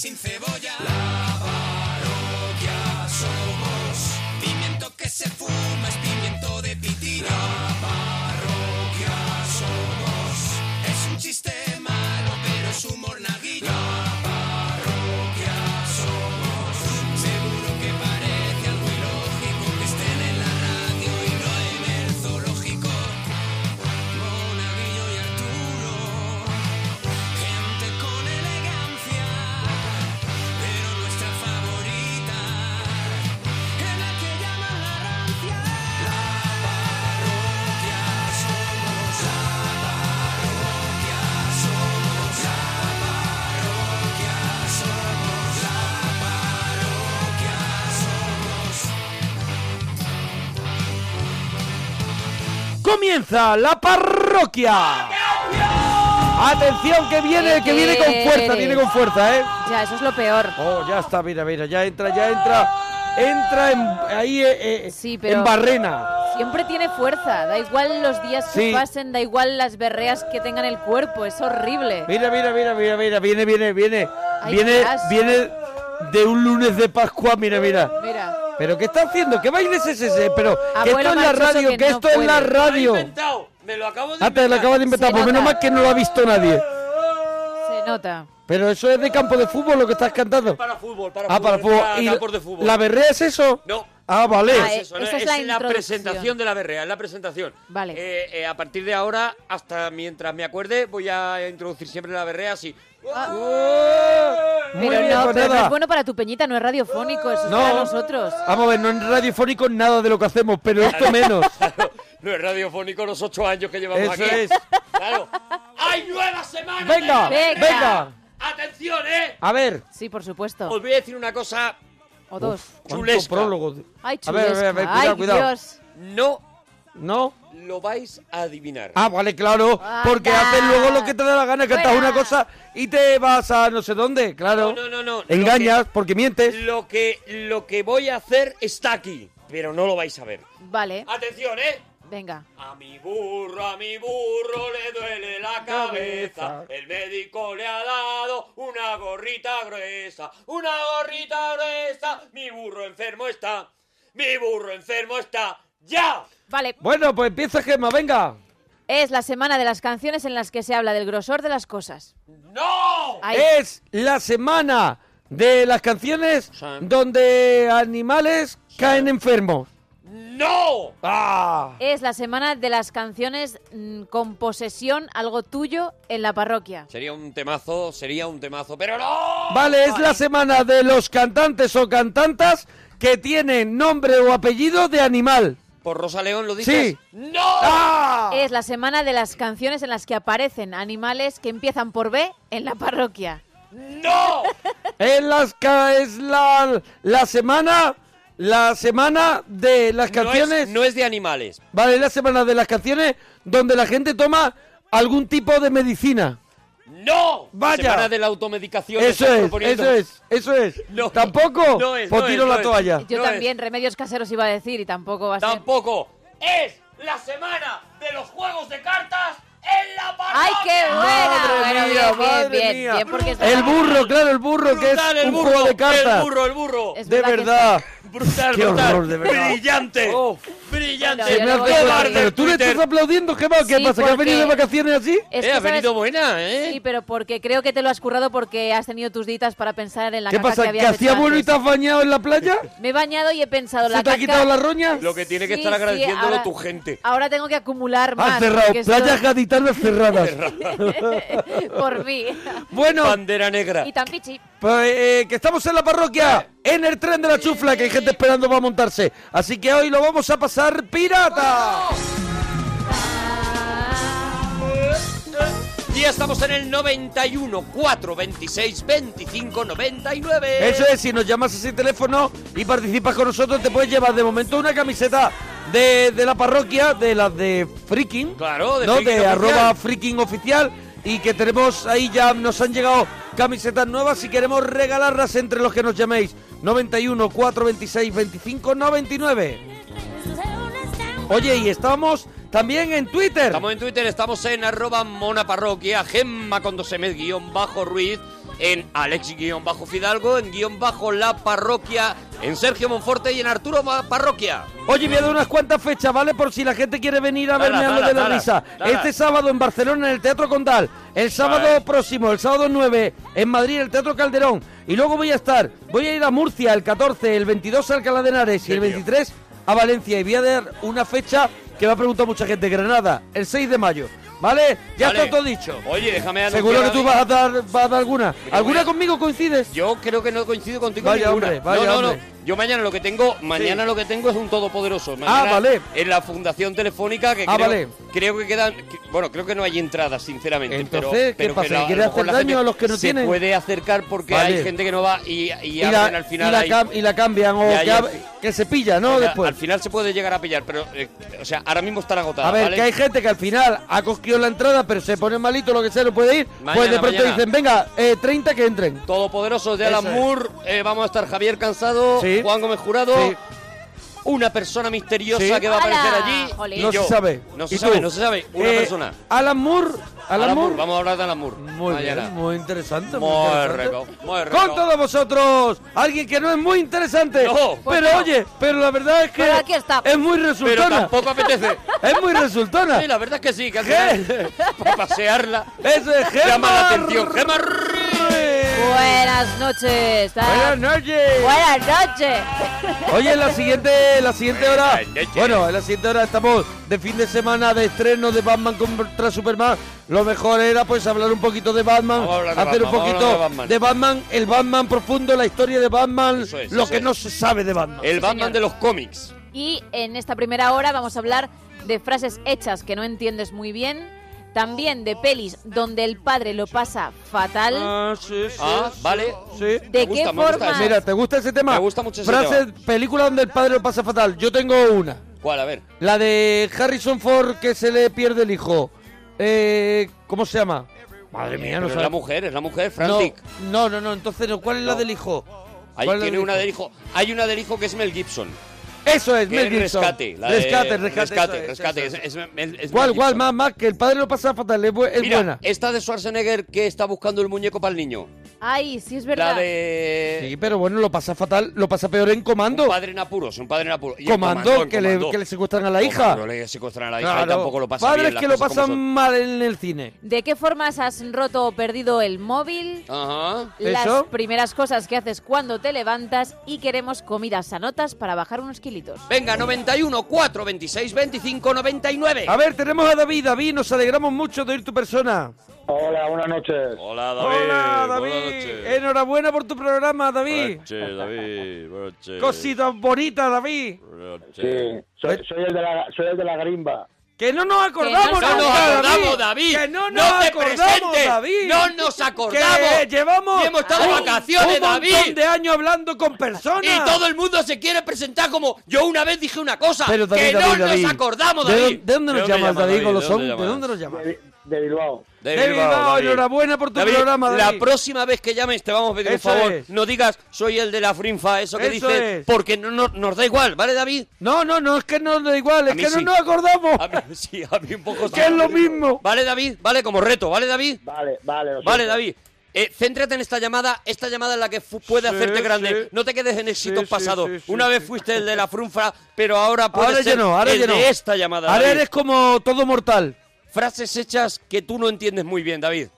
en cebolla. La parroquia somos. Pimiento que se fuma es pimiento de pitina. La parroquia somos. Es un chiste malo, pero es humor naguillo. La parroquia somos. Seguro que parece algo ilógico que estén en la radio y no en el zoológico. Monaguillo y Arturo. Gente con elegancia, pero nuestra favorita es la que llaman la rancia. La parroquia somos, la parroquia somos, la parroquia somos, la parroquia somos. Comienza la parroquia. Atención que viene, que viene con fuerza, viene con fuerza, ¿eh? Ya, eso es lo peor. Oh, ya está, mira, mira, ya entra, ya entra, entra en, ahí eh, eh, pero- en barrena. Siempre tiene fuerza, da igual los días que Sí. pasen, da igual las berreas que tengan el cuerpo, es horrible. Mira, mira, mira, mira, mira, viene, viene, viene, Ay, viene, qué asco. viene de un lunes de Pascua, mira, mira. Mira. Pero qué está haciendo, qué bailes es ese, pero que Abuelo esto es la marchoso radio, que que, no esto es la puede. radio. Lo he Me lo acabo de ah, te lo acabas de inventar, Se por menos nota. mal que no lo ha visto nadie. Se nota. Pero eso es de campo de fútbol lo que estás cantando. Para fútbol, ah, para fútbol. Para ¿Y campos de fútbol. ¿La berrea es eso? No. Ah, vale. No eh, es eso, no, es la, presentación de la berrea, es la presentación. Vale. a partir de ahora, hasta mientras me acuerde, voy a introducir siempre la berrea así. Ah. ¡Oh! Muy pero bien, no, pues pero no nada. es bueno para tu peñita, no es radiofónico, eso es No. para nosotros. Vamos a ver, no en radiofónico nada de lo que hacemos, pero esto menos. No es radiofónico los ocho años que llevamos Eso aquí. es. Claro. ¡Hay nueva semana! de Venga, la berrea! venga. ¡Atención, eh! A ver. Sí, por supuesto. Os voy a decir una cosa. O dos. ¿Cuánto Chulesca. prólogo? Ay, A ver, a ver, a ver, chulesca. cuidado, Ay, cuidado. Dios. No ¿No? lo vais a adivinar. Ah, vale, claro. Porque Anda. haces luego lo que te da la gana, cantas una cosa y te vas a no sé dónde, claro. No, no, no, no. Engañas porque mientes. Lo que, lo que voy a hacer está aquí, pero no lo vais a ver. Vale. Atención, ¿eh? Venga. A mi burro, a mi burro le duele la cabeza. El médico le ha dado una gorrita gruesa. Una gorrita gruesa. Mi burro enfermo está. Mi burro enfermo está. ¡Ya! Vale, Bueno, pues empieza Gemma, venga. es la semana de las canciones en las que se habla del grosor de las cosas. ¡No! Ahí. Es la semana de las canciones donde animales caen enfermos. ¡No! ¡Ah! Es la semana de las canciones mm, con posesión, algo tuyo, en la parroquia. Sería un temazo, sería un temazo, pero no. Vale, es la semana de los cantantes o cantantas que tienen nombre o apellido de animal. Por Rosa León lo dices. Sí. ¡No! ¡Ah! Es la semana de las canciones en las que aparecen animales que empiezan por B en la parroquia. ¡No! Es, las ca- es la, la semana la semana de las No es- canciones. no es de animales. Vale, es la semana de las canciones donde la gente toma algún tipo de medicina. ¡No! Vaya. Semana de la automedicación. Eso estás es, proponiendo. eso es, eso es. ¿Tampoco? no es, pues no tiro es, la no es. toalla. Yo No también, remedios caseros iba a decir y tampoco va a ser. Tampoco. Es la semana de los juegos de cartas en la parroquia. ¡Ay, qué buena! Madre Bueno, mía, bien, bien, madre bien, mía. bien, porque es El verdad. burro, claro, el burro, Brutal, que es el un burro, juego de cartas. El burro, el burro. Es de verdad que verdad. Brutal, Qué brutal. horror, de verdad. Brillante. Oh. Brillante. Bueno, Se me yo no hace voy Qué a- barde Pero tú le Twitter. estás aplaudiendo, Gemma, ¿qué Sí, pasa? ¿Que has venido de porque- vacaciones así? Es Eh, que, ha ¿sabes? venido buena, ¿eh? Sí, pero porque creo que te lo has currado porque has tenido tus ditas para pensar en la ¿Qué caca que pasa? ¿Que habías hecho hacía bueno y antes. te has bañado en la playa? Me he bañado y he pensado la ¿Se te ha caca- quitado la roña? Lo que tiene que Sí, estar sí, agradeciéndolo ahora- tu gente. Ahora tengo que acumular más. Has Ah, cerrado, porque esto- playas gaditanas cerradas. por mí. bueno, Bandera negra. Eh. y tan pichi. pues, eh, que estamos en la parroquia, en el tren de la chufla, que hay gente esperando para montarse. Así que hoy lo vamos a pasar pirata. Y estamos en el 91 4 26 25 99. Eso es, si nos llamas a ese teléfono y participas con nosotros, te puedes llevar de momento una camiseta de, de la parroquia, de las de Freaking. Claro, de ¿no? Freaking de Oficial. arroba Freaking Oficial. Y que tenemos ahí ya, nos han llegado camisetas nuevas y queremos regalarlas entre los que nos llaméis. 91 426 25 99. Oye, y estábamos también en Twitter. Estamos en Twitter, estamos en arroba monaparroquia, gemma con dos M, guión bajo Ruiz. en Alex-Fidalgo, en guión bajo La Parroquia, en Sergio Monforte y en Arturo Ma- Parroquia. Oye, voy a dar unas cuantas fechas, ¿vale? Por si la gente quiere venir a Dala, verme a lo dala, de la dala, risa. dala. Este sábado en Barcelona, en el Teatro Condal. El sábado Vale. próximo, el sábado 9, en Madrid, en el Teatro Calderón. Y luego voy a estar, voy a ir a Murcia el 14, el 22 a Alcalá de Henares y el 23 a Valencia. Y voy a dar una fecha que me ha preguntado mucha gente. Granada, el 6 de mayo. ¿Vale? Ya Vale. está todo dicho. Oye, déjame anunciar Seguro que algo. tú vas a dar, vas a dar alguna. ¿Alguna conmigo coincides? Yo creo que no coincido contigo Vaya ninguna. hombre, vaya no, no, hombre. no. Yo mañana lo que tengo, mañana Sí. Ah, lo que tengo es un todopoderoso. Mañana vale. En la Fundación Telefónica que Ah, creo, vale. creo que quedan, que- bueno, creo que no hay entradas, sinceramente. Entonces, pero, ¿qué pero pasa? que la- ¿Que quiere a lo mejor hacer la daño gente a los que no se tienen? puede acercar porque Vale. hay gente que no va y, y Y abren la, al final y la ahí. cam- y la cambian o Ya, que, ya. ab- que se pilla, ¿no? O sea, Después. Al final se puede llegar a pillar, pero, eh, o sea, ahora mismo están agotadas. A ver, ¿vale? que hay gente que al final ha cogido la entrada, pero se pone malito, lo que sea, no puede ir. Mañana, pues de pronto mañana. dicen, venga, eh, 30 que entren. Todopoderosos de Alan Eso es. Moore, eh, vamos a estar Javier Cansado, Sí. Juan Gómez Jurado, Sí. una persona misteriosa Sí. que va a aparecer ¡Hala! allí. Jolín. y No yo. se sabe. No se ¿Y tú? sabe, no se sabe. Una Eh, persona. Alan Moore. Alan, Alan Moore. Moore, Vamos a hablar de Alan Moore. Muy Mañana. bien, muy interesante. Muy interesante. rico, muy rico. Con todos vosotros, alguien que no es muy interesante. No. pero Pues no. oye, pero la verdad es que Pero aquí está. es muy Pero resultona. tampoco apetece. Es muy resultona. Sí, la verdad es que sí, que al ¿Qué? final, para pasearla, Eso es Gemma llama la atención. Ruiz. Gemma Ruiz. Buenas noches. ¡Eh! Buenas noches. Buenas noches. Oye, en la siguiente, en la siguiente hora. Buenas noches. Bueno, en la siguiente hora estamos de fin de semana de estreno de Batman contra Superman. Lo mejor era pues hablar un poquito de Batman, Vamos a hablar de hacer Batman, un vamos a poquito de hablar de Batman. Batman. el Batman profundo, la historia de Batman, Eso es, lo eso que es. no se sabe de Batman. El Sí, Batman señor. de los cómics. Y en esta primera hora vamos a hablar de frases hechas que no entiendes muy bien. También de pelis donde el padre lo pasa fatal. Ah, sí, sí. Ah, vale. Sí. ¿De me qué gusta, me gusta forma? ese. Mira, ¿te gusta ese tema? Me gusta mucho ese Frases, película donde el padre lo pasa fatal. Yo tengo una. ¿Cuál? A ver. La de Harrison Ford que se le pierde el hijo. Eh, ¿Cómo se llama? Madre mía, Pero no es sabe- la mujer, es la mujer, No, Frantic. no, no, no, entonces no. ¿Cuál es la del hijo? Ahí ¿Cuál es la tiene del una hijo? del hijo. Hay una del hijo que es Mel Gibson. Eso es, que Mel es Gibson. rescate. la de- rescate, rescate. Rescate, eso es, rescate. eso es. es- es- es- es ¿Cuál, Mel cuál? Gibson. Más, más, que el padre lo pasa fatal. Es, bu- es Mira, buena. esta de Schwarzenegger que está buscando el muñeco para el niño. Ay, sí es La verdad. de... Sí, pero bueno, lo pasa fatal. Lo pasa peor en comando. Un padre en apuros, un padre en apuros. Y el Comando, el que, le, comando. que le secuestran a la hija. Comando, le secuestran a la hija Claro. y tampoco lo pasa Padres bien. las que lo cosas como pasan mal en el cine. ¿De qué formas has roto o perdido el móvil? son. Ajá. Las ¿Eso? primeras cosas que haces cuando te levantas y queremos comidas sanotas para bajar unos kilitos. Venga, 91, 4, 26, 25, 99. A ver, tenemos a David. David, nos alegramos mucho de oír tu persona. Hola, buenas noches. Hola, Hola, David. Enhorabuena por tu programa, David. David. Buenas noches. Cositas bonitas, David. Sí, soy, soy el de la, soy el de la grimba. Que no nos acordamos, Que no No nos nunca, acordamos, David. Que no nos te acordamos, presentes. David. No nos acordamos. Que llevamos. Y hemos estado de un- vacaciones, un montón David. de años hablando con personas. Y todo el mundo se quiere presentar como yo una vez dije una cosa. Pero David, que David, no David. nos acordamos, ¿De dó- David. ¿De dónde nos llamas, David Golosón? ¿De dónde nos llamas? De, Bi- de Bilbao. De Bilbao, enhorabuena por tu programa, David. La próxima vez que llames te vamos a pedir Eso un favor. es. No digas soy el de la frinfa, eso que Eso dices, es. porque no, no- nos da igual, ¿vale, David? No, no, no, es que no da igual, A es mí que no sí. nos acordamos. A mí, sí, a mí un poco. Que es lo mismo. Vale, David, vale, como reto, ¿vale, David? Vale, vale. lo Vale, siento. David. eh, céntrate en esta llamada, esta llamada en la que fu- puede Sí, hacerte grande. sí. No te quedes en éxitos Sí, sí, pasados. sí, sí, Una vez sí. fuiste el de la frunfa, pero ahora puedes Ahora ya ser no, ahora el ya no. de esta llamada. Ahora David. eres como todo mortal. Frases hechas que tú no entiendes muy bien, David.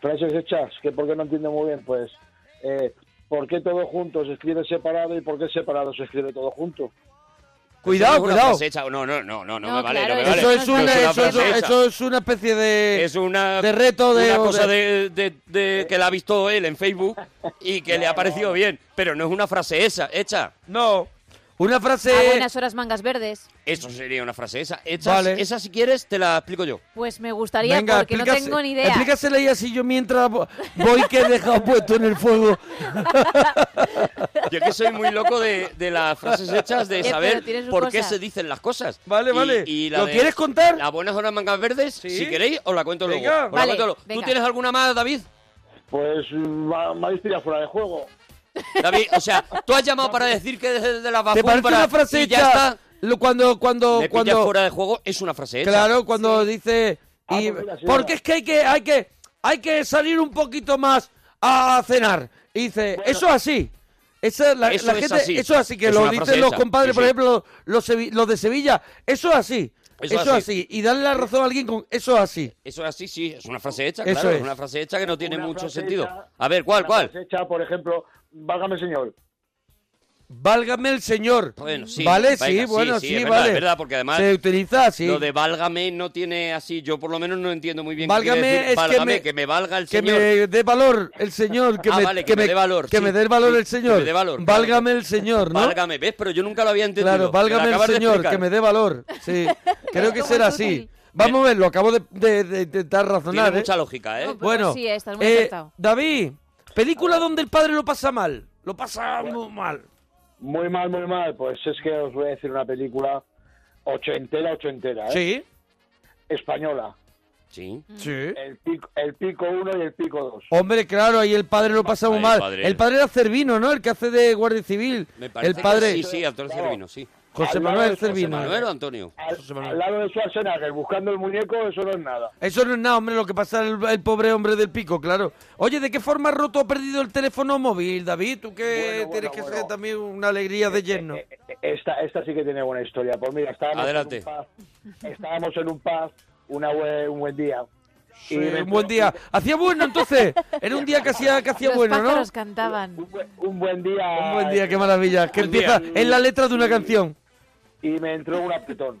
Frases hechas, que porque no entiendo muy bien, pues. eh, ¿Por qué todo junto se escribe separado y por qué separado se escribe todo junto? Cuidado, Eso no es una cuidado. frase hecha. No, no, no, no, no, No, me vale, claro, no me eso vale. Eso es, No una, es una eso, es- frase hecha. eso es una especie de... es una de reto de- una o cosa de, de- de que la ha visto él en Facebook y que le ha parecido bien pero no es una frase esa hecha No. Una frase... A buenas horas mangas verdes. eso sería una frase esa hecha Vale. esa si quieres te la explico yo Pues me gustaría Venga, porque no explícase- tengo ni idea. Explícasela y así yo mientras vo- voy que he dejado puesto en el fuego. yo que soy muy loco de, de las frases hechas de Oye, saber Eh, pero tiene sus por qué cosas. se dicen las cosas Vale, Y- vale. y la ¿Lo de- quieres contar? a buenas horas mangas verdes Sí. si queréis os la cuento luego, Venga. Os la Vale, cuento luego. tú venga. tienes alguna más David Pues me ha- me habéis tirado fuera de juego. David o sea tú has llamado para decir que desde de la ¿Te vacuna parece una frase y ya hecha? está Lo- cuando cuando me pillas cuando fuera de juego es una frase hecha claro cuando dice Ah, y- pues mira, sí, porque mira. es que hay que hay que hay que salir un poquito más a cenar. Y dice, eso es así. Esa, la, Eso la es gente, así. Eso es así, que Es lo una dicen frase los hecha, compadres, sí, por sí. ejemplo, los, sevi- los de Sevilla. Eso es así. Eso Eso, es es así. Y darle la razón a alguien con eso es así. Eso es así, sí, es una frase hecha, Eso claro, es. es. una frase hecha que no tiene Una mucho frase sentido. hecha- A ver, ¿cuál, una cuál? frase hecha, por ejemplo, válgame señor. Válgame el señor. Bueno, sí. Vale, venga, sí, bueno, sí, es verdad, vale. es verdad, porque además Se utiliza así. lo de válgame no tiene así, yo por lo menos no entiendo muy bien qué Válgame quiere decir es que válgame, me- que me valga el que señor. me dé valor el señor. Que Ah, me, vale, que me dé valor, Que sí, me dé el valor sí, el que me señor. dé valor, claro. Válgame el señor, ¿no? Válgame, ¿ves? Pero yo nunca lo había entendido. Claro, Me lo válgame acabas el de señor, explicar. que me dé valor. Sí, creo que Como será el túnel. así. Vamos a ver, lo acabo de, de- de intentar Tiene razonar. ¿eh? mucha lógica, ¿eh? No, pero Bueno, sí, estás muy eh, acertado. David, película donde el padre lo pasa mal. Lo pasa muy mal. Muy mal, muy mal. Pues es que os voy a decir una película ochentera, ochentera, ¿eh? Sí, Española. Sí. sí. El pico, el pico uno y el pico dos. Hombre, claro, ahí el padre lo pasa muy Ahí el mal. padre- El padre era Cervino, ¿no? El que hace de Guardia Civil. Me parece El que padre Sí, sí, Antonio Cervino, sí. José Al lado Manuel de José Cervino. Manuel o Antonio. Al, Eso se me- al lado de Schwarzenegger, buscando el muñeco, eso no es nada. Eso no es nada, hombre, lo que pasa el, el pobre hombre del pico, claro. Oye, ¿de qué forma ha roto o perdido el teléfono móvil, David? Tú que Bueno, tienes bueno, que bueno. ser también una alegría de lleno. Eh, eh, Esta, esta sí que tiene buena historia. Pues mira, estábamos Adelante. en un paz, estábamos en un paz, una bue- un buen día. Sí, Y me- un buen día. Hacía bueno entonces. Era un día que hacía, que hacía Los bueno, ¿no? pájaros cantaban. Un, buen- un buen día. Un buen día, qué maravilla. Que Buen empieza día. en la letra de una canción. Y me entró un apretón.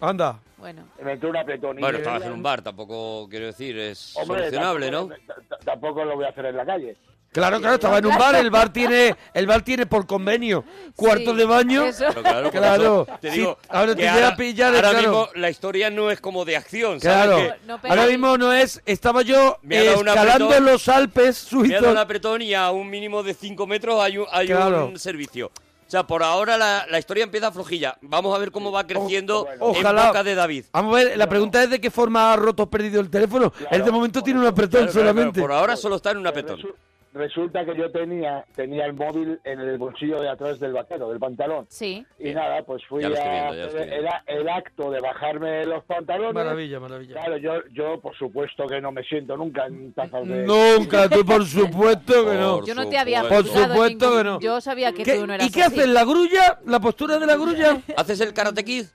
Anda. Bueno, Me entró un apretón. y me- Bueno, estabas en un bar, tampoco quiero decir, es Hombre, solucionable, ¿no? tampoco- t- t- Tampoco lo voy a hacer en la calle. Claro, claro, estaba en un bar, el bar tiene, el bar tiene por convenio cuarto Sí, de baño. eso. Pero claro, por Claro, eso te sí, digo ahora que te llega a pillar, ahora claro. mismo la historia no es como de acción, Claro. ¿sabes? Que No, pero- Ahora mismo no es, estaba yo Me ha dado un escalando apretón. los Alpes me ha dado suizos. el apretón y a un mínimo de 5 metros hay un, hay Claro. un servicio. O sea, por ahora la, la historia empieza flojilla. Vamos a ver cómo va creciendo Ojalá. en boca de David. Vamos a ver, la pregunta es de qué forma ha roto o perdido el teléfono. Él de momento tiene un apretón Claro, claro, solamente. pero por ahora solo está en un apretón. Resu- Resulta que yo tenía, tenía el móvil en el bolsillo de atrás del vaquero, del pantalón. sí. Y nada, pues fui Ya lo estoy a viendo, ya lo estoy hacer el, el acto de bajarme los pantalones. Maravilla, maravilla. Claro, yo, yo por supuesto que no me siento nunca en tazas de... Nunca, tú por supuesto que no. Por Yo no te había supuesto. juzgado Por supuesto ningún- que no. Yo sabía que ¿Qué- tú no eras ¿Y qué así. haces? ¿La grulla? ¿La postura de la grulla? ¿Haces el Karate Kid?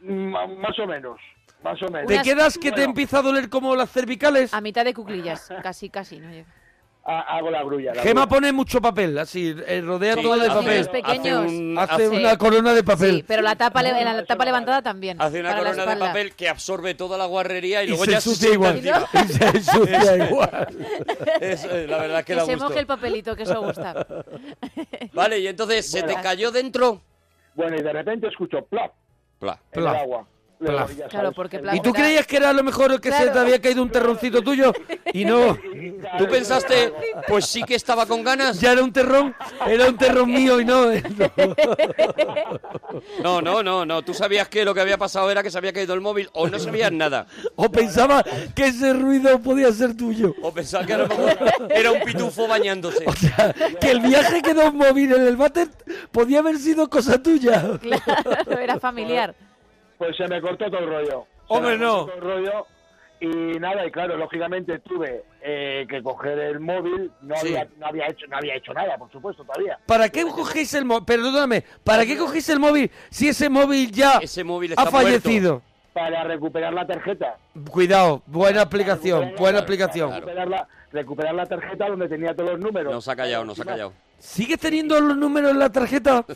Ma- Mm, Más o menos, más o menos. ¿Te Unas- quedas que te Bueno. empieza a doler como las cervicales? A mitad de cuclillas, casi, casi. No llega. Ha- hago la grulla. la Gema grulla. pone mucho papel, así, eh, rodea Sí, todo de hace- papel. Los pequeños. Hace, un- Hace hace- una corona de papel. Sí, pero la tapa, le- la tapa levantada también. hace una para la corona de espalda. papel que absorbe toda la guarrería y, y luego se ya se ensucia sienta igual. encima. Y se ensucia igual. Eso es, eh, la verdad es que Que da se gusto. moje el papelito, que eso gusta. Vale, y entonces, ¿se te cayó dentro? Bueno, y de repente escucho plop Pla. en Plaf. el agua. Plaf. ya sabes, Claro, porque el- plaf- ¿Y tú creías que era a lo mejor que se Claro. te había caído un terroncito tuyo? Y no. ¿Tú pensaste, pues sí que estaba con ganas? Ya era un terrón, era un terrón mío y no. eh, no. No, no, no, no. Tú sabías que lo que había pasado era que se había caído el móvil o no sabías nada. O pensaba que ese ruido podía ser tuyo. O pensabas que a lo mejor era un pitufo bañándose. O sea, que el viaje que dos móvil en el váter podía haber sido cosa tuya. Claro, era familiar. Pues se me cortó todo el rollo. Se Hombre, me no. cortó Todo el rollo. Y nada, y claro, lógicamente tuve eh, que coger el móvil. No, Sí. había, no, había hecho, no había hecho nada, por supuesto, todavía. ¿Para qué cogéis el móvil? Perdóname, ¿para qué cogéis el móvil si ese móvil ya Ese móvil está ha fallecido? Para recuperar la tarjeta. Cuidado, buena aplicación, Recuperar buena la- aplicación. Recuperar la, recuperar la tarjeta donde tenía todos los números. muerto. Nos ha callado, nos ha callado. ¿Sigues teniendo los números en la tarjeta?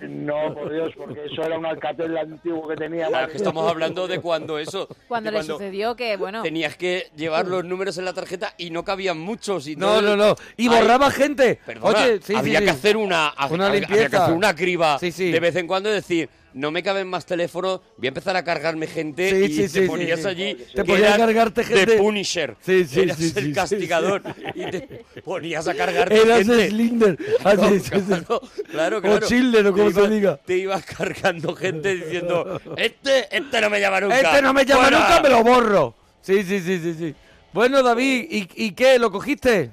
No, por Dios, porque eso era un alcatel antiguo que tenía. Claro, madre que estamos mía. hablando de cuando eso. Cuando de le sucedió que, bueno, Tenías que llevar los números en la tarjeta y no cabían muchos. Y No, todo no, el- no. Y Ay, borraba gente. Perdona, Oye, sí, había sí, que sí. hacer una, ha- había- Una había que limpieza. hacer una criba Sí, sí. de vez en cuando y decir, no me caben más teléfonos, voy a empezar a cargarme gente Sí, y sí, te sí, sí, ponías sí. allí Te que podías eras cargarte gente. The Punisher. Sí, sí, eras sí, sí, el sí, sí. castigador y te ponías a cargarte Eras gente. Slinder. No, Así, sí, sí. claro, claro, O claro. Schindler, o Te como se ibas- diga. Te ibas cargando gente diciendo, este, este no me llama nunca. Este no me llama Fuera". nunca, me lo borro. Sí, sí, sí, sí, sí. Bueno, David, ¿y, y qué? ¿Lo cogiste?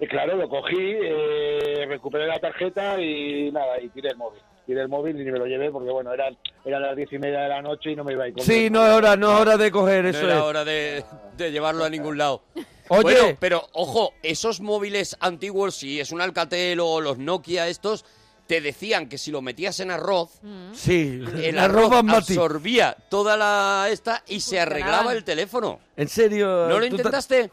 Y claro, lo cogí, eh, recuperé la tarjeta y nada, y tiré el móvil. Tiré el móvil y me lo llevé porque, bueno, eran, eran las diez y media de la noche y no me iba a ir con Sí, él. no es hora, no es hora de coger, No eso era es. hora de, de llevarlo a ningún lado. Oye. Bueno, pero ojo, esos móviles antiguos, si es un Alcatel o los Nokia estos, te decían que si lo metías en arroz, Sí, el la arroz roba Mm. Mati. absorbía toda la esta y se arreglaba el teléfono. En serio. ¿No lo Ah, tú ta- intentaste?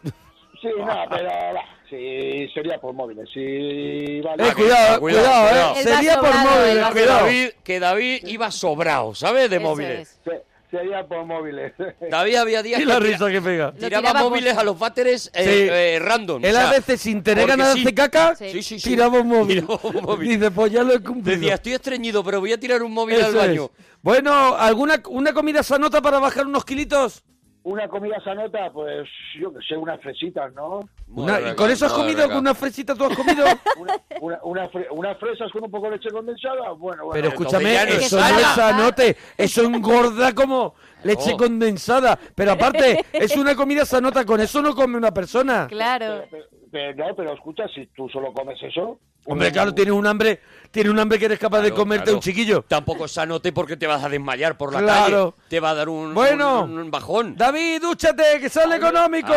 Sí, Ah. no, pero va, sí, sería por móviles. Sí, vale. Eh, cuidado, cuidado, eh, cuidado, cuidado. eh. El Sería vaso por bravo, el móvil, vaso Que cuidado. David, que David iba sobrado, ¿sabes? De Eso móviles. es. Se- Sería por móviles. David había días Y la que tira- risa que pega. Lo tiraba tirábamos. móviles a los váteres eh, Sí. eh, random. Él o sea, a veces sin tener porque ganas de sí. hacer caca, Sí. Sí, sí, sí. tiraba un móvil. Tiraba un móvil. Dice, pues ya lo he cumplido. Decía, estoy estreñido, pero voy a tirar un móvil al Eso baño. es. Bueno, ¿alguna una comida sanota para bajar unos kilitos? Una comida sanota, pues yo que sé, unas fresitas, ¿no? Una- Madre ¿y ¿Con mía, eso has madre comido? mía. ¿Con una fresita tú has comido? Una, una- una fre- unas fresas con un poco de leche condensada. Bueno, bueno. Pero escúchame, ya no es eso no es sana. sanote, eso engorda como leche Oh. condensada. Pero aparte, es una comida sanota, con eso no come una persona. Claro. Pero, pero Eh, no, pero escucha, si tú solo comes eso. Hombre, un- claro, tienes un hambre, tiene un hambre que eres capaz de Claro, comerte claro. un chiquillo. Tampoco es sanote porque te vas a desmayar por la Claro. calle. Te va a dar un, Bueno. un, un bajón. David, dúchate, que sale económico.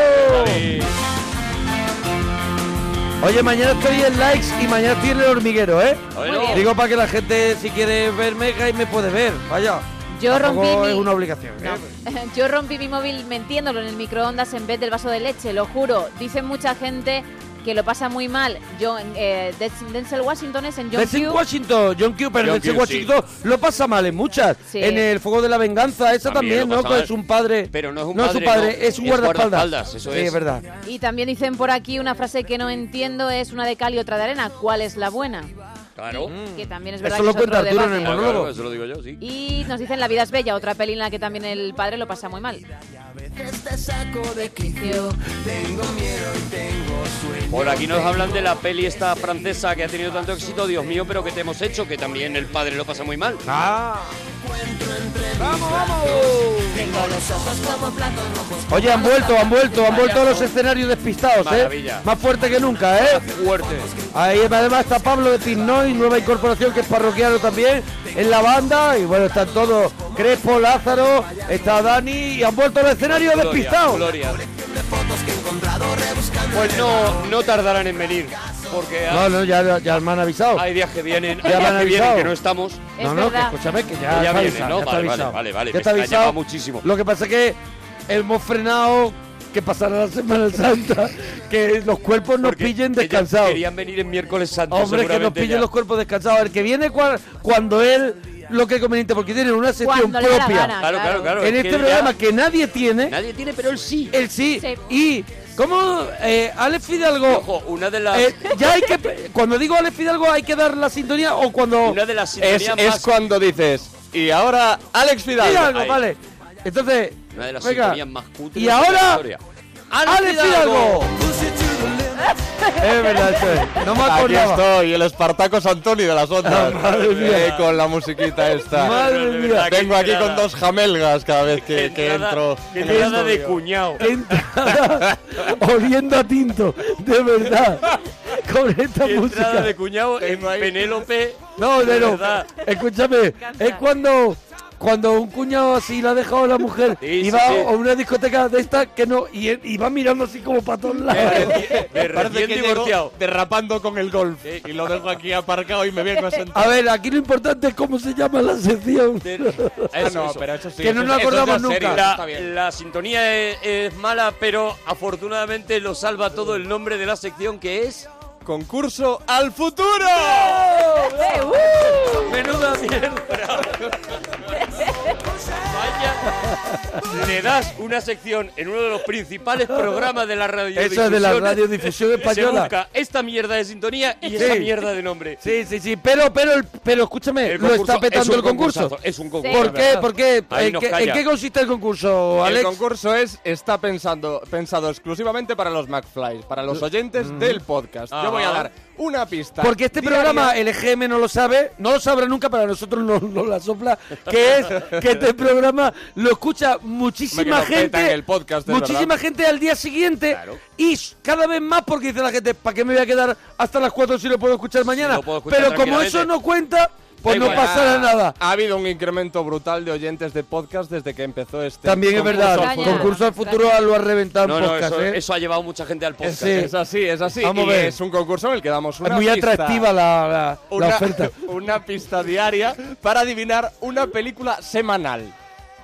Ay, Oye, mañana estoy en likes y mañana estoy en el hormiguero, ¿eh? Bueno. Muy bien. Digo para que la gente, si quiere verme, me puede ver. Vaya. Yo Tampoco rompí mi- es una obligación. ¿eh? Yo rompí mi móvil metiéndolo en el microondas en vez del vaso de leche, lo juro. Dicen mucha gente que lo pasa muy mal. Yo, eh, Des- Denzel Washington es en John Desde Q. Washington, John Q, pero John desde Q, Washington lo pasa mal en muchas. Sí. En el fuego de la venganza, esa También también, lo ¿no? Pues pasa mal. Es un padre. Pero no es un su padre, padre, no. es un Es guardaespaldas. guardaespaldas, eso Sí, es. es verdad. Y también dicen por aquí una frase que no entiendo, es una de cal y otra de arena. ¿Cuál es la buena? claro. Que también es Eso verdad lo que es otro cuenta Arturo en el debate. Claro, monólogo. claro, eso lo digo yo, sí. Y nos dicen La vida es bella, otra peli en la que también el padre lo pasa muy mal. Este saco de quicio, tengo miedo y tengo sueño. Por aquí nos hablan de la peli esta francesa que ha tenido tanto éxito, Dios mío, pero que te hemos hecho, que también el padre lo pasa muy mal. Ah. ¡Vamos, vamos! Tengo los ojos como platos rojos. Oye, han vuelto, han vuelto, han vuelto a los escenarios despistados, Maravilla. ¿eh? Más fuerte que nunca, ¿eh? Fuerte. Ahí además está Pablo de Piznoy, nueva incorporación que es parroquiano también en la banda. Y bueno, están todos Crespo, Lázaro, está Dani y han vuelto al escenario despistados. Gloria. Pues no, no tardarán en venir, porque No, no, ya, ya me han avisado. hay días que vienen, Ya hay me han días que vienen avisado. que no estamos. Es no, no, que verdad. escúchame que ya, ya está viene, avisado, ¿no? ya está Vale, vale, avisado. vale, vale, Ya me está extrañaba avisado. muchísimo. Lo que pasa es que hemos frenado que pasará la Semana Santa, que los cuerpos nos porque pillen ellas descansados. Querían venir en miércoles santo, Hombre, que nos seguramente pillen ya. los cuerpos descansados. El que viene cua- cuando él lo que es conveniente, porque tienen una sección Cuando le da la propia. gana. Claro, claro, claro. es en este que programa ya que nadie tiene, nadie tiene, pero él sí. el sí, Sí. y como eh, Alex Fidalgo, Ojo, una de las... eh, ya hay que, cuando digo Alex Fidalgo hay que dar la sintonía o cuando... Una de las Es, sintonías es más- cuando dices, y ahora Alex Fidalgo. Fidalgo, Ahí. vale. Entonces, Una de las venga, sintonías más cutres y de la ahora, historia. Alex Fidalgo. es verdad, eso es. No me Aquí acordaba. Ah, estoy, el Espartacos Antoni de las ondas. madre mía. Eh, con la musiquita esta. Madre de mía. verdad, qué Tengo aquí entrada. con dos jamelgas cada vez Qué que, que entrada- entro. qué en el entrada de estudio. cuñado. Qué entrada, oliendo a tinto, de verdad. Con esta Qué entrada música. de cuñado en Tengo ahí- Penélope. No, de no, no. verdad. Escúchame, es cuando cuando un cuñado así la ha dejado a la mujer Sí, y sí, va sí. a una discoteca de esta que no y, y va mirando así como para todos lados. De Parece recién que llego divorciado. derrapando con el golf. Y lo dejo aquí aparcado y me vengo a sentar. A ver, aquí lo importante es cómo se llama la sección. Ah, no, pero eso sí, Que no eso- nos eso acordamos ya es nunca. serio, eso La, está bien. la sintonía es, es mala, pero afortunadamente lo salva todo el nombre de la sección que es. Concurso al futuro. ¡Menuda mierda! Vaya. Le das una sección en uno de los principales programas de la radio. Eso es de la radiodifusión Se española. busca esta mierda de sintonía y esa Sí. mierda de nombre. Sí, sí, sí, pero pero el- pero escúchame, El lo está concurso es petando un el concurso. concursazo, Es un concurso. ¿Por qué? ¿Por qué? Ahí ¿En nos qué, en calla. qué consiste el concurso, Alex? El concurso es está pensando pensado exclusivamente para los McFlys, para los oyentes del podcast. Ah. Yo voy a dar una pista. Mm. Porque este diaria. programa, el EGM no lo sabe, no lo sabrá nunca, para nosotros no, no la sopla, que es que este programa lo escucha Hombre, que muchísima nos petan gente, el podcast, es muchísima verdad. gente al día siguiente Claro. y s- cada vez más porque dice la gente, ¿para qué me voy a quedar hasta las 4 si lo puedo escuchar mañana? lo puedo escuchar Pero como tranquilamente. eso no cuenta, pues no igual, Ah. pasará ha- nada. Ha habido un incremento brutal de oyentes de podcast desde que empezó este. También es concurso verdad, al Caña. fútbol. concurso al futuro lo ha reventado No, en no, podcast, eso, ¿eh? eso ha llevado mucha gente al podcast. Sí. ¿eh? Es así, es así. Vamos y a ver. es un concurso en el que damos es una muy pista- atractiva la, la- la Una, oferta. una pista diaria para adivinar una película semanal.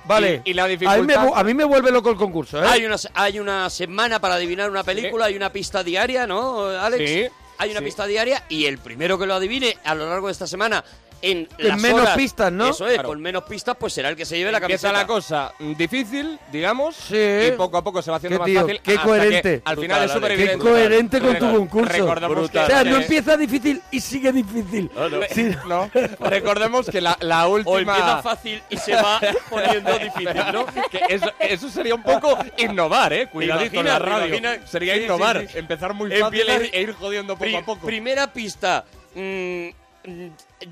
Vale. y la A mí, me, dificultad- vu- a mí me vuelve loco el concurso, ¿eh? Hay una, hay una semana para adivinar una película, hay una pista diaria, ¿no, Alex? Sí, Hay una sí. pista diaria y el primero que lo adivine a lo largo de esta semana en En las menos horas- pistas, ¿no? Eso es, Claro. con menos pistas pues será el que se lleve la Empieza camiseta. la cosa mm, difícil, digamos, Sí. y poco a poco se va haciendo Qué más tío, fácil. qué hasta coherente. que al Brutal, final es Alex. súper Qué Qué evidente. coherente con tu concurso. Recordamos Brutal. O sea, no que- empieza difícil y sigue difícil. Sí. No, recordemos que la, la última. O empieza fácil y se va poniendo difícil, ¿no? que eso, eso sería un poco innovar, eh. Cuidadito con la imaginas? ¿Te radio. imaginas? Sería Sí, sí, innovar, sí. empezar muy fácil Empieza- e ir jodiendo poco Pri- a poco. Primera pista. mm, mm,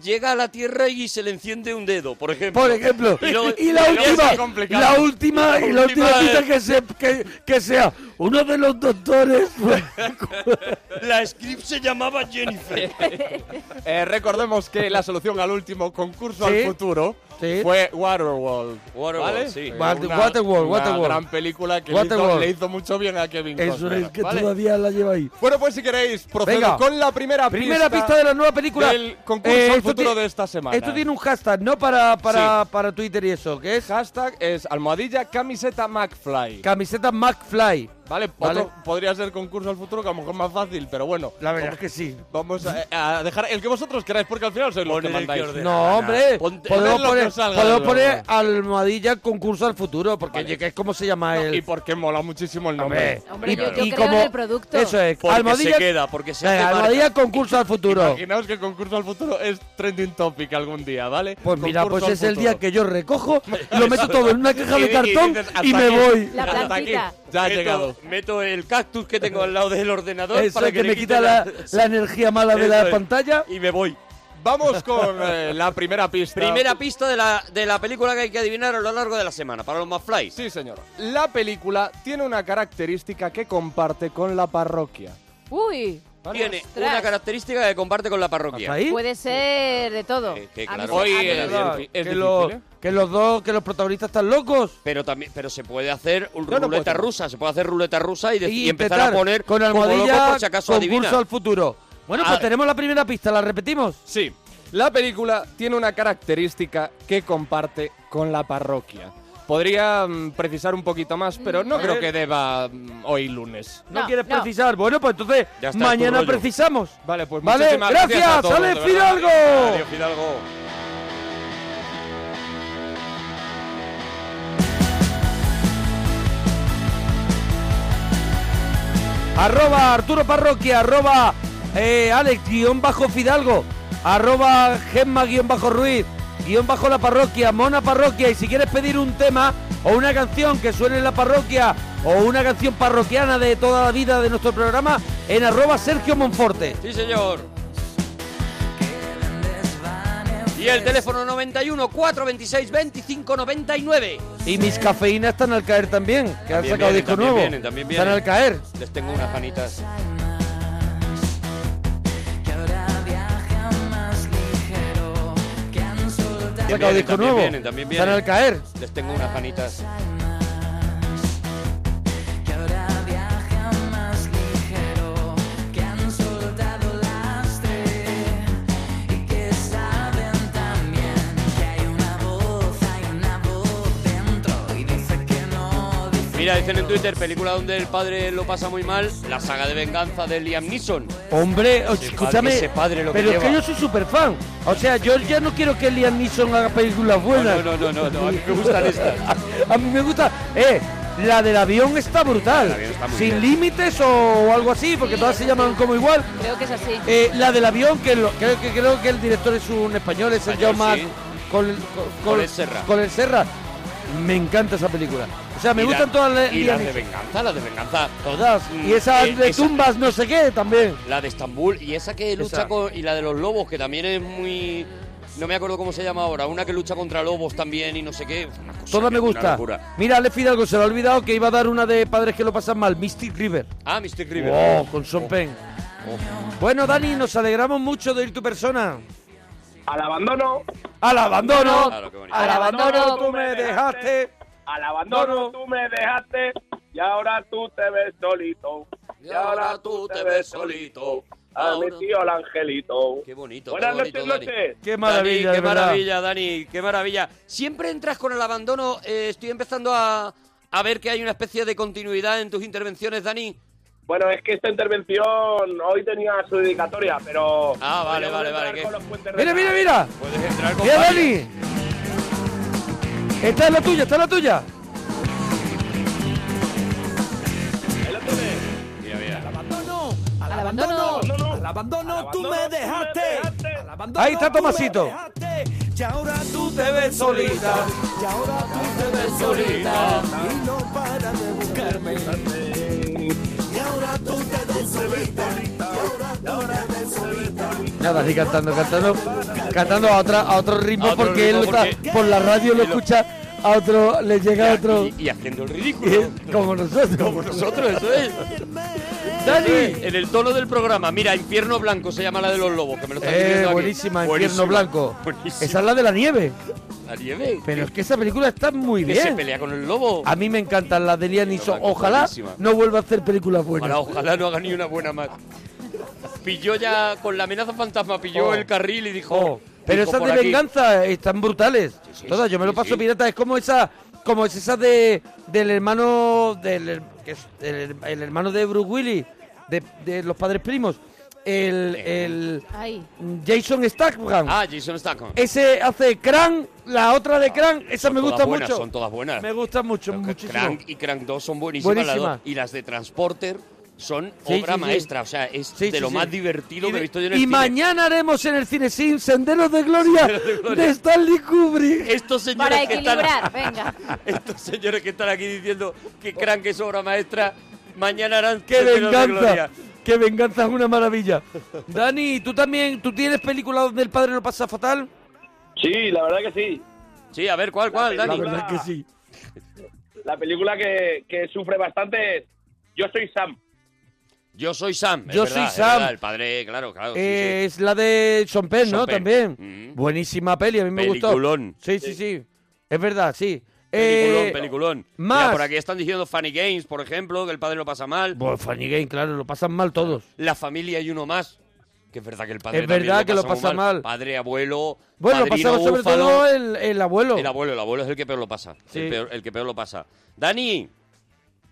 llega a la tierra y se le enciende un dedo, por ejemplo. Por ejemplo. Y luego- Y la y luego es última. complicado. La última y la La última última cita es- que, se- que, que sea. Uno de los doctores. La script se llamaba Jennifer. Eh, recordemos que la solución al último concurso Sí. al futuro Sí. fue Waterworld. Waterworld, ¿vale? sí. Eh, Water- una- Waterworld, una Waterworld. gran película que le hizo, Waterworld. le hizo mucho bien a Kevin Eso Costner. es que ¿vale? todavía la lleva ahí. Bueno, pues si queréis, procedo Venga. con la primera, Primera pista de la nueva película. eh, del concurso al esto futuro ti- de esta semana. Esto tiene un hashtag, ¿no? Para, para, para Twitter y eso, que es Hashtag es almohadilla camiseta McFly. camiseta McFly. ¿Vale? Otro- Vale. podría ser concurso al futuro, que a lo mejor más fácil, pero bueno. La verdad es que sí. Vamos a, a dejar el que vosotros queráis, porque al final sois los Poned que el que mandáis. ordene. No, hombre, Ponte- podemos poned lo que poner, os salga podemos de poner los almohadilla concurso al futuro, porque Vale. oye, que es como se llama el... Y porque mola muchísimo el nombre. Hombre, Hombre, y- yo- yo y creo como- en el producto. Eso es, Porque almohadilla, se queda, porque se hace Venga, marca. almohadilla concurso al futuro. Imaginaos que el concurso al futuro es trending topic algún día, ¿vale? Pues mira, pues Concurso al es el futuro. día que yo recojo, lo meto todo en una caja Y- de y cartón dices, y "Hasta me aquí". voy. La Hasta aquí. plantita. Ya ha meto, llegado. meto el cactus que tengo al lado del ordenador Eso para que me le quita la, la energía mala de Eso la es. pantalla. Y me voy. Vamos con eh, la primera pista. Primera pista de la, de la película que hay que adivinar a lo largo de la semana, para los más flies. Sí, señor. La película tiene una característica que comparte con la parroquia. Uy, Tiene Ostras. una característica que comparte con la parroquia. ¿Hasta ahí? puede ser de todo. Eh, que A mí claro. se- Hoy a mí- Ah, es- difícil, que, difícil, los, ¿eh? que los dos, que los protagonistas están locos. Pero también, pero se puede hacer un- No, no ruleta puedo. rusa, se puede hacer ruleta rusa y, de- y empezar a intentar poner con como loco almohadilla por si acaso concurso adivina. al futuro. Bueno, Ah. pues tenemos la primera pista, la repetimos. Sí. La película tiene una característica que comparte con la parroquia. Podría mm, precisar un poquito más, pero no Mm. creo que deba mm, hoy lunes. No, No, quieres no. precisar. Bueno, pues entonces Ya está, es tu mañana rollo. precisamos. Vale, pues Vale, muchísimas gracias, a todos, Alex de verdad. Fidalgo. Adiós, Fidalgo. Arroba Arturo Parroquia, arroba eh, Alex, guión bajo Fidalgo, arroba Gemma, guión bajo Ruiz, guión bajo la parroquia, Mona Parroquia. Y si quieres pedir un tema o una canción que suene en la parroquia o una canción parroquiana de toda la vida de nuestro programa, en arroba Sergio Monforte. Sí, señor. Y el teléfono 91 426 25 99. Y mis cafeínas están al caer también, que han También sacado vienen, disco también nuevo. vienen, también están vienen. al caer. Les tengo unas ganitas. Han sacado disco también nuevo. vienen, también están vienen. al caer. Les tengo unas ganitas. Mira, dicen en Twitter, película donde el padre lo pasa muy mal, la saga de venganza de Liam Neeson. Hombre, o- Ese escúchame. padre- ese padre lo que pero es que lleva. yo soy súper fan. O sea, yo ya no quiero que Liam Neeson haga películas buenas. No, no, no, no, no, a mí me gustan estas. A mí me gusta. Eh, la del avión está brutal. avión está muy Sin bien. límites o algo así, porque Sí, todas se llaman como igual. Creo que es así. Eh, la del avión, que, lo- creo, que creo que el director es un español, es el Español, Jaume sí. con, con, Colet Serra. Colet Serra. Me encanta esa película. O sea, me Y la- gustan todas las. Y las Liam de Neeson. venganza, las de venganza. Todas. Y esa Mm, de eh, esa- tumbas, no sé qué, también. La de Estambul y esa que lucha Esa. con. Y la de los lobos, que también es muy. No me acuerdo cómo se llama ahora. Una que lucha contra lobos también y no sé qué. Una cosa Todas que- una me gusta. locura. Mira, Ale Fidalgo se le ha olvidado que iba a dar una de padres que lo pasan mal, Mystic River. Ah, Mystic River. Oh, Oh. Wow, con Sean Penn. Bueno, Dani, nos alegramos mucho de ir tu persona. Al abandono. Al abandono. Claro, qué bonito. Al abandono tú me dejaste. Al abandono tú me dejaste y ahora tú te ves solito. Y ahora tú te ves solito. A mi Ahora- tío el angelito. Qué bonito. Buenas qué noches, bonito, Dani. noches. Qué maravilla, Dani, de qué verdad. maravilla, Dani, qué maravilla. Siempre entras con el abandono. eh, estoy empezando a, a ver que hay una especie de continuidad en tus intervenciones, Dani. Bueno, es que esta intervención hoy tenía su dedicatoria, pero... Ah, vale, Podríamos vale, vale, entrar que- con los puentes Mira, mira, retrasados. mira. Puedes entrar con. Mira, varias. Dani. Esta es la tuya, esta es la tuya. El otro de- Mira, mira. abandono, al abandono, abandono, al abandono tú me abandono, tú me dejaste. dejaste. Al abandono Ahí está tú me Tomasito. dejaste. Y ahora tú te ves solita, y ahora tú te ves solita. Y no para de buscarme. Y ahora tú te ves solita, y ahora tú te ves solita. Nada, así cantando, cantando, cantando a, otra, a otro ritmo A otro porque ritmo, él está- porque- por la radio lo escucha a otro, le llega a otro, Y, y haciendo el ridículo. como nosotros. Como nosotros, eso es. ¡Dani! En el tono del programa. Mira, Infierno Blanco se llama la de los lobos, que me lo están Eh, diciendo aquí. buenísima, Buenísima, Infierno Blanco. buenísima. Esa es la de la nieve. La nieve. Pero es que esa película está muy Que se bien. pelea con el lobo. A mí me encantan las de Liam Neeson. Blanco es Ojalá buenísima. no vuelva a hacer películas buenas. Ojalá, ojalá no haga ni una buena más. Pilló ya, con la amenaza fantasma, pilló Oh. el carril y dijo. Oh, pero dijo esas por de aquí. venganza están brutales. Sí, sí, Todas, yo me lo sí, paso sí. pirata. Es como esa, como es esa de del hermano del her- que es el, her- el hermano de Bruce Willis, de, de los padres primos, el, el Ay. Jason Statham. Ah, Jason Statham. Ese hace Crank, la otra de Crank, esa Son me todas gusta buenas, mucho. Son todas buenas. Me gusta mucho, Pero que muchísimo. Crank y Crank 2 son buenísimas. las Buenísima. dos. y las de Transporter son Sí, obra sí, sí. maestra. O sea, es Sí, de sí, lo sí. más divertido Y que de- he visto yo en el Y cine. mañana haremos en el cine sin Senderos de Gloria de Stanley Kubrick. Estos señores Para que están- equilibrar, venga. Estos señores que están aquí diciendo que Crank es obra maestra, mañana harán ¡Qué Senderos de venganza! Gloria. ¡Qué venganza es una maravilla! Dani, ¿tú también tú tienes película donde el padre lo pasa fatal? Sí, la verdad que sí. Sí, a ver, ¿cuál, cuál, La Dani? película- que sí. La película que, que sufre bastante es Yo soy Sam. Yo soy Sam. es Yo verdad, soy es Sam. Eh, verdad, el padre, claro, claro. Ah, sí, sí. Es la de Sean Penn, ¿no? Sean Penn. También. Mm. Buenísima peli, a mí me Peliculón. gustó. Sí, sí, sí. Es verdad, sí. Peliculón, Eh, peliculón. más. Mira, por aquí están diciendo Funny Games, por ejemplo, que el padre lo pasa mal. Bueno, Funny Game, claro, lo pasan mal todos. La familia y uno más. Que es verdad que el padre Es también verdad que lo muy pasa mal. Padre, abuelo, Bueno, lo padrino pasaba sobre búfalo. todo el, el abuelo. El abuelo, el abuelo es el que peor lo pasa. Sí. El, peor, el que peor lo pasa. Dani,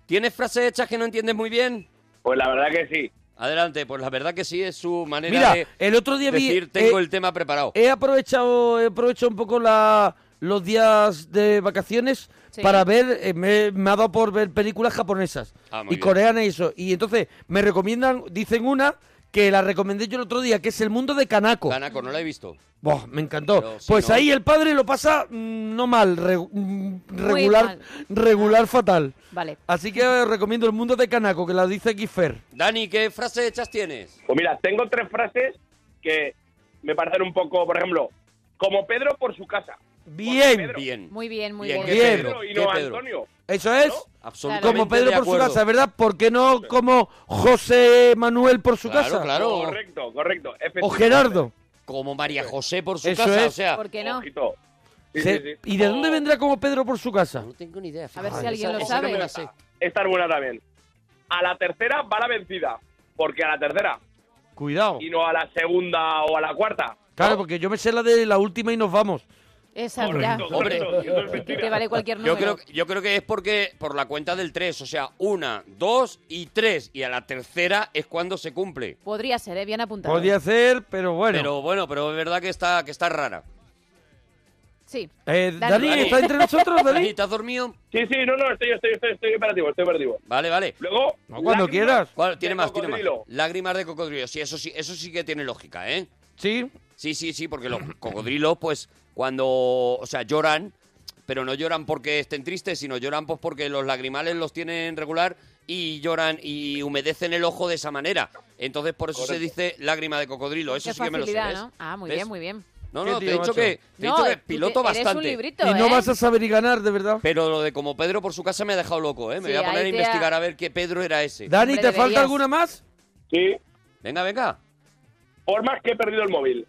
¿tienes frases hechas que no entiendes muy bien? Pues la verdad que sí. Adelante, pues la verdad que sí es su manera Mira, de el otro día vi... decir tengo eh, el tema preparado. He aprovechado, he aprovechado un poco la- los días de vacaciones Sí. para ver, eh, me, me ha dado por ver películas japonesas Ah, muy y bien. coreanas y eso. Y entonces me recomiendan, dicen una que la recomendé yo el otro día, que es El Mundo de Kanako. Ganaco, no la he visto. Buah, me encantó. Pero si pues no- ahí el padre lo pasa mm, no mal, re- mm, regular, mal. regular fatal. Vale. Así que os recomiendo El Mundo de Kanako, que la dice aquí Fer. Dani, ¿qué frases hechas tienes? Pues mira, tengo tres frases que me parecen un poco, por ejemplo, como Pedro por su casa. Bien, Pedro. Bien. Muy bien, muy Bien, bien. ¿qué Bien. Pedro? Pedro y ¿Qué no Pedro? Antonio. eso es. Absolutamente Como Pedro de por su acuerdo. casa, ¿verdad? ¿Por qué no como José Manuel por su Claro, casa? claro. Correcto, correcto. O efectivamente. Gerardo. Como María José por su Eso casa, es. o sea... ¿Por qué no? Ojito. Sí, Se- sí, sí. ¿Y de dónde O- vendrá como Pedro por su casa? No tengo ni idea. A ver si fíjate. alguien Esa- lo esa no sabe. me la sé. Esta es buena también. A la tercera va la vencida. Porque a la tercera, Cuidado. y no a la segunda o a la cuarta. Claro, porque yo me sé la de la última y nos vamos. Esa, ya. Correcto, Hombre. correcto. Y eso es Que mentira. te vale cualquier número. Yo creo, yo creo que es porque por la cuenta del 3, o sea, una, dos y tres. Y a la tercera es cuando se cumple. Podría ser, ¿eh? bien apuntado. Podía ser, pero bueno. Pero bueno, pero es verdad que está, que está rara. Sí. Eh, Dani, Dani. ¿está entre nosotros, Dani, Dani? ¿te has dormido? Sí, sí, no, no, estoy, estoy, estoy, estoy operativo, estoy operativo. Vale, vale. Luego. No, cuando lágrimas quieras. ¿Cuál? Tiene de más, tiene más. cocodrilo. Lágrimas de cocodrilo. Sí, eso sí, eso sí que tiene lógica, ¿eh? Sí. Sí, sí, sí, porque los cocodrilos, pues, cuando, o sea, lloran, pero no lloran porque estén tristes, sino lloran pues porque los lagrimales los tienen regular y lloran y humedecen el ojo de esa manera. Entonces, por eso se dice lágrima de cocodrilo. Eso Pues Qué sí que me lo sé. facilidad, ¿no? ¿ves? Ah, muy ¿Ves? bien, muy bien. No, Qué no, te tío, he dicho macho. que, te he dicho tú que te- piloto eres bastante. un librito, Y no ¿eh? vas a saber y ganar, de verdad. Pero lo de como Pedro por su casa me ha dejado loco, ¿eh? Me Sí, voy a poner a ahí te ha- investigar a ver qué Pedro era ese. Dani, Hombre, ¿te falta deberías. alguna más? Sí. Venga, venga. Formas que he perdido el móvil.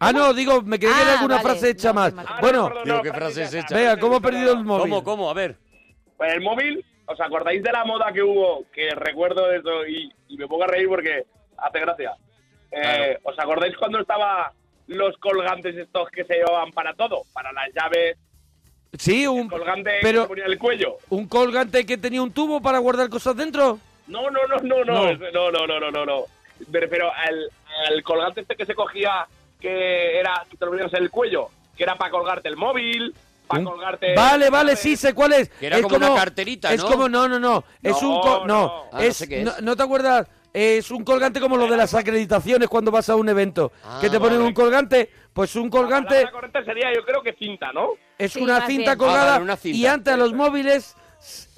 Ah, no, digo, me quería que era Ah, alguna vale. frase hecha No, más. me mato. Bueno, Digo, ¿qué frase es hecha? venga, ¿cómo he perdido el móvil? ¿Cómo, cómo? A ver. Pues el móvil, ¿os acordáis de la moda que hubo? Que recuerdo de eso y, y me pongo a reír porque hace gracia. Eh, Claro. ¿Os acordáis cuando estaba los colgantes estos que se llevaban para todo? Para las llaves, Sí, el un, colgante pero- que se ponía en el cuello. un colgante que tenía un tubo para guardar cosas dentro. No, no, no, no, no, No. ese- no, no, no, no, no, no. Me refiero al, al colgante este que se cogía, que era, que te lo ponías en el cuello, que era para colgarte el móvil, para Un- colgarte... Vale, vale, sí, sé cuál es. Que era es como una carterita, Es ¿no? como, no, no, no. Es No, un. co- no. no, Ah, no es, sé qué es. no, no te acuerdas? Es un colgante como lo de las acreditaciones cuando vas a un evento. Ah, que te ponen vale. un colgante. Pues un La colgante palabra correcta sería, yo creo que cinta, ¿no? es Sí, una más cinta bien. colgada. Ah, vale, una cinta. Y antes a los móviles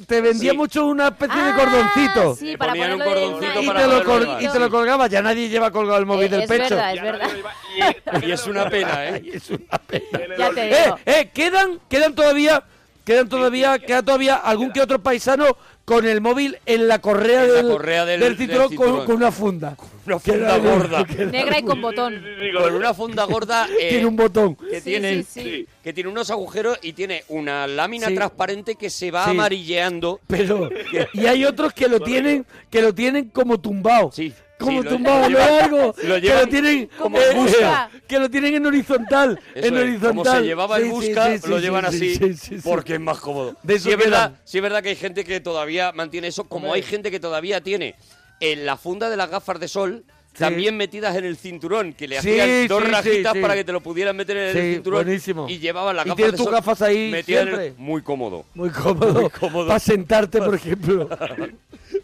te vendía Sí. mucho una especie de Ah, cordoncito. Sí, Le para ponían un ponerlo de cordoncito una- Y para te, lo poderlo col- llevar. y te lo colgaba, ya nadie lleva colgado el móvil Eh, del es pecho. verdad, Ya es no verdad. lo iba- y- Y es una pena, ¿eh? Es una pena. en el Ya olvido. te Eh, digo. eh, quedan, quedan todavía, quedan todavía, queda todavía algún que otro paisano con el móvil en la correa, En la del, correa del- del cinturón, del con- cinturón. Con, una funda. Una Queda funda bien, gorda. Negra y con Sí, botón. sí, sí, Con con- una funda gorda eh, Tiene un botón. que, Sí, tiene, sí, sí. sí. que tiene unos agujeros y tiene una lámina Sí. transparente que se va Sí. amarilleando. Pero, y hay otros que lo tienen, que lo tienen como tumbado. Sí, Como sí, lo- lo tumbado, no llevan- algo. lo que llevan lo tienen como en busca. que lo tienen en horizontal. Eso en es, horizontal. Como se llevaba el Sí, sí, busca, sí, sí, lo sí, llevan sí, así sí, sí, sí. porque es más cómodo. De eso sí, es verdad, quedan. sí es verdad que hay gente que todavía mantiene eso, como hay gente que todavía tiene en la funda de las gafas de sol. Sí. También metidas en el cinturón, que le Sí, hacían dos sí, sí, rajitas sí. para que te lo pudieran meter en Sí, el cinturón. buenísimo. Y llevaban las Y gafas tienes de tus sol gafas ahí metidas en el- siempre. Muy cómodo. Muy cómodo. Muy cómodo. Para sentarte, por ejemplo.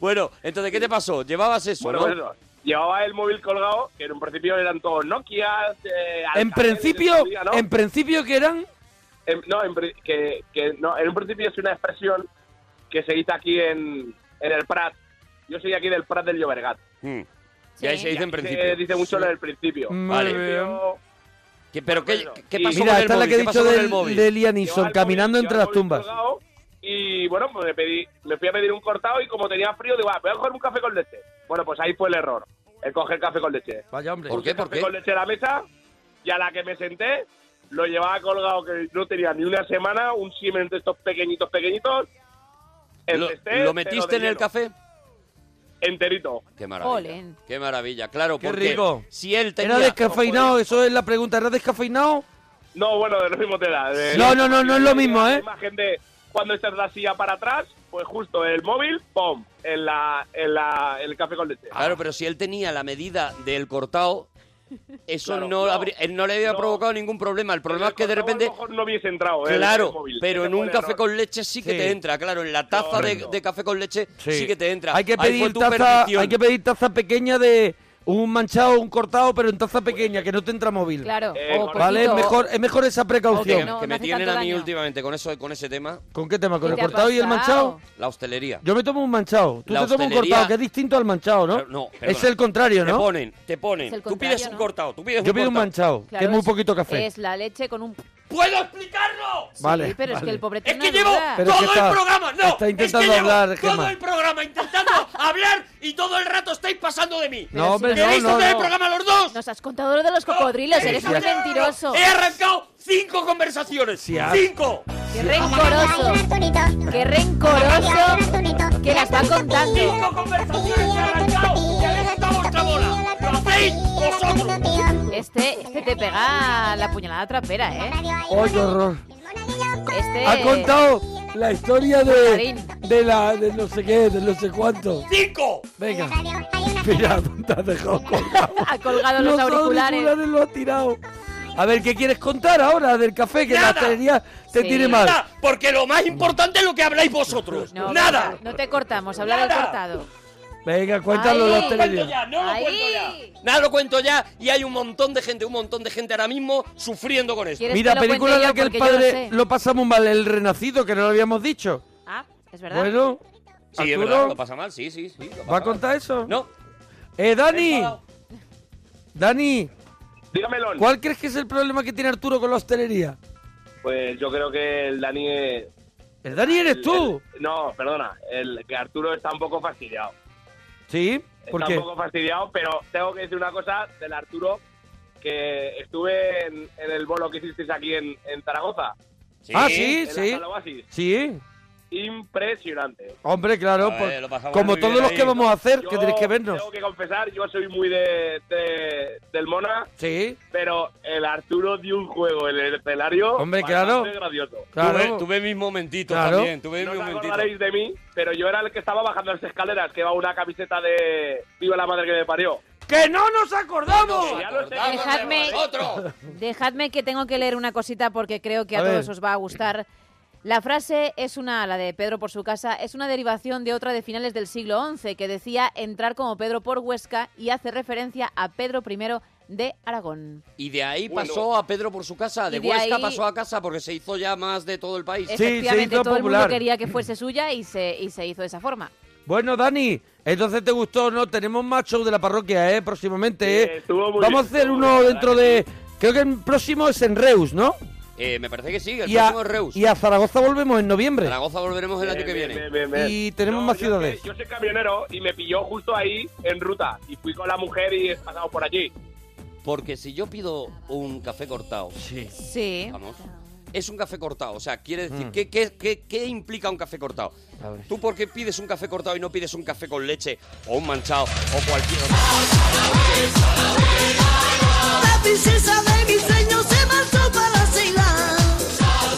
Bueno, entonces, ¿qué te pasó? Llevabas eso, Bueno, ¿no? pues eso. Llevaba el móvil colgado, que en un principio eran todos Nokia. eh, en Alcatel, principio, en su día, ¿no? en principio que eran En- Em, no, en pri- que, que no, en un principio es una expresión que se dice aquí en, en el Prat. Yo soy aquí del Prat del Llobregat. Mm. Y ahí Sí. se dice en Se principio. dice mucho en el principio. Vale. Al principio, ¿Qué- ¿Pero qué, qué Y- pasó Mira, con el esta es la móvil? que he ¿Qué pasó dicho con el de, móvil? de Liam Neeson, llevaba el caminando móvil- entre llevaba las el móvil tumbas. colgado Y bueno, pues me, pedí, me fui a pedir un cortado y como tenía frío, digo, "Ah, voy a coger un café con leche. Bueno, pues ahí fue el error, el coger café con leche. Vaya hombre. ¿Por qué? ¿Por Café qué? Pues con leche a la mesa y a la que me senté lo llevaba colgado que no tenía ni una semana, un Siemens de estos pequeñitos, pequeñitos. ¿Lo, Empecé, lo pero de metiste en el lleno, café? Enterito. Qué maravilla. Jolín. Qué maravilla, claro. Qué porque rico. Si él tenía. ¿Era descafeinado? Eso es la pregunta. ¿Era descafeinado? No, bueno, de lo mismo te da. de- No, no, no, no es lo mismo, La ¿eh? imagen de cuando echas la silla para atrás, pues justo el móvil, ¡pum! En la, en la, el café con leche. Claro, pero si él tenía la medida del cortado, eso Claro, no, no. habría- él no le había No. provocado ningún problema. El problema es que de Cortado, a repente. lo mejor no hubiese entrado, ¿eh? el Claro, móvil. pero Ese en fue un el café error. con leche sí que Sí. te entra, claro, en la taza de, Correcto. de café con leche sí. que te entra. Hay que Ahí fue pedir tu taza, perdición. hay que pedir taza pequeña de un manchado, un cortado, pero en taza pequeña, que no te entra móvil. Claro. Eh, o Vale, es poquito, mejor, es mejor esa Que, precaución. Ok, no, que me hace tienen tanto a mí daño. últimamente con eso, con ese tema, ¿Con qué tema? ¿Con ¿Qué el te ha cortado y el pasado? manchado? la hostelería. Yo me tomo un manchado. Tú La te tomas un hostelería- cortado, que es distinto al manchado, ¿no? Claro, no, es perdona. el contrario, Te ¿no? ponen, te ponen. Es el Tú pides contrario, un ¿no? cortado, tú pides Yo pido un cortado. manchado, claro, que es muy poquito café. Es la leche con un... ¡Puedo explicarlo! Sí, Vale, pero es que vale. el pobre Es tiene que una llevo duda. Pero es todo que está- el programa, no. está intentando es que llevo hablar, todo Gemma. el programa intentando hablar y todo el rato estáis pasando de mí. No, hombre, no, ¿Queréis no, hacer el no. programa los dos? Nos has contado lo de los cocodrilos, ¿Queréis eres un hacer- mentiroso. He arrancado cinco conversaciones. Sí, ah. ha- ¡Cinco! Qué Hay un rencoroso, Arturito. qué Hay un rencoroso. Arturito. que las va contando. ¡Cinco conversaciones he arrancado! ¡Que habéis estado vuestra bola! ¡Lo hacéis vosotros! Este, este te pega la puñalada trapera, ¿eh? ¡Ay, qué horror! Este... Ha contado la historia de, Marín. de la de no sé qué, de no sé cuánto. ¡Oh! ¡Cinco! Venga, mira, te has dejado colgado. Ha colgado los, auriculares. lo ha tirado. A ver, ¿qué quieres contar ahora del café? Que Nada. la hostelería te Sí. tiene mal. ¡Nada! Ah, Porque lo más importante es lo que habláis vosotros. No, ¡Nada! No te cortamos, habla del Nada. cortado. Venga, cuéntalo Ay. No lo la cuento hostelería. ya, no lo Ahí. cuento ya. Nada lo cuento ya y hay un montón de gente, un montón de gente ahora mismo sufriendo con esto. ¿Quieres que Mira, lo película en cuente la yo? que el Porque yo lo padre sé. lo, pasa muy mal, El Renacido, que no lo habíamos dicho. Ah, es verdad. Bueno, Sí, es verdad, Arturo, lo pasa mal, sí, sí, sí. lo ¿va pasa a contar eso? mal. No. Eh, Dani, enfadado. Dani, Dígamelo. ¿cuál crees que es el problema que tiene Arturo con la hostelería? Pues yo creo que el Dani es... El Eh, Dani eres Ah, el- tú. el- no, perdona. El que Arturo está un poco fastidiado. Sí, Está porque un poco fastidiado, pero tengo que decir una cosa del Arturo que estuve en, en el bolo que hicisteis aquí en, en Zaragoza. Ah, sí, En la sí. sala Oasis. Sí, Impresionante. hombre, claro. A ver, pues, lo pasamos como muy bien todos los ahí, que vamos a hacer, Yo que tenéis que vernos. Tengo que confesar, yo soy muy de, de- del Mona, Sí, pero el Arturo dio un juego en el escenario. Hombre, bastante claro. gracioso. Tuve, claro. tuve mis momentitos Claro. también, tuve No mis os momentitos. acordaréis de mí, pero yo era el que estaba bajando las escaleras, que iba una camiseta de Viva la madre que me parió. ¡Que no nos acordamos! Ya lo sé. Acordamos de Dejadme- vosotros. Dejadme que tengo que leer una cosita porque creo que a, A ver. todos os va a gustar. La frase es una, la de Pedro por su casa, es una derivación de otra de finales del siglo XI que decía entrar como Pedro por Huesca y hace referencia a Pedro I de Aragón. Y de ahí Bueno. pasó a Pedro por su casa, de, Y de Huesca ahí- pasó a casa porque se hizo ya más de todo el país. Sí, se Efectivamente, hizo todo el mundo popular. quería que fuese suya y se, y se hizo de esa forma. Bueno, Dani, entonces te gustó, ¿no? Tenemos más show de la parroquia, ¿eh? Próximamente, Sí, ¿eh? estuvo muy Vamos a bien, hacer estuvo uno muy bien, dentro la de... Creo que el próximo es en Reus, ¿no? Eh, me parece que sí, el Y a, próximo es Reus. y a Zaragoza volvemos en noviembre. Zaragoza volveremos el año que Bien, viene. bien, bien, bien. Y tenemos más yo ciudades. soy- Yo soy camionero y me pilló justo ahí en ruta. Y fui con la mujer y he pasado por allí. Porque si yo pido un café cortado, Sí. vamos, es un café cortado. O sea, quiere decir, Mm. ¿qué, qué, qué- qué implica un café cortado? ¿Tú por qué pides un café cortado y no pides un café con leche o un manchado o cualquier otro? La princesa de mis sueños se marchó para Ceilán.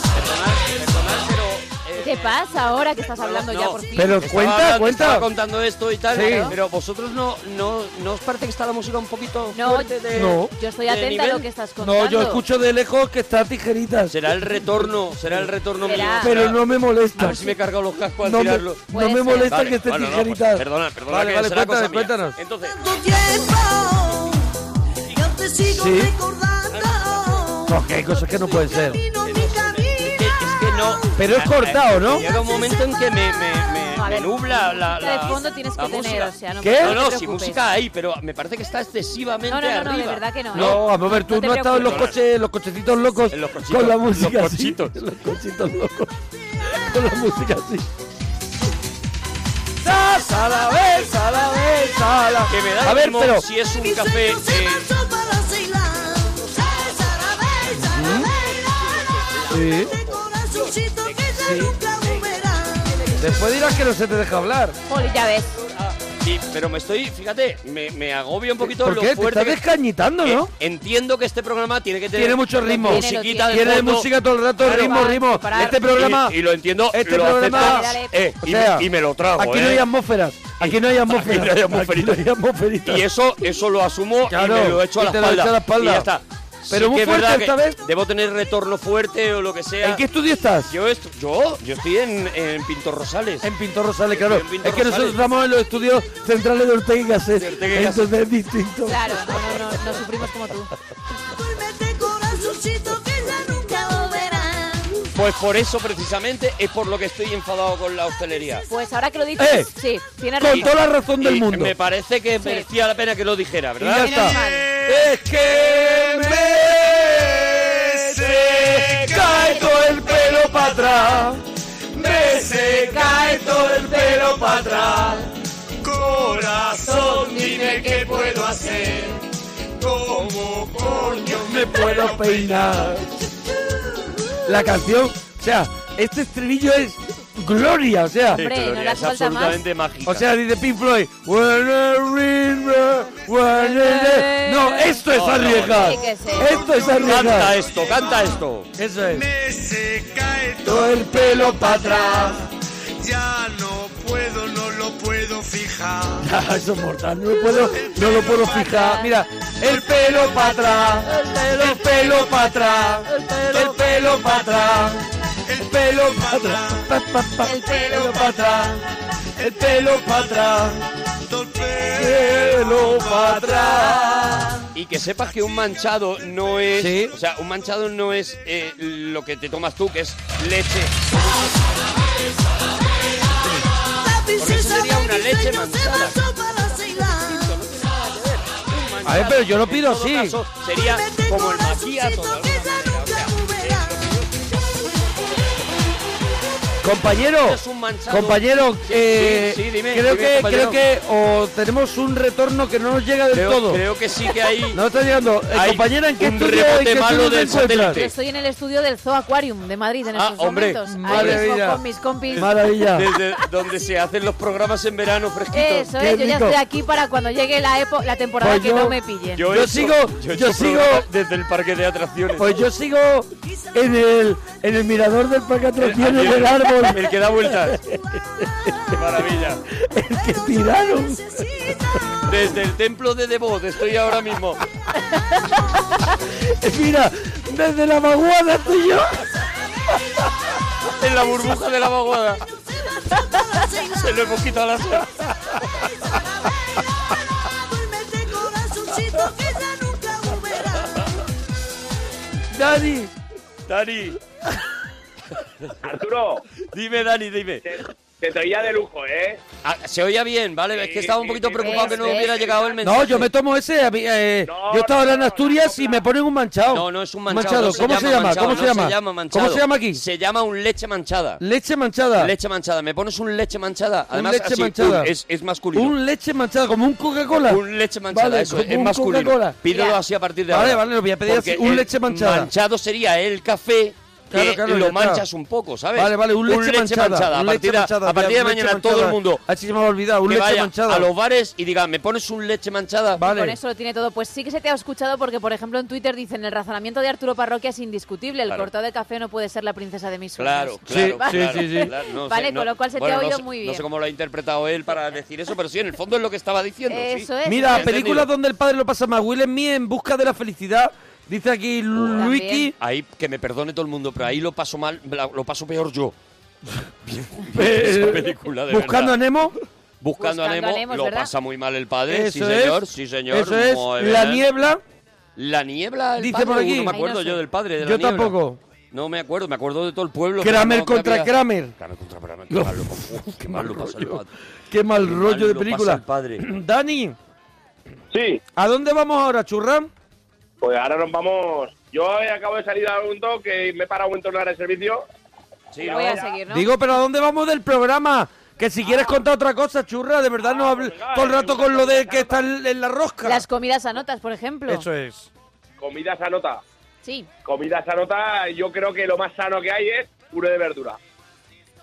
Perdonad, pero, eh, ¿Qué pasa ahora que estás no, hablando no. ya por fin? Pero Estaba cuenta, hablando- cuenta. Estaba contando esto y tal, Sí. pero vosotros no, no, no os parece que está la música un poquito No, fuerte de... No. yo estoy de atenta a nivel? lo que estás contando. No, yo escucho de lejos que está tijeritas. Será el retorno, será el retorno Será. mío. Pero no me A molesta. ver si me he cargado los cascos al No me, tirarlo. no me ser. molesta Vale, que esté bueno, no, pues, tijeritas. perdona, perdona Vale, que vale, será cosa cuéntanos, mía. cuéntanos. Entonces, Tanto tiempo. Yo te sigo Sí. recordando. No, que hay cosas que no pueden ser. Camino, mi es que, es que no... Pero es Ah, cortado, eh, ¿no? Llega un momento en que me, me, me- No, a me ver, nubla la, música de la- fondo tienes que la tener, música. o sea, no- ¿Qué? no No, te no, si preocupes. música hay, pero me parece que Ah, está excesivamente No, no, no, no, arriba. de verdad que no. ¿eh? No, vamos a ver, tú No te no, has estado en los preocupes. coches, los cochecitos locos En los cochitos, con la los música. así. cochitos. En los cochitos locos. Con la música así. a la vez, a la vez, a la Que me da A ver, como pero si es un Mi café... sueño se eh, marchó para Ceilán. Sarabé, sarabé, Sí. sarabé. Este corazoncito que ya nunca volverá. después dirás que no se te deja hablar. Jolín, ya ves. Ah, sí, pero me estoy, fíjate, me, me agobia un poquito ¿Por lo qué? Te fuerte. estás que- descañitando, Eh, ¿no? Entiendo que este programa tiene que tener. Tiene mucho ritmo. Musiquita de Tiene fondo. música todo el rato, Claro. ritmo, ritmo. Parar. Este programa. Y, y lo entiendo. Este lo acepto, programa- Dale, eh, O y, sea, me, y me lo trago. Aquí no eh. hay atmósferas. Aquí no hay atmósferas. no hay atmósferitas. Aquí no hay atmósferitas. Y eso, eso lo asumo Claro, y me lo echo a y la te lo espalda. echo a la espalda. Y ya está. Pero Sí muy que es fuerte verdad que esta vez. Debo tener retorno fuerte o lo que sea. ¿En qué estudio estás? Yo, est- yo, yo estoy en, en Pintor Rosales. En Pintor Rosales, claro. En Pintor es que nosotros Rosales. estamos en los estudios centrales de Ortega y Gasset. De Ortega y Gasset. Entonces es distinto. Claro, no, no, no, no sufrimos como tú. Duerme este corazoncito que ya nunca volverá. Pues por eso precisamente es por lo que estoy enfadado con la hostelería. Pues ahora que lo dices, Eh, sí, tienes Con razón. toda la razón del Y mundo. Me parece que Sí. merecía la pena que lo dijera, Y ¿verdad? ya Menos está. mal. Es que me se cae todo el pelo para atrás. Me se cae todo el pelo para atrás. Corazón, dime qué puedo hacer. ¿Cómo coño me puedo peinar? La canción, o sea, este estribillo es gloria, o sea. Hombre, Gloria, no le es hace falta absolutamente mágica. O sea, dice Pink Floyd. "When I remember, when I-" No, esto es No, no, no. arriesgar. Sí que sí. Esto es canta arriesgar. esto, canta esto. Eso es. Me se cae Todo el pelo para atrás. Ya no puedo, no lo puedo fijar. Eso es mortal. No lo puedo, no lo puedo fijar. Mira, el pelo para atrás. El pelo para atrás. El pelo para atrás. El pelo para atrás. Pa, pa, pa. El pelo para atrás. El pelo para atrás. El pelo para atrás. Y que sepas que un manchado no es, Sí. o sea, un manchado no es eh, lo que te tomas tú, que es leche. La princesa sería de una mis leche sueños se manchada. marchó para Ceilán. A ver, pero yo lo pido En todo así. caso, sería como el maquillato. que ya nunca volverá. Compañero, Es un manchado. compañero, Sí, sí, eh, sí, dime, creo dime, que compañero. creo que o tenemos un retorno que no nos llega del Creo, todo. creo que sí que hay. No está llegando. Eh, Hay compañera, ¿en qué un estudio, rebote en qué malo estudio te del encuentras? satélite. Yo estoy en el estudio del Zoo Aquarium de Madrid en Ah, estos hombre, momentos. madre Ahí mismo mía. con mis compis. Maravilla. Desde donde se hacen los programas en verano fresquitos. Eso Qué es, yo ya rico. estoy aquí para cuando llegue la epo- la temporada Pues que yo- no me pillen. Yo he sigo- he yo hecho sigo- programas desde el parque de atracciones. Pues yo sigo en el, en el mirador del parque de atracciones del árbol El que da vueltas. Qué maravilla. que tiraron. Desde el templo de Devot estoy ahora mismo. Mira, desde la maguada estoy yo. En la burbuja de la vaguada. Se lo hemos quitado a la Dani, Dani, Arturo, dime, Dani, dime. te, te traía de lujo, ¿eh? Ah, se oía bien, ¿vale? Es que estaba un poquito preocupado que no Ves, hubiera ves. llegado el mensaje. No, yo me tomo ese. a mí, eh, No, yo estaba no, ahora en no, Asturias no, y me ponen un manchado. No, no es un manchado. no ¿Cómo se llama? manchado, ¿Cómo no se llama? manchado. ¿Cómo se llama aquí? Se llama un leche manchada. Leche manchada. Leche manchada. ¿Me pones un leche manchada? Además, leche así, manchada. un- es, es masculino. Un leche manchada, como un Coca-Cola. Un leche manchada, Vale, eso, como es un masculino. Coca-Cola. Pídelo Mira. así a partir de Vale, ahora. vale, lo voy a pedir Porque así, un el leche manchada. Manchado sería el café. Claro, que claro, ya lo está. manchas un poco, ¿sabes? Vale, vale, un leche, manchada. A un partir, leche de- manchada, a partir de un leche mañana todo el manchada. mundo Así se me ha olvidado, un que leche vaya manchada. a los bares y diga, ¿me pones un leche manchada? Vale. Con eso lo tiene todo. Pues sí que se te ha escuchado porque, por ejemplo, en Twitter dicen el razonamiento de Arturo Parroquia es indiscutible. El Claro. cortado de café no puede ser la princesa de mis Claro, sueños. claro, Sí, claro, sí, sí. claro, no Vale, sé, no- con lo cual se te bueno, ha no oído sé- muy No bien. sé cómo lo ha interpretado él para decir eso, pero sí, en el fondo es lo que estaba diciendo. sí. Eso es. Mira, eso es. películas donde el padre lo pasa más. Will Smith en busca de la felicidad. Dice aquí Luiki. Ahí, que me perdone todo el mundo, pero ahí lo paso mal, la- lo paso peor yo. eh, Esa película, de Buscando a verdad. Nemo. Buscando Buscando a Nemo, a Nemo, es lo verdad. pasa muy mal el padre, sí Eso señor, es. sí señor. Eso es. muy La bien. niebla. La niebla, el Dice padre, por aquí. No me Ay, acuerdo no sé. yo del padre. de la Yo niebla. tampoco. No me acuerdo, me acuerdo de todo el pueblo. pero Kramer no, que contra había- Kramer. Kramer contra Kramer, qué mal lo- uf, qué mal lo pasa el padre. Qué mal Qué mal rollo lo de pasa película. el padre. Dani, Sí, ¿a dónde vamos ahora, churram? pues ahora nos vamos. Yo eh, acabo de salir a un toque y me he parado en tornar el servicio. Sí, Voy ¿no? a seguir, ¿no? Digo, pero ¿a dónde vamos del programa? Que si quieres contar otra cosa, churra, de verdad no hables venga, todo el eh, rato con lo de que está en en la rosca. Las comidas a notas, por ejemplo. Eso es. Comida sanota. Sí. Comida sanota, yo creo que lo más sano que hay es puré de verdura.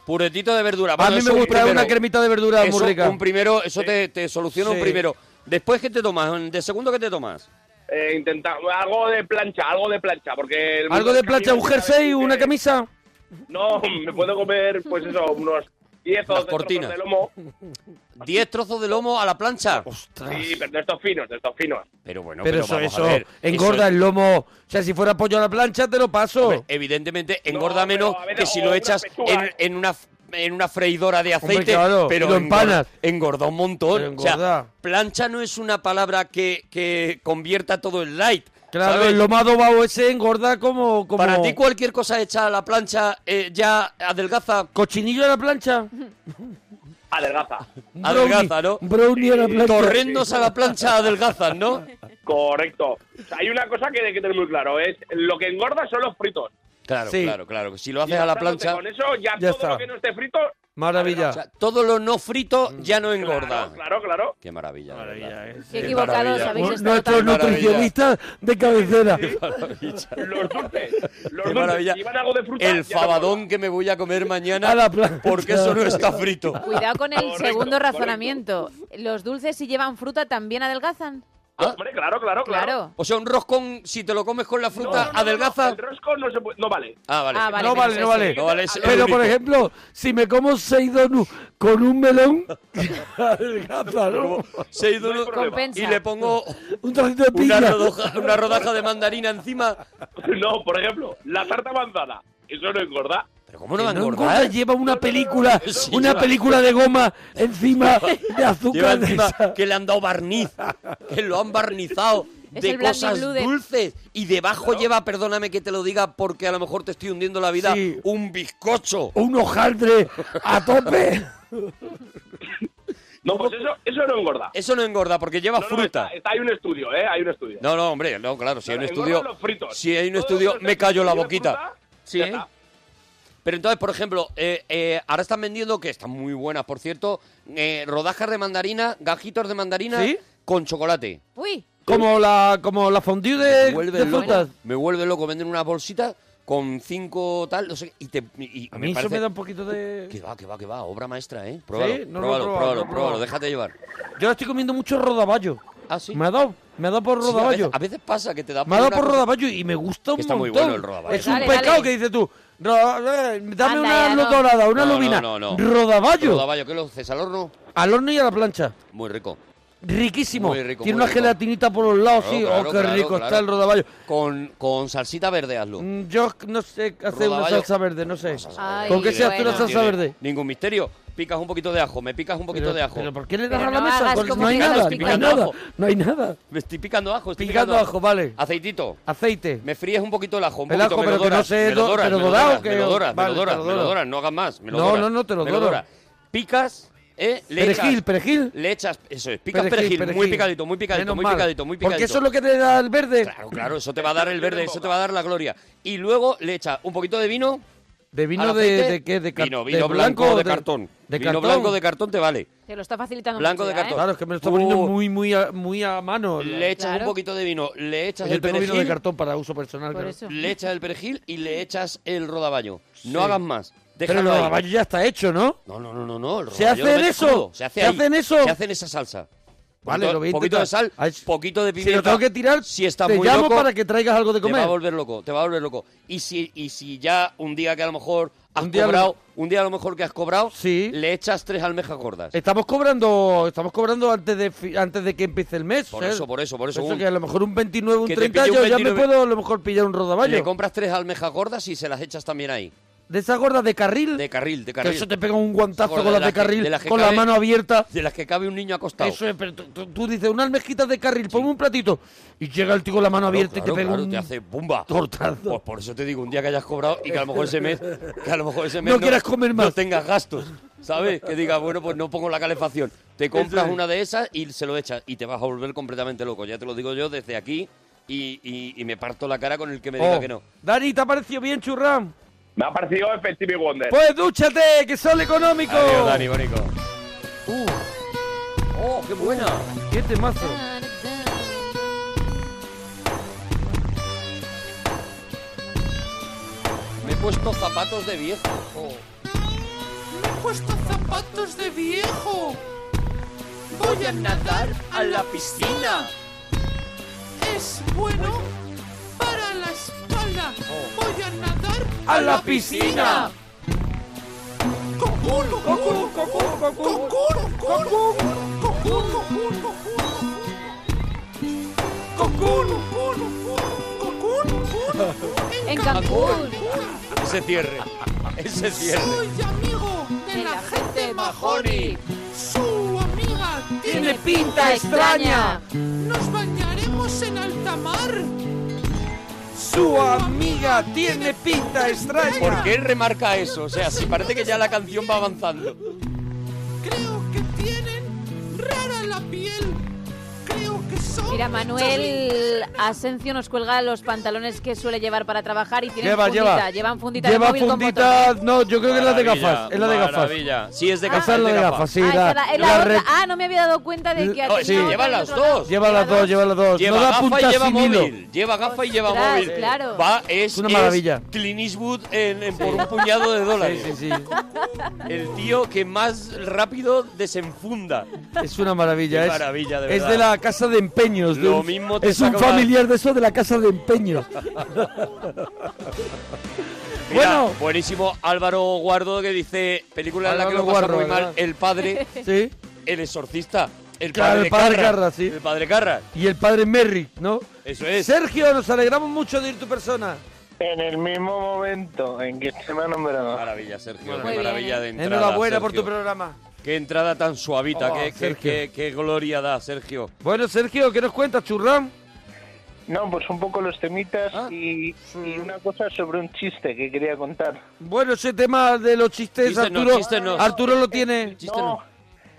Puretito de verdura. A Bueno, mí Ah, eso me un gusta primero. una cremita de verdura Eso, muy rica. un primero, eso te, te soluciona un Sí. primero. Después, ¿qué te tomas? ¿De segundo qué te tomas? Eh, intenta algo de plancha, algo de plancha, porque... el mundo Algo de del plancha, un camino, jersey, ¿sabes? una Eh, camisa. No, me puedo comer, pues eso, unos 10 o Las 12 trozos cortinas. de lomo. 10 trozos de lomo a la plancha. Sí, pero de estos finos, de estos finos. Pero bueno, Pero pero, eso, vamos eso, a ver. engorda eso- el lomo. O sea, si fuera pollo a la plancha, te lo paso. hombre, evidentemente, engorda No, pero menos a ver, que si o lo una echas pechuga. en, en una en una freidora de aceite, claro, pero y lo engor- empanas. engorda un montón. Pero O sea, engorda. plancha no es una palabra que, que convierta todo en light. claro, ¿sabes? el lomado adobado ese engorda como, como... Para ti cualquier cosa hecha a la plancha eh, ya adelgaza, ¿Cochinillo a la plancha? Adelgaza. adelgaza, ¿no? Brownie- Brownie a la plancha. Torrendos a la plancha adelgazan, ¿no? Correcto. O sea, hay una cosa que hay que tener muy claro, es lo que engorda son los fritos. Claro, Sí. claro, claro. Si lo haces a la Casándote plancha, Con eso ya, Ya todo está. lo que no esté frito... o sea, Maravilla. todo lo no frito ya no Claro, engorda. claro, claro. Qué maravilla. de verdad. Qué equivocados maravilla. habéis Un- estado. Nuestros tan- maravilla. nutricionistas de cabecera. Los dulces. Los Qué dulces. maravilla. Si van algo de fruta... El ya no fabadón engorda. que me voy a comer A la mañana plancha. porque eso no está frito. Cuidado con el Correcto, segundo correcto. razonamiento. ¿Los dulces si llevan fruta también adelgazan? Hombre, claro, claro, claro. Claro. O sea, un roscón, si te lo comes con la No, fruta, no, no, adelgaza. no, el rosco no, se puede- no vale. Ah, vale. Ah, vale. No vale, menos no ese. vale. No vale, es el Pero, por único. ejemplo, si me como seis donuts con un melón, adelgaza, ¿no? Seis duros problema. Compensa. y le pongo Un trocito de una piña. rodaja, una rodaja de mandarina encima. No, por ejemplo, la tarta manzana. Eso no engorda. Pero ¿cómo no va a Que no engordar? engorda, lleva una película, Sí, una lleva- película de goma encima de Lleva azúcar. de encima esa. que le han dado barniz, que lo han barnizado Es de el Blandi cosas Blue de- dulces y debajo lleva, perdóname que te lo diga porque a lo mejor te estoy hundiendo la vida, Sí. un bizcocho. Un hojaldre a tope. No, pues eso, eso no engorda. Eso no engorda porque lleva No, no, fruta. está- está- hay un estudio, ¿eh? Hay un estudio. No, no, hombre, no, claro, si hay un Engordan estudio, los fritos. si hay un Todo estudio, lo que me callo la tiene boquita. fruta, Sí, ya ¿eh? está. Pero entonces, por ejemplo, eh, eh, ahora están vendiendo, que están muy buenas, por cierto, eh, rodajas de mandarina, gajitos de mandarina ¿Sí? con chocolate. Uy, Como la, como la fondue de, de loco. frutas. Me vuelve loco. Venden unas bolsitas con cinco tal, no sé, y te... y- y A mí eso parece- me da un poquito de... Que va, que va, que va, obra maestra, ¿eh? Pruébalo, No, no, pruébalo, prueba, pruébalo, no, prueba. pruébalo, déjate llevar. Yo estoy comiendo mucho rodaballo. Ah, sí. Me ha dado, me ha dado por Sí, a, veces, rodaballo. a veces pasa que te da me ha dado una por cosa- rodaballo y me gusta un Está muy montón. bueno el rodaballo. Es un Dale, pecado dale. que dices tú. Ro- eh, Dame Anda, una ya no. luz dorada, una No, no, lubina. no, no. Rodaballo. Rodaballo, ¿qué lo haces al horno? Al horno y a la plancha. Muy rico. Riquísimo. Muy rico, Tiene muy una rico. gelatinita por los lados, Claro, sí. claro, oh, qué claro, rico está claro. el rodaballo. Con, con salsita verde hazlo. Mm, Yo no sé hacer una Rodaballo. salsa verde, no sé. Ay, ¿Con qué se hace bueno. una salsa tiene verde? Ningún misterio. Picas un poquito de ajo, me picas un poquito Pero- de ajo. ¿Pero por qué le das Pero a la no mesa? hagas Porque como no hay que nada, estás no hay picando nada, ajo. no hay nada. Me estoy picando ajo, estoy Picando ajo, vale. Aceitito. Aceite. Me fríes un poquito el ajo, un El poquito, ajo, me pero lo que no doras, se me lo do- doras, pero me lo dorado, doras, que- me lo doras, me vale, lo te doras, lo me lo doro. doras, no hagas más, me lo No, doras, no, no, te lo me doro. doras. Picas, eh, le Perejil, echas- perejil. Le echas, eso es, picas perejil, muy perejil. picadito, muy picadito, Menos muy mal. picadito, muy picadito. Porque eso es lo que te da el verde. Claro, claro, eso te va a dar el verde, eso te va a dar la gloria. Y luego le echas un poquito de vino. ¿De vino al de, aceite. de qué? De car- vino, de vino blanco o de, de- cartón. De vino cartón. blanco de cartón te vale. te lo está facilitando Blanco mucho de ya, ¿eh? cartón. Claro, es que me lo está poniendo Uh. muy, muy, a, muy a mano. Le echas Claro. un poquito de vino, le echas Yo el tengo vino perejil, de cartón para uso personal. Por claro. eso. le echas el perejil y le echas el rodaballo. Sí. No hagas más. Pero Déjalo el ahí. rodaballo ya está hecho, ¿no? No, no, no, no, no. el ¿Se rodaballo hace lo en metes eso? crudo, Se hace ¿Se ahí. hace en eso? Se hace en esa salsa. Vale, poquito, lo voy a poquito de intentar. sal, A ver, poquito de Si pimienta. lo tengo que tirar, si está te muy llamo loco, para que traigas algo de te va a comer. volver loco, te va a volver loco. Y si, y si ya un día que a lo mejor has Un día a lo- cobrado, un día a lo mejor que has cobrado, Sí. le echas tres almejas gordas. Estamos cobrando, estamos cobrando antes de fi- antes de que empiece el mes. Por ¿sabes? eso, por eso, por eso, un- que a lo mejor un 29, un que te 30 pille yo un ya me 29. puedo a lo mejor pillar un Le rodaballo. compras tres almejas gordas y se las echas también ahí. De esa gorda de carril. De carril, de que carril. eso te pega un guantazo Gorda con de las la de que- carril, de las que con la cabe- mano abierta. De las que cabe un niño acostado. Eso es, pero tú, tú- tú dices, unas mezquitas de carril, ponme un platito. Y llega el tío con la mano abierta Claro, y te pega claro, un... te hace bumba. tortazo. Pues por eso te digo, un día que hayas cobrado y que a lo mejor ese mes, que a lo mejor ese mes No quieras comer más. no tengas gastos, ¿sabes? Que digas, bueno, pues no pongo la calefacción. Te compras una de esas y se lo echas y te vas a volver completamente loco. Ya te lo digo yo desde aquí y, y- y me parto la cara con el que me diga Oh. que no. Dani, ¿te ha parecido bien, churram? Me ha parecido Effective Wonder. Pues dúchate, que sale económico. Adiós, Dani, bonito. Uh, ¡Oh, qué buena! qué temazo. Me he puesto zapatos de viejo. Oh. puesto zapatos de viejo. Voy a nadar a la piscina. Es bueno para la espalda. Voy a nadar ¡A la piscina! Cocún, cocún, cocún, cocún, cocún, cocún, cocún, cocún, cocún, cocún, cocún, En Cancún. Ese cierre, ese cierre. Soy amigo de la gente majoni. Su amiga tiene pinta extraña. Nos bañaremos en alta mar. Su amiga tiene pinta extraña. ¿Por qué remarca eso? O sea, si parece que ya la canción va avanzando. Creo que tienen rara la piel. Creo que son. ¿eh? Mira, Manuel Asencio nos cuelga los pantalones que suele llevar para trabajar y tienen Lleva, fundita. lleva. Llevan fundita Lleva de móvil fundita... con botón. No, yo creo que es la de Maravilla, gafas. Es la de gafas. maravilla. Sí, es de Ah. gafas. Esa es la de de gafas. gafas, sí. ah, la- esa la- es la la otra. re- oh, Ah, no me había dado cuenta de que... ha No, es que tenido lleva otra las en otro lado. dos. Lleva las dos, lleva las dos. Lleva no da gafa y puntas lleva sin móvil. hilo. Lleva gafa y lleva Ostras, móvil. claro. Va, es, Es una es maravilla. Clint Eastwood en, en por un puñado de dólares. Sí, sí, sí. El tío que más rápido desenfunda. Es una maravilla. Qué es, maravilla, de es verdad. de la casa de empeños. de Lo un- mismo te es un saca una- familiar de eso de la casa de empeños. Mira, Bueno. Buenísimo Álvaro Guardo que dice, película en la que Álvaro lo pasa Guarro, muy mal, ¿verdad? el padre, ¿Sí? el exorcista, el Claro, padre, el padre Carras. Carras, sí. El padre Carras. Y el padre Merrick, ¿no? Eso es. Sergio, nos alegramos mucho de ir tu persona. En el mismo momento en que usted me ha nombrado. Maravilla, Sergio. Muy Qué bien. maravilla de entrada. Enhorabuena por Sergio. tu programa. Qué entrada tan suavita, Oh, qué, qué- Sergio. qué- qué gloria da, Sergio. Bueno, Sergio, ¿qué nos cuentas, churrán? No, pues un poco los temitas Ah. y, y una cosa sobre un chiste que quería contar. Bueno, ese tema de los chistes, Chistes no, Arturo. chistes no. Arturo lo tiene. Chiste no.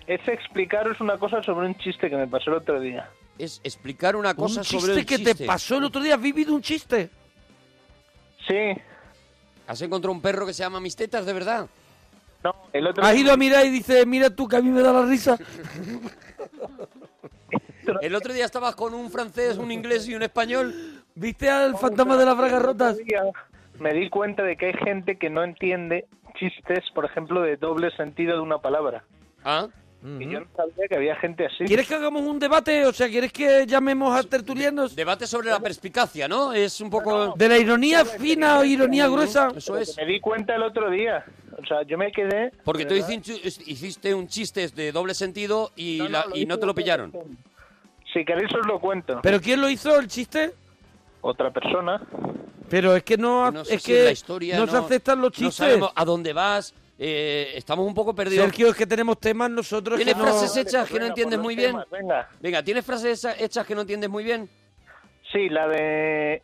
es explicaros una cosa sobre un chiste que me pasó el otro día. Es explicar una cosa un sobre chiste el que chiste. te pasó el otro día. ¿Has vivido un chiste? Sí, ¿Has encontrado un perro que se llama Mis Tetas, de verdad? No, el otro... Has ido a mirar y dices, mira tú que a mí me da la risa. El otro día estabas con un francés, un inglés y un español. ¿Viste al fantasma de las bragas rotas? Me di cuenta de que hay gente que no entiende chistes, por ejemplo, de doble sentido de una palabra. ¿Ah? Y yo no sabía que había gente así. ¿Quieres que hagamos un debate? O sea, ¿quieres que llamemos a tertulianos? Debate sobre la perspicacia, ¿no? Es un poco... ¿De la ironía fina o ironía gruesa? Eso es. Me di cuenta el otro día. O sea, yo me quedé... Porque tú hici- hiciste un chiste de doble sentido y, la- y no te lo pillaron. Si queréis os lo cuento. ¿Pero quién lo hizo el chiste? Otra persona. Pero es que no, No sé es si que la historia, no, no, se aceptan No los chistes. sabemos a dónde vas. eh, estamos un poco perdidos. Sergio, es que tenemos temas nosotros. que ¿Tienes no- frases hechas que no entiendes por muy los bien? temas, venga. Venga, ¿tienes frases hecha- hechas que no entiendes muy bien? Sí, la de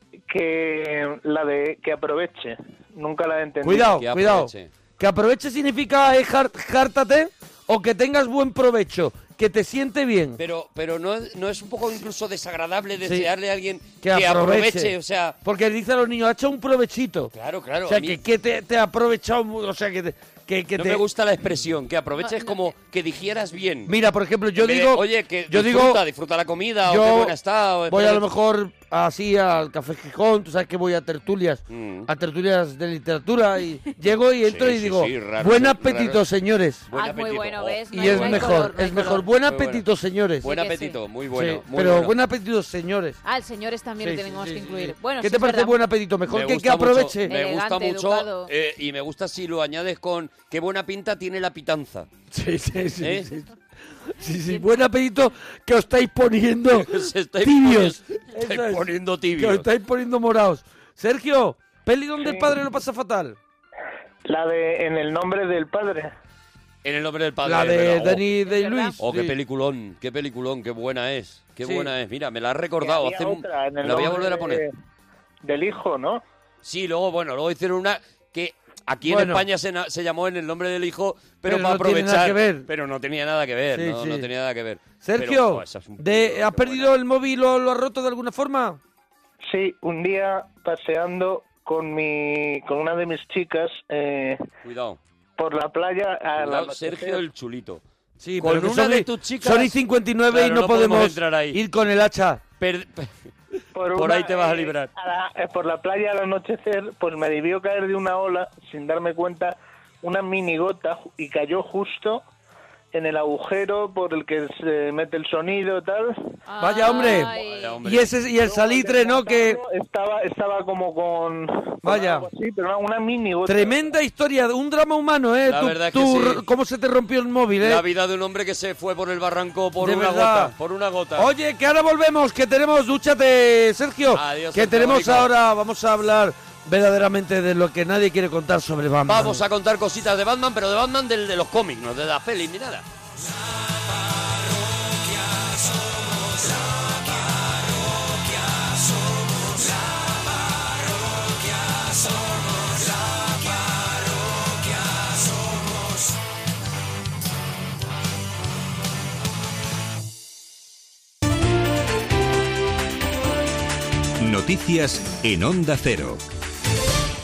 que la de que aproveche. Nunca la he entendido. Cuidado, Que cuidado. aproveche. Que aproveche significa eh, jar- jártate o que tengas buen provecho, que te siente bien. Pero, pero no, es- no es un poco incluso desagradable Sí. desearle a alguien que aproveche. o sea... Porque dice a los niños, ha hecho un provechito. Claro, claro. o sea, a mí que, que te, te ha aprovechado, mu- o sea, que te... Que, que no te- me gusta la expresión, que Ah, aproveches como que digieras bien. Mira, por ejemplo, yo En vez de, digo... oye, que yo digo, disfruta, disfruta la comida, o yo qué buena está. o voy espera- a lo mejor así al Café Gijón, tú sabes que voy a tertulias, Mm. a tertulias de literatura y llego y entro Sí, y sí, digo, sí, raro, buen raro. apetito, señores. Buen Ah, muy apetito. bueno, Oh, ¿ves? No Y hay- es no hay mejor, color, no hay es mejor, color. buen Muy bueno. apetito, señores. Buen Sí que apetito, muy Sí, bueno. muy pero bueno. buen apetito, señores. Ah, el señores también Sí, lo sí, tenemos sí, que sí, incluir. sí. Bueno, ¿Qué sí te es parece verdad. buen apetito? Mejor Me que, que gusta mucho- aproveche. me gusta Elegante, mucho educado. eh, y me gusta si lo añades con qué buena pinta tiene la pitanza. Sí, sí, sí. ¿Eh? sí. Sí, sí, buen apetito que os estáis poniendo Se estáis tibios. poniendo- Eso estáis es. poniendo Que os tibios. estáis poniendo morados. Sergio, peli donde el padre lo pasa fatal. La de en el nombre del padre. En el nombre del padre. la es de verdad. Oh, Dani de verdad. Luis. Oh, qué sí. peliculón, qué peliculón, qué buena es. Qué Sí. buena es. Mira, me la has Que recordado. había hace un- otra en el la voy a nombre volver a poner. de- del hijo, ¿no? Sí, luego, bueno, luego hicieron una que aquí en Bueno. España se, na- se llamó en el nombre del hijo, pero, Pero para no tiene aprovechar. nada que ver. Pero no tenía nada que ver, Sí, no, sí. no tenía nada que ver. Pero, Sergio, oh, esa es un de, peliculón, ¿has qué buena. perdido el móvil o lo has roto de alguna forma? Sí, un día paseando con mi con una de mis chicas eh, Cuidado, por la playa a la cuidado, Sergio el chulito. Sí, Con pero que una son de i- tus chicas- Son y 59 y Claro, no, no podemos podemos, entrar ahí. ir con el hacha. Per- por ahí te vas a librar. a la- eh, por la playa al anochecer, pues me debió caer de una ola sin darme cuenta una mini gota ju- y cayó justo en el agujero por el que se mete el sonido tal. Vaya, hombre. Ay. Vaya, hombre. Y, ese, y el salitre, ¿no? Que estaba estaba como con con Vaya. algo así, pero era una mini gota. tremenda historia, un drama humano, ¿eh? La Tú- verdad que tú, sí. r- ¿Cómo se te rompió el móvil, eh? La vida de un hombre que se fue por el barranco por De una verdad. gota. Por una gota. Oye, que ahora volvemos, que tenemos, dúchate, Sergio. Adiós, que Sergio tenemos Rico. ahora, vamos a hablar verdaderamente de lo que nadie quiere contar sobre Batman. Vamos a contar cositas de Batman, pero de Batman del de los cómics, no de las pelis ni nada. Noticias en Onda Cero.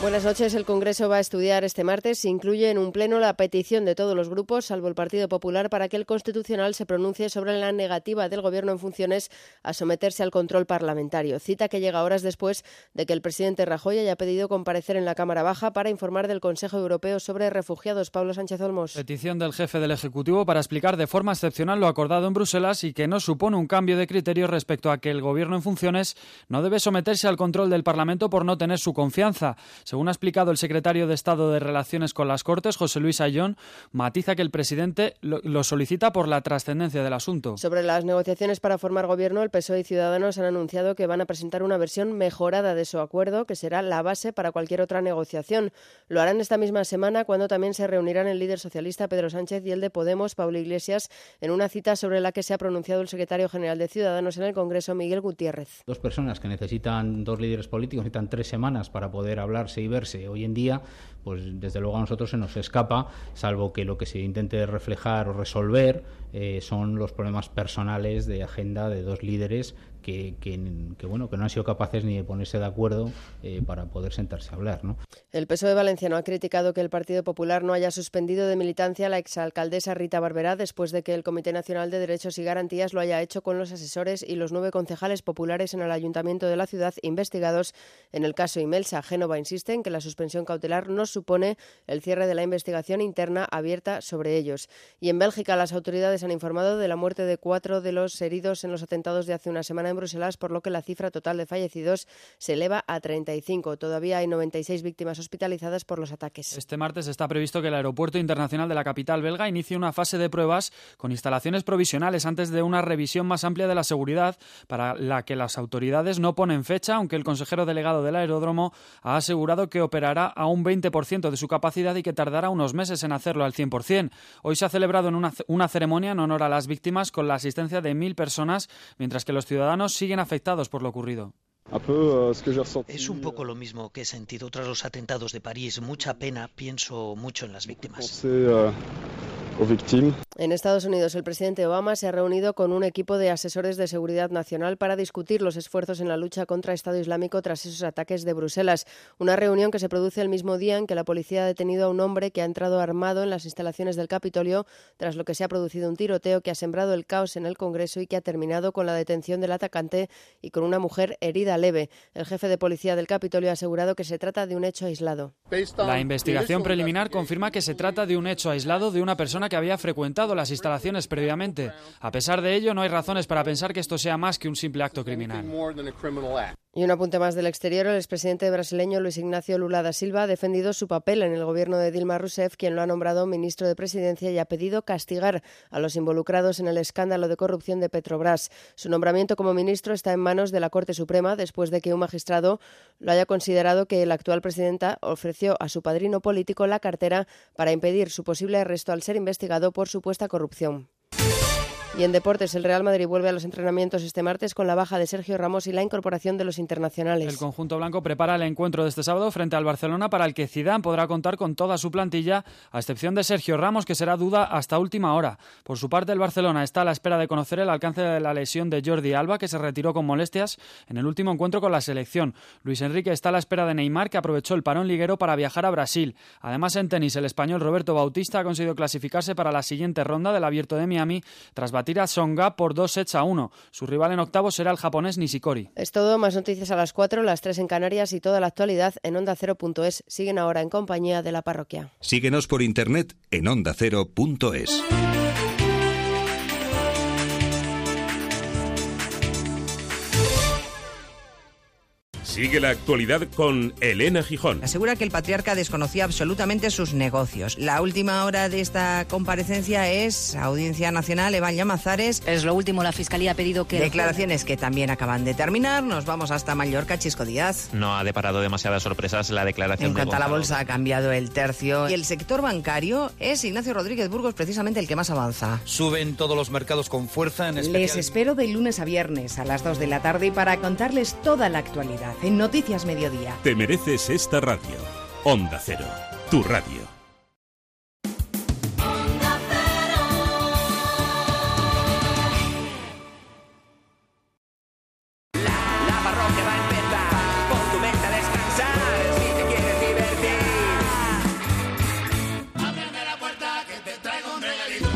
Buenas noches. El Congreso va a estudiar este martes. Se incluye en un pleno la petición de todos los grupos, salvo el Partido Popular, para que el Constitucional se pronuncie sobre la negativa del Gobierno en funciones a someterse al control parlamentario. Cita que llega horas después de que el presidente Rajoy haya pedido comparecer en la Cámara Baja para informar del Consejo Europeo sobre refugiados. Pablo Sánchez Olmos. Petición del jefe del Ejecutivo para explicar de forma excepcional lo acordado en Bruselas y que no supone un cambio de criterio respecto a que el Gobierno en funciones no debe someterse al control del Parlamento por no tener su confianza. Según ha explicado el secretario de Estado de Relaciones con las Cortes, José Luis Ayón, matiza que el presidente lo, lo solicita por la trascendencia del asunto. Sobre las negociaciones para formar gobierno, el PSOE E y Ciudadanos han anunciado que van a presentar una versión mejorada de su acuerdo, que será la base para cualquier otra negociación. Lo harán esta misma semana, cuando también se reunirán el líder socialista Pedro Sánchez y el de Podemos, Pablo Iglesias, en una cita sobre la que se ha pronunciado el secretario general de Ciudadanos en el Congreso, Miguel Gutiérrez. Dos personas que necesitan, dos líderes políticos, necesitan tres semanas para poder hablarse y verse. Hoy en día, pues desde luego a nosotros se nos escapa, salvo que lo que se intente reflejar o resolver eh, son los problemas personales de agenda de dos líderes que, que- que, bueno, que no han sido capaces ni de ponerse de acuerdo eh, para poder sentarse a hablar, ¿no? El PSOE valenciano ha criticado que el Partido Popular no haya suspendido de militancia a la exalcaldesa Rita Barberá después de que el Comité Nacional de Derechos y Garantías lo haya hecho con los asesores y los nueve concejales populares en el ayuntamiento de la ciudad investigados en el caso Imelsa. Génova insiste en que la suspensión cautelar no supone el cierre de la investigación interna abierta sobre ellos. Y en Bélgica las autoridades han informado de la muerte de cuatro de los heridos en los atentados de hace una semana en Bruselas, por lo que la cifra total de fallecidos se eleva a 35. Todavía hay 96 víctimas hospitalizadas por los ataques. Este martes está previsto que el Aeropuerto Internacional de la capital belga inicie una fase de pruebas con instalaciones provisionales antes de una revisión más amplia de la seguridad, para la que las autoridades no ponen fecha, aunque el consejero delegado del aeródromo ha asegurado que operará a un 20% de su capacidad y que tardará unos meses en hacerlo al 100%. Hoy se ha celebrado en una, una ceremonia en honor a las víctimas con la asistencia de mil personas, mientras que los ciudadanos siguen afectados por lo ocurrido. Es un poco lo mismo que he sentido tras los atentados de París. Mucha pena, pienso mucho en las víctimas. En Estados Unidos, el presidente Obama se ha reunido con un equipo de asesores de seguridad nacional para discutir los esfuerzos en la lucha contra Estado Islámico tras esos ataques de Bruselas. Una reunión que se produce el mismo día en que la policía ha detenido a un hombre que ha entrado armado en las instalaciones del Capitolio, tras lo que se ha producido un tiroteo que ha sembrado el caos en el Congreso y que ha terminado con la detención del atacante y con una mujer herida leve. El jefe de policía del Capitolio ha asegurado que se trata de un hecho aislado. La investigación preliminar confirma que se trata de un hecho aislado de una persona que había frecuentado las instalaciones previamente. A pesar de ello, no hay razones para pensar que esto sea más que un simple acto criminal. Y un apunte más del exterior, el expresidente brasileño Luis Ignacio Lula da Silva ha defendido su papel en el gobierno de Dilma Rousseff, quien lo ha nombrado ministro de Presidencia y ha pedido castigar a los involucrados en el escándalo de corrupción de Petrobras. Su nombramiento como ministro está en manos de la Corte Suprema después de que un magistrado lo haya considerado que la actual presidenta ofreció a su padrino político la cartera para impedir su posible arresto al ser investigado por supuesta corrupción. Y en deportes, el Real Madrid vuelve a los entrenamientos este martes con la baja de Sergio Ramos y la incorporación de los El internacionales. conjunto blanco prepara el encuentro de este sábado frente al Barcelona para el que Zidane podrá contar con toda su plantilla, a excepción de Sergio Ramos que será duda hasta última hora. Por su parte, el Barcelona está a la espera de conocer el alcance de la lesión de Jordi Alba que se retiró con molestias en el último encuentro con la selección. Luis Enrique está a la espera de Neymar que aprovechó el parón liguero para viajar a Brasil. Además, en tenis, el español Roberto Bautista ha conseguido clasificarse para la siguiente ronda del Abierto de Miami tras batir a Songa por dos sets a uno. Su rival en octavo será el japonés Nishikori. Es todo, más noticias a las 4, las 3 en Canarias y toda la actualidad en onda ondacero.es. Siguen ahora en compañía de la parroquia. Síguenos por internet en ondacero.es. Sigue la actualidad con Elena Gijón. Asegura que el patriarca desconocía absolutamente sus negocios. La última hora de esta comparecencia es Audiencia Nacional, Evan Llamazares. Es lo último, la Fiscalía ha pedido que- Declaraciones que también acaban de terminar. Nos vamos hasta Mallorca, Chisco Díaz. No ha deparado demasiadas sorpresas la declaración En de cuanto a la Gonzalo. bolsa ha cambiado el tercio. Y el sector bancario es Ignacio Rodríguez Burgos precisamente el que más avanza. Suben todos los mercados con fuerza, en Les especial espero de lunes a viernes a las 2 de la tarde para contarles toda la actualidad en Noticias Mediodía. Te mereces esta radio. Onda Cero, tu radio. Pon tu mente a descansar si te quieres divertir. Ábreme la puerta que te traigo un regalito.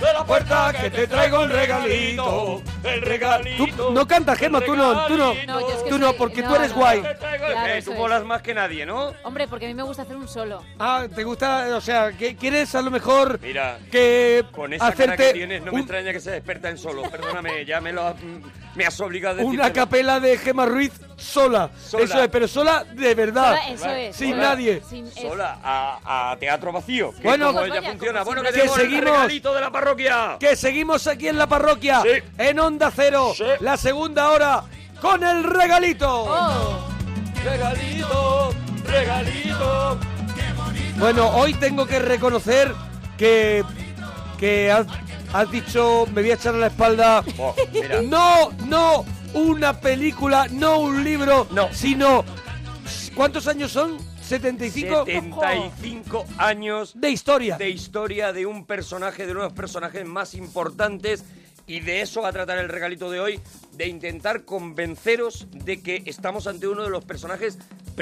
De la puerta que te traigo el regalito. El regalito. Tú no cantas, Gemma, tú no, tú no. No, yo es que tú no, soy- porque no, tú eres no, guay. no. Claro, Eh, eso tú es. molas más que nadie, ¿no? Hombre, porque a mí me gusta hacer un solo. Ah, ¿te gusta? O sea, que ¿quieres a lo mejor Mira, que Con esa cara que hacerte tienes, no me extraña que seas experta en solo. Perdóname, ya me lo has, me has obligado a decir. una capela de Gemma Ruiz sola? Sola. Eso es, pero sola de verdad. Sola, eso es. Sin Sola. nadie. Sin- Sola, a, a teatro vacío. Que Bueno, es como Pues ella vaya, funciona. como Bueno, que siempre. Que tenemos el seguimos. regalito de la parroquia. Que seguimos aquí en la parroquia, en Onda Cero, la segunda hora, con el regalito. Oh. Regalito, regalito. Bueno, hoy tengo que reconocer que, que has, has dicho, me voy a echar a la espalda. Oh, mira. No, no una película, no un libro, sino... ¿Cuántos años son? 75. 75 años de historia. De historia de un personaje, de uno de los personajes más importantes. Y de eso va a tratar el regalito de hoy, de intentar convenceros de que estamos ante uno de los personajes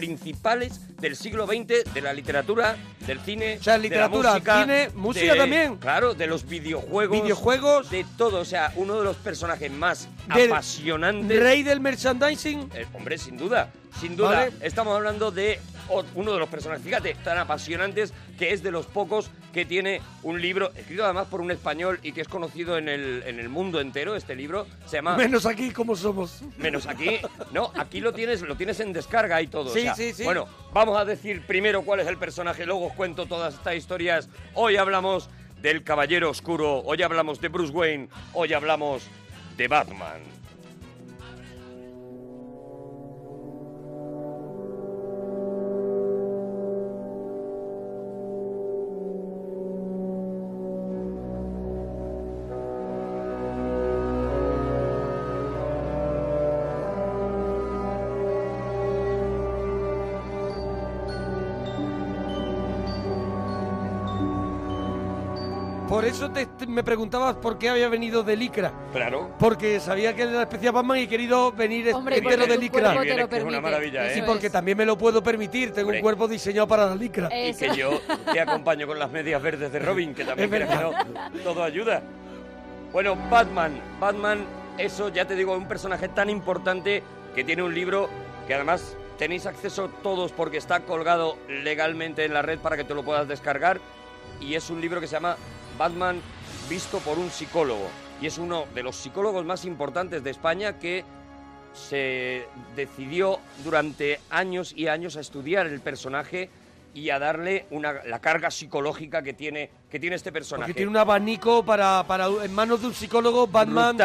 principales del siglo XX, de la literatura, del cine, O sea, de la literatura, música, cine, música de- también. Claro, de los videojuegos, Videojuegos. de todo. O sea, uno de los personajes más Del apasionantes. Rey del merchandising. Eh, hombre, sin duda, sin duda. Vale. Estamos hablando de o- uno de los personajes, fíjate, tan apasionantes que es de los pocos que tiene un libro, escrito además por un español y que es conocido en el, en el mundo entero, este libro, se llama... Menos aquí como somos. Menos aquí, no, aquí lo tienes, lo tienes en descarga y todo. o Sí, sea, sí, sí. Bueno, vamos a decir primero cuál es el personaje, luego os cuento todas estas historias. Hoy hablamos del Caballero Oscuro, hoy hablamos de Bruce Wayne, hoy hablamos de Batman. Por eso te- te- me preguntabas por qué había venido de Licra. Claro. Porque sabía que era la especial Batman y he querido venir Hombre, entero porque de tu Licra. cuerpo te lo Es que es una permite, maravilla, ¿eh? Y eso porque también me lo puedo permitir. Tengo un cuerpo diseñado para la Licra. Y que yo te acompaño con las medias verdes de Robin, que también Es creas que no, todo ayuda. Bueno, Batman. Batman, eso ya te digo, es un personaje tan importante que tiene un libro que además tenéis acceso todos porque está colgado legalmente en la red para que te lo puedas descargar. Y es un libro que se llama Batman visto por un psicólogo. Y es uno de los psicólogos más importantes de España que se decidió durante años y años a estudiar el personaje y a darle una, la carga psicológica que tiene, que tiene este personaje. Porque tiene un abanico para, para en manos de un psicólogo Batman.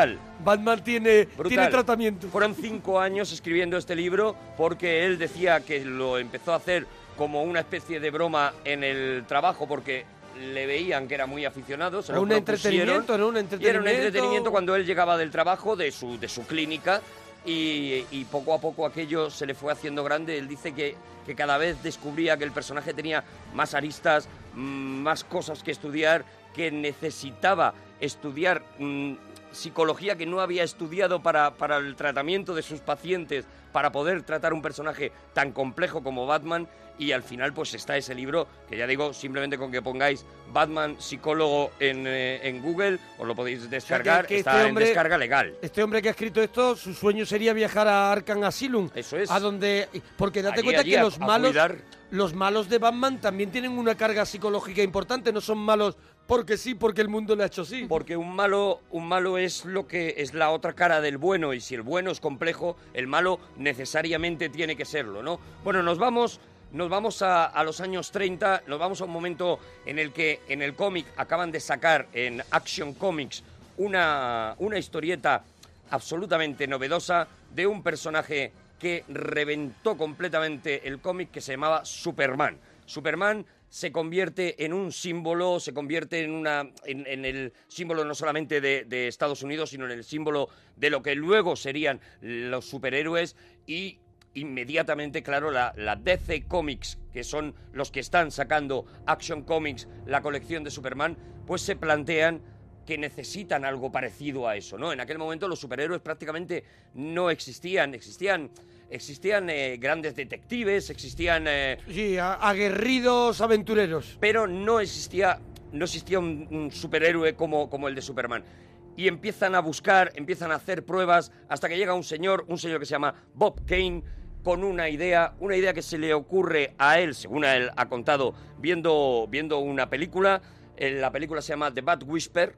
Batman tiene, tiene Brutal. tratamiento. Fueron cinco años escribiendo este libro porque él decía que lo empezó a hacer como una especie de broma en el trabajo porque le veían que era muy aficionado. se Era lo un propusieron. entretenimiento, era un Y era un entretenimiento. entretenimiento cuando él llegaba del trabajo, de su, de su clínica, y, y poco a poco aquello se le fue haciendo grande. Él dice que, que cada vez descubría que el personaje tenía más aristas, mm, más cosas que estudiar, que necesitaba estudiar mm, psicología que no había estudiado para, para el tratamiento de sus pacientes, para poder tratar un personaje tan complejo como Batman. Y al final pues está ese libro, que ya digo, simplemente con que pongáis Batman psicólogo en, eh, en Google, os lo podéis descargar, que está este en hombre- descarga legal. Este hombre que ha escrito esto, su sueño sería viajar a Arkham Asylum. Eso es. A donde. Porque date Allí, cuenta allí, que a- los a malos. cuidar. Los malos de Batman también tienen una carga psicológica importante. No son malos porque sí, porque el mundo le ha hecho así. Porque un malo, un malo es lo que es la otra cara del bueno, y si el bueno es complejo, el malo necesariamente tiene que serlo, ¿no? Bueno, nos vamos, nos vamos a, a los años 30, nos vamos a un momento en el que en el cómic acaban de sacar en Action Comics una, una historieta absolutamente novedosa de un personaje que reventó completamente el cómic que se llamaba Superman. Superman se convierte en un símbolo, se convierte en, una, en, en el símbolo no solamente de, de Estados Unidos, sino en el símbolo de lo que luego serían los superhéroes y inmediatamente, claro, la, la DC Comics, que son los que están sacando Action Comics, la colección de Superman, pues se plantean que necesitan algo parecido a eso, ¿no? En aquel momento los superhéroes prácticamente no existían, existían, existían eh, grandes detectives, existían eh, Sí, a- aguerridos aventureros. pero no existía, no existía un, un superhéroe como, como el de Superman. Y empiezan a buscar, empiezan a hacer pruebas, hasta que llega un señor, un señor que se llama Bob Kane, con una idea, una idea que se le ocurre a él, según él ha contado, viendo, viendo una película. Eh, La película se llama The Bat Whisper.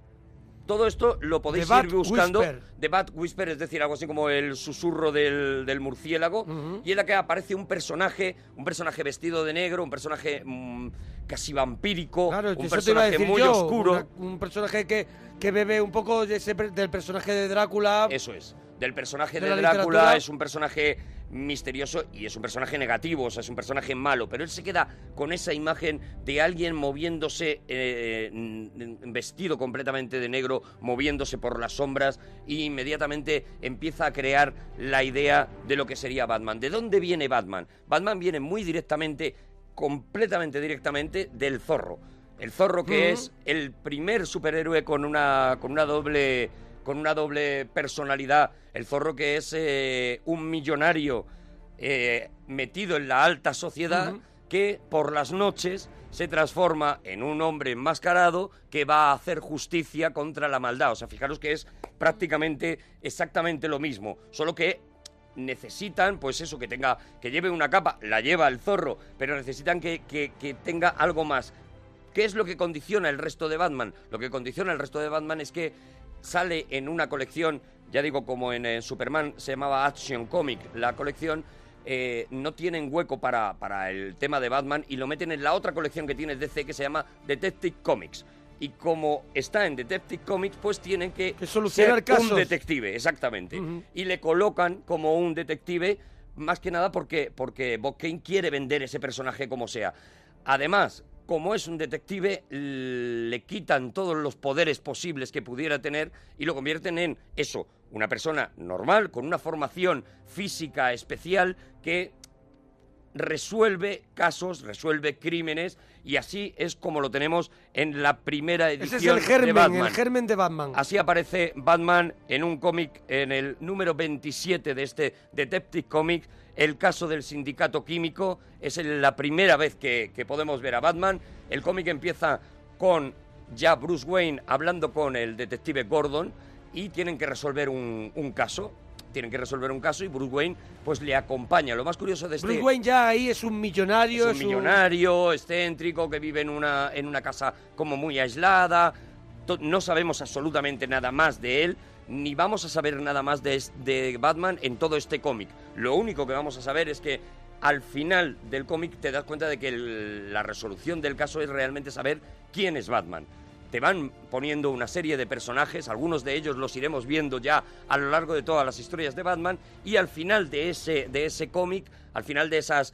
Todo esto lo podéis The Bat ir buscando. Whisper. The Bat Whisper, es decir, algo así como el susurro del, del murciélago. Y en la que aparece un personaje, un personaje vestido de negro, un personaje mm, casi vampírico, un Eso te iba a personaje decir muy yo, oscuro. una- un personaje que, que bebe un poco de ese per- del personaje de Drácula. Eso es. Del personaje de de, la Drácula literatura. es un personaje misterioso y es un personaje negativo, o sea, es un personaje malo, pero él se queda con esa imagen de alguien moviéndose eh, n- n- vestido completamente de negro, moviéndose por las sombras y inmediatamente empieza a crear la idea de lo que sería Batman. ¿De dónde viene Batman? Batman viene muy directamente completamente directamente del zorro. El zorro que Ujú. es el primer superhéroe con una, con una doble con una doble personalidad. El zorro que es eh, un millonario eh, metido en la alta sociedad Ujú. que por las noches se transforma en un hombre enmascarado que va a hacer justicia contra la maldad. O sea, fijaros que es prácticamente exactamente lo mismo, solo que necesitan pues eso que tenga que lleve una capa la lleva el zorro pero necesitan que, que- que tenga algo más ¿Qué es lo que condiciona el resto de Batman? Lo que condiciona el resto de Batman es que sale en una colección, ya digo, como en eh, Superman se llamaba Action Comic, la colección, eh, no tienen hueco para, para el tema de Batman y lo meten en la otra colección que tiene DC que se llama Detective Comics. Y como está en Detective Comics, pues tienen que, solucionar ser casos. un detective, exactamente. Ujú. Y le colocan como un detective, más que nada porque, porque Bob Kane quiere vender ese personaje como sea. Además, como es un detective, le quitan todos los poderes posibles que pudiera tener y lo convierten en eso, una persona normal, con una formación física especial que resuelve casos, resuelve crímenes y así es como lo tenemos en la primera Ese edición es el de germen, Batman. Ah, el germen de Batman. Así aparece Batman en un cómic, en el número 27 de este Detective Comic, el caso del sindicato químico. Es el- la primera vez que, que podemos ver a Batman. El cómic empieza con ya Bruce Wayne hablando con el detective Gordon y tienen que resolver un, un caso. Tienen que resolver un caso y Bruce Wayne pues le acompaña. Lo más curioso de este... Bruce Wayne ya ahí es un millonario. Es un millonario, excéntrico, que vive en una, en una casa como muy aislada. To- No sabemos absolutamente nada más de él, ni vamos a saber nada más de, es- de Batman en todo este cómic. Lo único que vamos a saber es que al final del cómic te das cuenta de que el- la resolución del caso es realmente saber quién es Batman. Te van poniendo una serie de personajes, algunos de ellos los iremos viendo ya a lo largo de todas las historias de Batman, y al final de ese, de ese cómic, al final de esas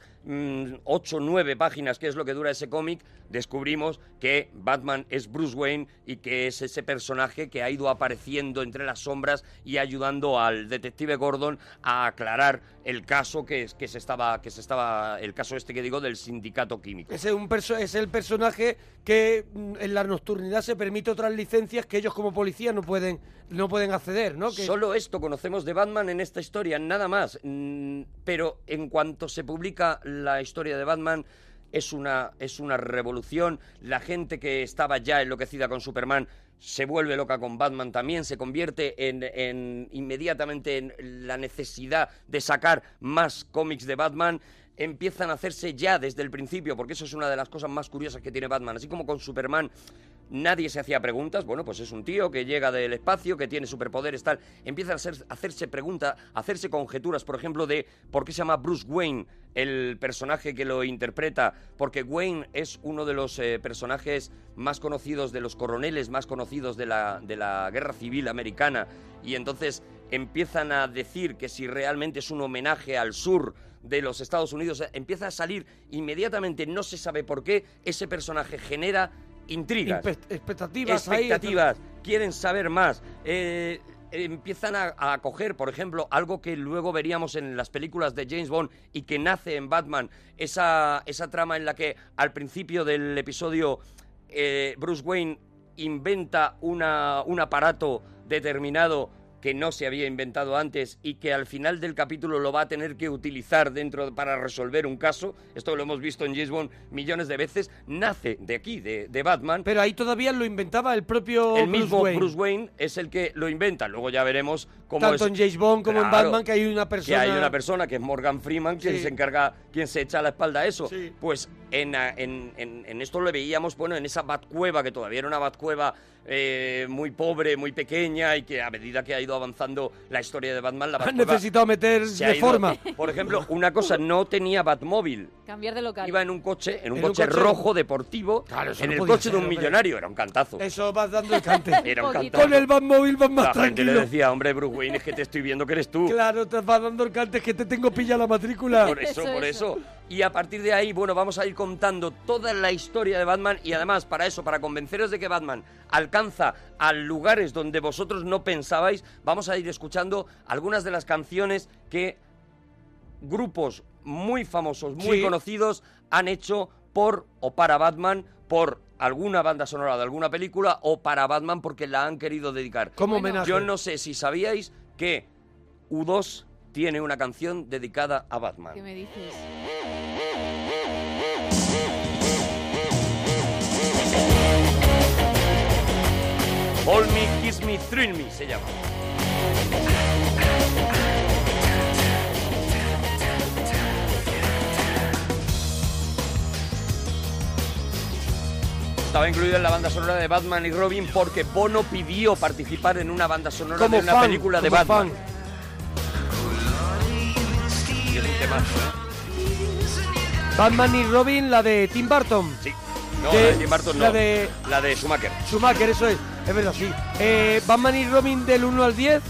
8 o 9 páginas que es lo que dura ese cómic, descubrimos que Batman es Bruce Wayne y que es ese personaje que ha ido apareciendo entre las sombras y ayudando al detective Gordon a aclarar el caso que, es- que se estaba, que se estaba, el caso este que digo del sindicato químico. Ese es, un perso- es el personaje que mm, en la nocturnidad se permite otras licencias que ellos como policía no pueden, no pueden acceder, ¿no? Que- Solo esto conocemos de Batman en esta historia, nada más. Mm, Pero en cuanto se publica la historia de Batman, es una, es una revolución. La gente que estaba ya enloquecida con Superman se vuelve loca con Batman también, se convierte en, en- inmediatamente en la necesidad de sacar más cómics de Batman. Empiezan a hacerse ya desde el principio, porque eso es una de las cosas más curiosas que tiene Batman. Así como con Superman Nadie se hacía preguntas. Bueno, pues es un tío que llega del espacio, que tiene superpoderes, tal. Empiezan a, hacer- a hacerse preguntas, a hacerse conjeturas, por ejemplo, de por qué se llama Bruce Wayne el personaje que lo interpreta. Porque Wayne es uno de los eh, personajes más conocidos, de los coroneles más conocidos de la, de la guerra civil americana. Y entonces empiezan a decir que si realmente es un homenaje al sur de los Estados Unidos, empieza a salir inmediatamente, no se sabe por qué, ese personaje genera intrigas Impe- expectativas, ahí, expectativas, quieren saber más. eh, empiezan a, a acoger, por ejemplo, algo que luego veríamos en las películas de James Bond y que nace en Batman, esa, esa trama en la que al principio del episodio eh, Bruce Wayne inventa una- un aparato determinado que no se había inventado antes y que al final del capítulo lo va a tener que utilizar dentro para resolver un caso. Esto lo hemos visto en James Bond millones de veces. Nace de aquí, de, de Batman. Pero ahí todavía lo inventaba el propio el Bruce mismo Wayne. Bruce Wayne es el que lo inventa. Luego ya veremos cómo Tanto es. en James Bond como en Claro, Batman que hay una persona... Que hay una persona que es Morgan Freeman quien Sí. se encarga, quien se echa a la espalda a eso. Sí. Pues en, ah, en- en- en esto lo veíamos, bueno, en esa Batcueva, que todavía era una Batcueva eh, muy pobre, muy pequeña, y que a medida que ha ido avanzando la historia de Batman, la Han Batcueva necesitado meter se ha de ido- forma. Por ejemplo, una cosa, no tenía Batmóvil. Cambiar de local. Iba en un coche, en un, En un coche, coche- rojo deportivo, eso en no el podía coche ser, de un hombre. millonario. Era un cantazo. Eso vas dando el cante. Era un cantazo. Con el Batmóvil vas más La gente tranquilo. le decía, hombre, Bruce Wayne, es que te estoy viendo que eres tú. Claro, te vas dando el cante, es que te tengo pilla la matrícula. Por eso, por eso. Y a partir de ahí, bueno, vamos a ir contando toda la historia de Batman y además para eso, para convenceros de que Batman alcanza a lugares donde vosotros no pensabais, vamos a ir escuchando algunas de las canciones que grupos muy famosos, muy Sí. conocidos, han hecho por o para Batman, por alguna banda sonora de alguna película o para Batman porque la han querido dedicar. Como Bueno. homenaje. Yo no sé si sabíais que U2 tiene una canción dedicada a Batman. ¿Qué me dices? Hold Me, Kiss Me, Thrill Me se llama. Estaba incluida en la banda sonora de Batman y Robin porque Bono pidió participar en una banda sonora Como de una fan, película de como Batman. Y es un ¿eh? tema- Batman y Robin, la de Tim Burton. Sí. No, De- la de Tim Burton no. la de- la de Schumacher. Schumacher, eso es. Es verdad, sí. Eh, Batman y Robin del 1 al 10.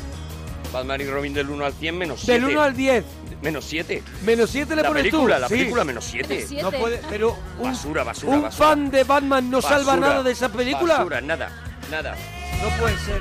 Batman y Robin del 1 al 100 menos 7. Del 1 al 10. Menos 7. Menos 7 le la pones película, tú. La Sí. película menos 7. No puede, pero un, Basura, basura, un basura. fan de Batman no salva Basura, nada de esa película. Basura, nada, nada. No puede ser.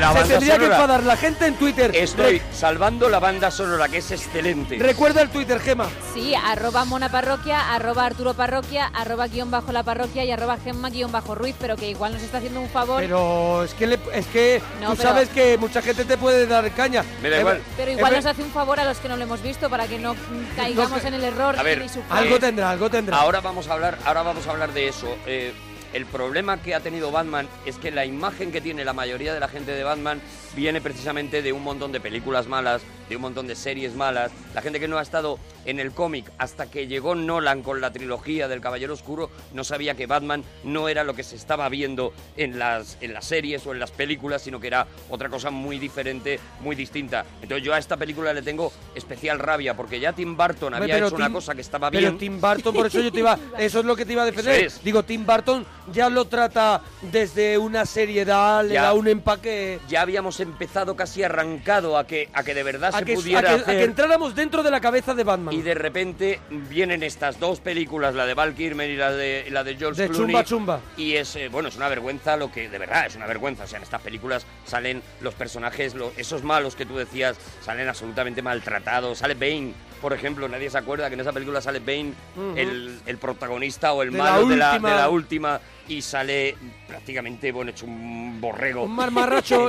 La Se banda tendría que sonora. enfadar la gente en Twitter. Estoy Re- salvando la banda sonora, que es excelente. recuerda el Twitter, Gema. Sí, arroba Mona Parroquia, arroba Arturo Parroquia, arroba guión bajo la parroquia y arroba Gemma guión bajo Ruiz, pero que igual nos está haciendo un favor. Pero es que, le- es que No, tú pero- sabes que mucha gente te puede dar caña. Me da Eh, igual. Pero igual eh, nos hace un favor a los que no lo hemos visto para que no mm, caigamos en el error A ver, eh, y sufrir. Algo tendrá, algo tendrá. Ahora vamos a hablar, ahora vamos a hablar de eso. Eh, el problema que ha tenido Batman es que la imagen que tiene la mayoría de la gente de Batman viene precisamente de un montón de películas malas, de un montón de series malas. La gente que no ha estado en el cómic hasta que llegó Nolan con la trilogía del Caballero Oscuro no sabía que Batman no era lo que se estaba viendo en las, en las series o en las películas, sino que era otra cosa muy diferente, muy distinta. Entonces yo a esta película le tengo especial rabia porque ya Tim Burton Hombre, había pero hecho una Tim- cosa que estaba Pero bien. Tim Burton, por eso yo te iba, eso es lo que te iba a defender. Eso es. Digo, Tim Burton ya lo trata desde una seriedad, le Ya. da un empaque. ya habíamos empezado casi arrancado a que, a que de verdad A se que, a pudiera que- a hacer. que entráramos dentro de la cabeza de Batman. Y de repente vienen estas dos películas, la de Val Kilmer y la de, la de George De Clooney. chumba, chumba. Y es, eh, bueno, es una vergüenza lo que, de verdad, es una vergüenza. O sea, en estas películas salen los personajes, lo- esos malos que tú decías, salen absolutamente maltratados. Sale Bane, por ejemplo, nadie se acuerda que en esa película sale Bane, Ujú. el, el protagonista o el De la malo de, la, última. de la última, y sale prácticamente, bueno, hecho un borrego. Un marmarracho,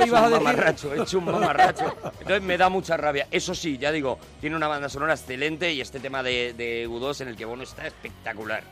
Es ibas a un decir. mamarracho, hecho un mamarracho. Entonces me da mucha rabia. Eso sí, ya digo, tiene una banda sonora excelente y este tema de, de U2 en el que Bono está espectacular.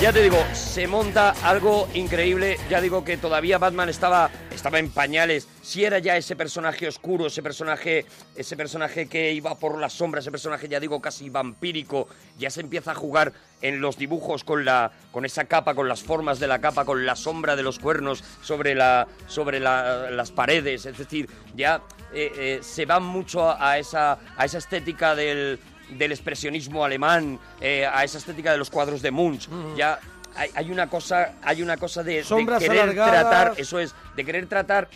Ya te digo, se monta algo increíble. Ya digo que todavía Batman estaba, estaba en pañales. Si era ya ese personaje oscuro, ese personaje, ese personaje que iba por la sombra, ese personaje, ya digo, casi vampírico, ya se empieza a jugar en los dibujos con la. con esa capa, con las formas de la capa, con la sombra de los cuernos sobre la. sobre la- las paredes. Es decir, ya eh, eh, se va mucho a, a esa. a esa estética del del expresionismo alemán, eh, a esa estética de los cuadros de Munch. Ya hay, hay una cosa, hay una cosa de, de Sombras querer alargadas. tratar, eso es, de querer tratar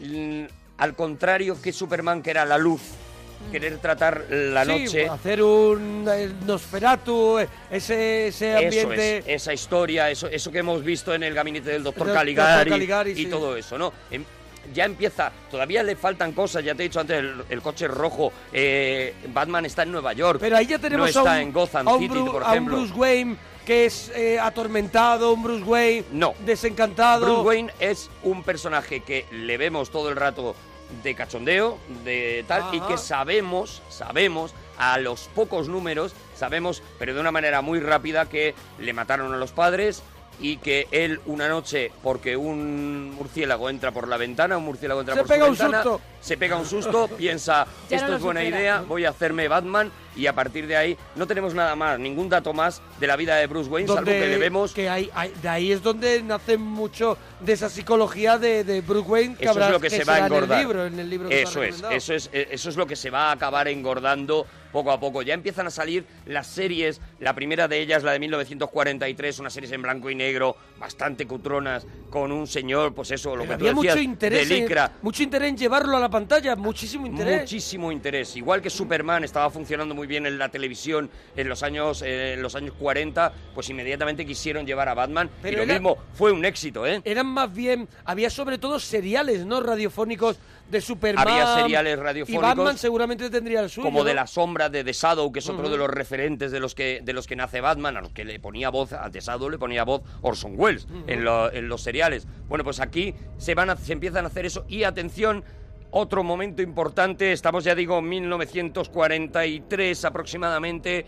mm, al contrario que Superman, que era la luz, querer tratar la Mm. Sí, noche. Hacer un eh, Nosferatu, eh, ese, ese Eso ambiente. es, esa historia, eso, eso que hemos visto en el gabinete del doctor Del Dr. Caligari, Caligari, y sí. todo eso, ¿no? Em- ya empieza, todavía le faltan cosas, ya te he dicho antes, el, el coche rojo, eh, Batman está en Nueva York, Pero ahí ya tenemos no a está un, en Gotham a un City, Bru- por a un ejemplo. Bruce Wayne que es eh, atormentado, un Bruce Wayne No. desencantado. Bruce Wayne es un personaje que le vemos todo el rato de cachondeo, de tal, y Ajá. que sabemos, sabemos, a los pocos números, sabemos, pero de una manera muy rápida, que le mataron a los padres y que él una noche, porque un murciélago entra por la ventana, un murciélago entra Se por pega su un ventana, susto. se pega un susto, piensa, Ya esto no lo es buena supera. idea, voy a hacerme Batman, y a partir de ahí no tenemos nada más, ningún dato más de la vida de Bruce Wayne, salvo donde- que le vemos que hay- hay- de ahí es donde nace mucho de esa psicología de, de Bruce Wayne que eso es habrá- lo que, se va será a engordar. En el libro, en el libro que tú has eso es, recomendado. eso es, eh, eso es lo que se va a acabar engordando poco a poco. Ya empiezan a salir las series, la primera de ellas, la de 1943, unas series en blanco y negro, bastante cutronas, con un señor, pues eso, lo que tú Había decías, mucho interés, de licra, en, mucho interés en llevarlo a la pantalla, muchísimo interés. Muchísimo interés. Igual que Superman estaba funcionando muy muy bien en la televisión en los años, eh, en los años 40, pues inmediatamente quisieron llevar a Batman. Pero y lo era- mismo, fue un éxito, ¿eh? Eran más bien, había sobre todo seriales, ¿no? Radiofónicos de Superman. Había seriales radiofónicos. Y Batman seguramente tendría el suyo. como de ¿no? la sombra de The Shadow, que es otro Ujú. de los referentes de los que de los que nace Batman, a los que le ponía voz a The Shadow, le ponía voz Orson Welles Ujú. en, lo- en los seriales. Bueno, pues aquí se van a- se empiezan a hacer eso y atención otro momento importante, estamos ya digo en 1943 aproximadamente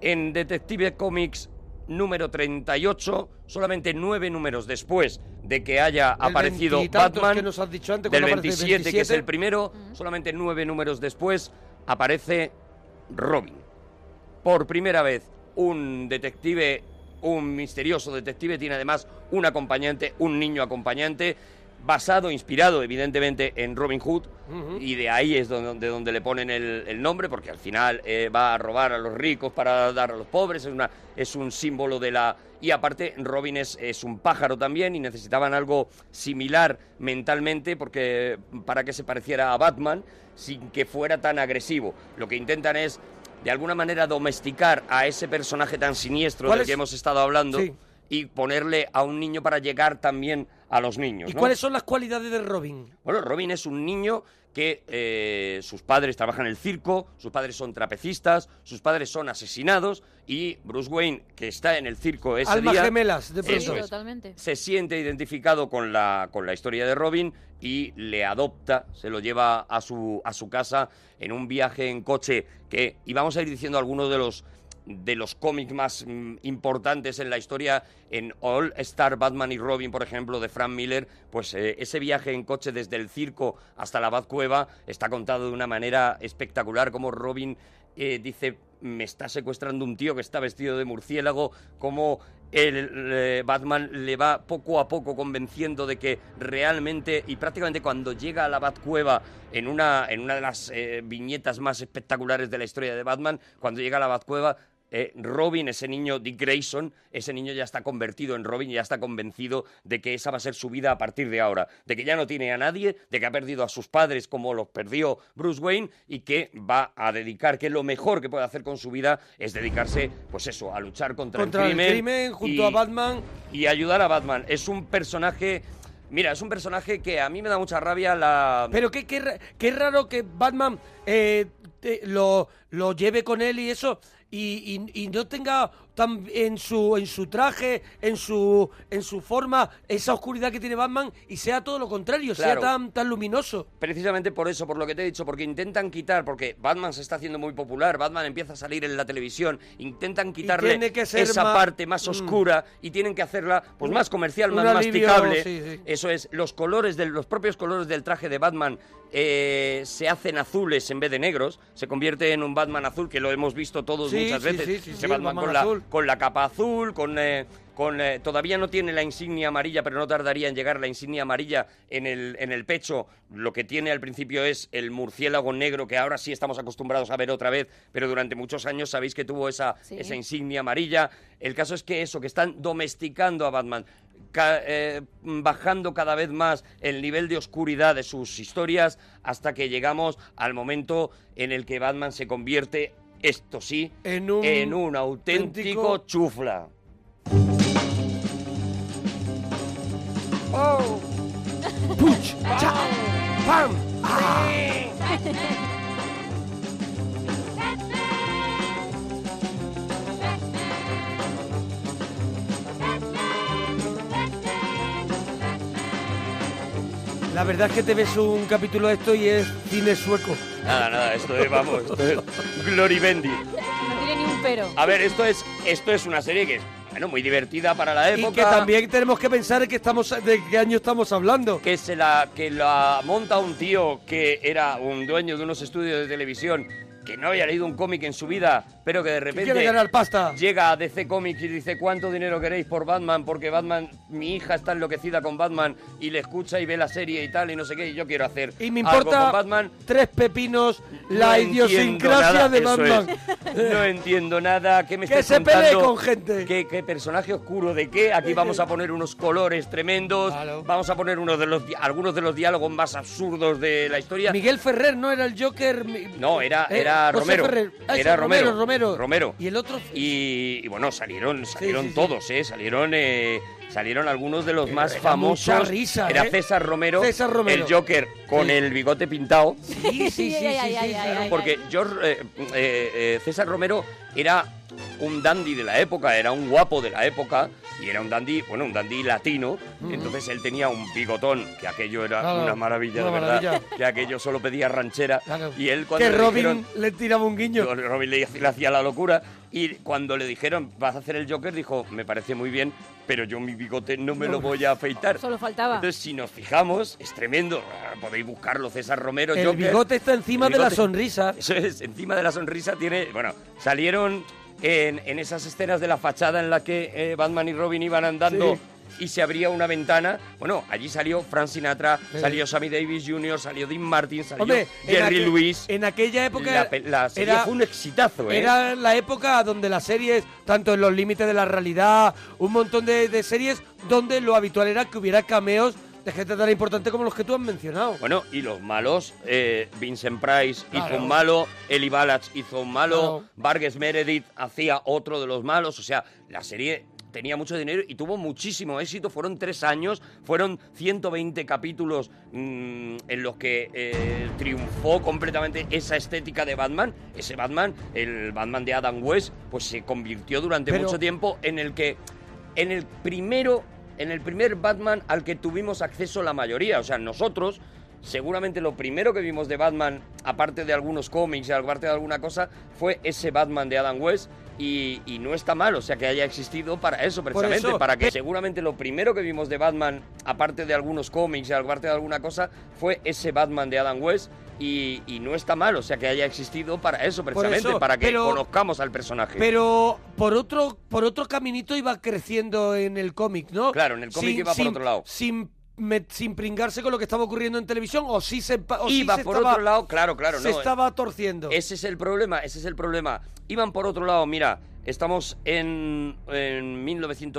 en Detective Comics número 38, solamente nueve números después de que haya Del aparecido veintitantos Batman que nos has dicho antes, del cuando aparece 27, que es el 27. primero, solamente nueve números después, aparece Robin. Por primera vez, un detective, un misterioso detective, tiene además un acompañante, un niño acompañante, basado, inspirado evidentemente en Robin Hood, Ujú. y de ahí es donde, de donde le ponen el, el nombre, porque al final eh, va a robar a los ricos para dar a los pobres, es, una, es un símbolo de la... Y aparte, Robin es, es un pájaro también y necesitaban algo similar mentalmente porque para que se pareciera a Batman sin que fuera tan agresivo. Lo que intentan es, de alguna manera, domesticar a ese personaje tan siniestro ¿Cuál del es? que hemos estado hablando Sí. y ponerle a un niño para llegar también a los niños. ¿Y ¿no? cuáles son las cualidades de Robin? Bueno, Robin es un niño que eh, sus padres trabajan en el circo, sus padres son trapecistas, sus padres son asesinados y Bruce Wayne, que está en el circo ese Almas día... gemelas, de pronto. Eso es. totalmente. Se siente identificado con la, con la historia de Robin y le adopta, se lo lleva a su, a su casa en un viaje en coche que, y vamos a ir diciendo algunos de los de los cómics más mm, importantes en la historia, en All Star Batman y Robin, por ejemplo, de Frank Miller, pues eh, ese viaje en coche desde el circo hasta la Batcueva está contado de una manera espectacular, como Robin eh, dice, me está secuestrando un tío que está vestido de murciélago, como el eh, Batman le va poco a poco convenciendo de que realmente y prácticamente cuando llega a la Batcueva en una, en una de las eh, viñetas más espectaculares de la historia de Batman, cuando llega a la Batcueva eh, Robin, ese niño Dick Grayson, ese niño ya está convertido en Robin, ya está convencido de que esa va a ser su vida a partir de ahora, de que ya no tiene a nadie, de que ha perdido a sus padres como los perdió Bruce Wayne y que va a dedicar, que lo mejor que puede hacer con su vida es dedicarse, pues eso, a luchar contra, Contra el crimen. crimen, junto y- a Batman. y ayudar a Batman. Es un personaje. Mira, es un personaje que a mí me da mucha rabia la. Pero qué, qué, ra- qué raro que Batman eh, te- lo, lo lleve con él y eso, y, y- y no tenga tan en su en su traje, en su en su forma, esa oscuridad que tiene Batman, y sea todo lo contrario, sea Claro. tan, tan luminoso. Precisamente por eso, por lo que te he dicho, porque intentan quitar, porque Batman se está haciendo muy popular, Batman empieza a salir en la televisión, intentan quitarle tiene que ser esa más- parte más mm. oscura y tienen que hacerla pues Un- más comercial, un más alivio, masticable. sí, sí. Eso es, los colores, de, los propios colores del traje de Batman eh, se hacen azules en vez de negros, se convierte en un Batman azul, que lo hemos visto todos Sí, muchas sí, veces. sí, sí, Ese sí, el Batman, Batman con, la, azul. con la capa azul, con... eh, con, eh, todavía no tiene la insignia amarilla, pero no tardaría en llegar la insignia amarilla en el, en el pecho. Lo que tiene al principio es el murciélago negro, que ahora sí estamos acostumbrados a ver otra vez, pero durante muchos años sabéis que tuvo esa, Sí. esa insignia amarilla. El caso es que eso, que están domesticando a Batman, ca- eh, bajando cada vez más el nivel de oscuridad de sus historias hasta que llegamos al momento en el que Batman se convierte, esto sí, En un en un auténtico, auténtico- chufla. Punch, Oh. cha, pam, ah. La verdad es que te ves un capítulo de esto y es cine sueco. Nada, nada, esto es, vamos, esto es Glory Bendy. No tiene ni un pero. A ver, esto es, esto es una serie que es, bueno, muy divertida para la época. Y que también tenemos que pensar que estamos, de qué año estamos hablando. que se la que la monta un tío que era un dueño de unos estudios de televisión que no había leído un cómic en su vida, pero que de repente quiere ganar pasta. llega a DC Comics y dice cuánto dinero queréis por Batman, porque Batman, mi hija está enloquecida con Batman y le escucha y ve la serie y tal y no sé qué, y yo quiero hacer Y me algo con importa Batman. tres pepinos No la entiendo idiosincrasia nada, de eso es. Batman. No entiendo nada. ¿Qué me Que estás se pelee contando? con gente. ¿Qué, qué personaje oscuro de qué? Aquí vamos a poner unos colores tremendos. Vamos a poner unos de los, di- algunos de los diálogos más absurdos de la historia. Miguel Ferrer no era el Joker. mi- No, era, Eh, era, era José Romero. Ferrer. Ah, ese Era es Romero, Romero. Romero. Y el otro. Y, y bueno, salieron, salieron sí, sí. todos, ¿eh? Salieron, eh, salieron algunos de los más era famosos. mucha risa, era ¿eh? César Romero, César Romero. el Joker con Sí. el bigote pintado. Sí, sí, sí, sí, ay, sí, ay, ay, sí. Claro, porque George, eh, eh, eh, César Romero era un dandy de la época, era un guapo de la época y era un dandy, bueno, un dandy latino. Ujú. Entonces él tenía un bigotón, que aquello era Mm. Claro, una maravilla, una de verdad. maravilla. Que aquello solo pedía ranchera. Claro. Y él cuando Que le Robin dijeron- le tiraba un guiño. Yo- Robin le, le hacía la locura. Y cuando le dijeron, vas a hacer el Joker, dijo, me parece muy bien, pero yo mi bigote no me lo voy a afeitar. Solo faltaba. Entonces, si nos fijamos, es tremendo. Ah, Podéis buscarlo, César Romero. El Joker. bigote está encima El de la bigote- sonrisa. Eso es, encima de la sonrisa tiene. Bueno, salieron en, en esas escenas de la fachada en la que eh, Batman y Robin iban andando. Sí. Y se abría una ventana. Bueno, allí salió Frank Sinatra, Sí. salió Sammy Davis Jr., salió Dean Martin, salió Hombre, en Jerry aquel- Lewis. En aquella época. La pe- la serie ah, fue un exitazo, ¿eh? Era la época donde las series, tanto en los límites de la realidad, un montón de, de series donde lo habitual era que hubiera cameos de gente tan importante como los que tú has mencionado. Bueno, y los malos, eh, Vincent Price Claro. hizo un malo, Eli Ballach hizo un malo, Claro. Vargas Meredith hacía otro de los malos, o sea, la serie tenía mucho dinero y tuvo muchísimo éxito, fueron tres años, fueron 120 capítulos mm, en los que eh, triunfó completamente esa estética de Batman, ese Batman, el Batman de Adam West, pues se convirtió durante Pero- mucho tiempo en el que en el primero, en el primer Batman al que tuvimos acceso la mayoría. O sea, nosotros, seguramente lo primero que vimos de Batman, aparte de algunos cómics y aparte de alguna cosa, fue ese Batman de Adam West. Y, y no está mal, o sea, que haya existido para eso, precisamente, eso, para que eh. seguramente lo primero que vimos de Batman, aparte de algunos cómics y aparte de alguna cosa, fue ese Batman de Adam West. Y, y no está mal, o sea, que haya existido para eso, precisamente, eso, para que pero- conozcamos al personaje. Pero por otro, por otro caminito iba creciendo en el cómic, ¿no? Claro, en el cómic iba por otro lado. Sin, me- sin pringarse con lo que estaba ocurriendo en televisión, o sí se, empa- o sí iba se por estaba- otro lado, claro, claro, se no. eh. estaba torciendo. Ese es el problema, ese es el problema. Iban por otro lado, mira, estamos en, en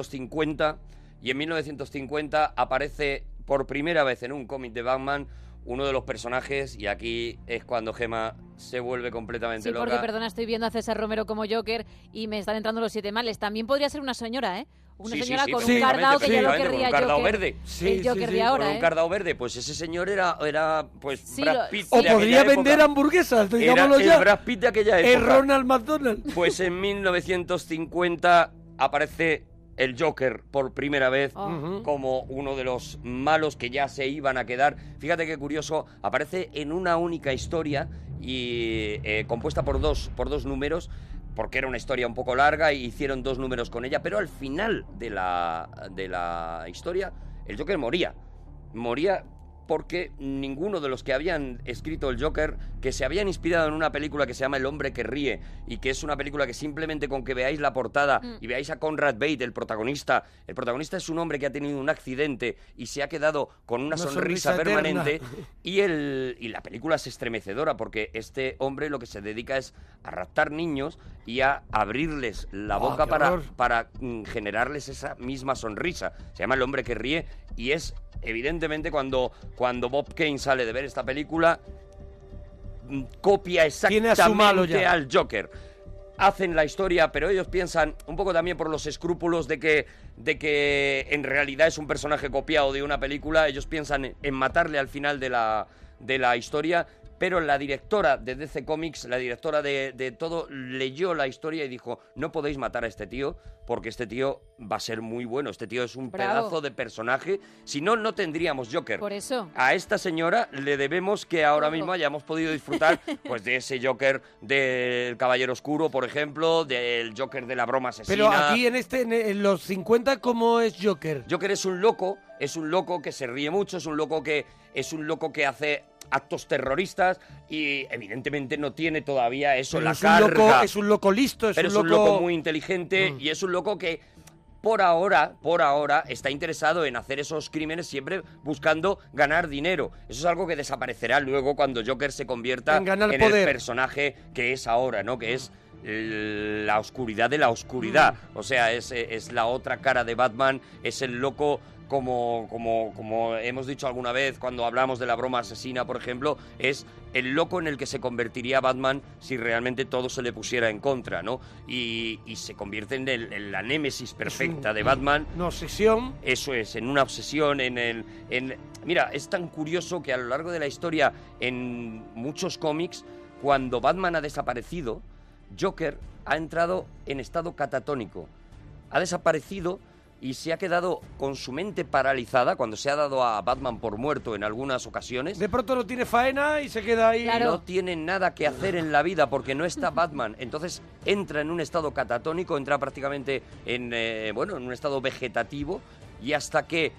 1950 y en 1950 aparece por primera vez en un cómic de Batman uno de los personajes y aquí es cuando Gema se vuelve completamente Sí, loca. porque perdona, estoy viendo a César Romero como Joker y me están entrando los siete males. También podría ser una señora, ¿eh? Una Sí, sí, señora sí, con un perfectamente, cardao que yo lo perfectamente, querría con un cardao Joker. verde. el Joker de Con ahora, un ¿eh? cardao verde, pues ese señor era, era pues, Sí, lo- Brad Pitt O de podría aquella época. vender hamburguesas, Era digámoslo el ya. Brad Pitt de aquella El época. Ronald McDonald. Pues en 1950 aparece el Joker por primera vez Ah. Ujú. como uno de los malos que ya se iban a quedar. Fíjate qué curioso, aparece en una única historia y eh, compuesta por dos, por dos números, porque era una historia un poco larga y hicieron dos números con ella, pero al final de la, de la historia el Joker moría. Moría porque ninguno de los que habían escrito el Joker, que se habían inspirado en una película que se llama El hombre que ríe, y que es una película que simplemente con que veáis la portada Mm. y veáis a Conrad Bate, el protagonista, el protagonista es un hombre que ha tenido un accidente y se ha quedado con una, Una sonrisa, sonrisa eterna. permanente, y, el, y la película es estremecedora porque este hombre lo que se dedica es a raptar niños y a abrirles la Ah, boca qué para, horror. para mm, generarles esa misma sonrisa. Se llama El hombre que ríe y es evidentemente cuando, cuando Bob Kane sale de ver esta película, mm, copia a su malo exactamente ya. al Joker. Hacen la historia, pero ellos piensan un poco también por los escrúpulos de que, de que en realidad es un personaje copiado de una película. Ellos piensan en- en matarle al final de la, de la historia. Pero la directora de DC Comics, la directora de, de todo, leyó la historia y dijo: No podéis matar a este tío, porque este tío va a ser muy bueno. Este tío es un Bravo. pedazo de personaje. Si no, no tendríamos Joker. Por eso. A esta señora le debemos que ahora mismo hayamos podido disfrutar pues de ese Joker del Caballero Oscuro, por ejemplo, del Joker de la broma asesina. Pero aquí en este, en- en los 50, ¿cómo es Joker? Joker es un loco, es un loco que se ríe mucho, es un loco que es un loco que hace actos terroristas y evidentemente no tiene todavía eso Pero la es un carga. loco, es un loco listo, es pero un es un loco- Mm. loco muy inteligente y es un loco que por ahora, por ahora, está interesado en hacer esos crímenes siempre buscando ganar dinero. Eso es algo que desaparecerá luego cuando Joker se convierta En ganar el poder. personaje que es ahora, ¿no? Que es eh, el- Mm. eh, la oscuridad de la oscuridad. O sea, es, es la otra cara de Batman, es el loco como, como, como hemos dicho alguna vez cuando hablamos de la broma asesina, por ejemplo, es el loco en el que se convertiría Batman si realmente todo se le pusiera en contra, ¿no? Y, y se convierte en, el- en la némesis perfecta de Batman. Una obsesión. Eso es, en una obsesión, en el... En... Mira, es tan curioso que a lo largo de la historia, en muchos cómics, cuando Batman ha desaparecido, Joker ha entrado en estado catatónico. Ha desaparecido y se ha quedado con su mente paralizada cuando se ha dado a Batman por muerto en algunas ocasiones. De pronto no tiene faena y se queda ahí. No tiene nada que hacer en la vida porque no está Batman. Entonces entra en un estado catatónico, entra prácticamente en, eh, bueno, en un estado vegetativo y hasta que,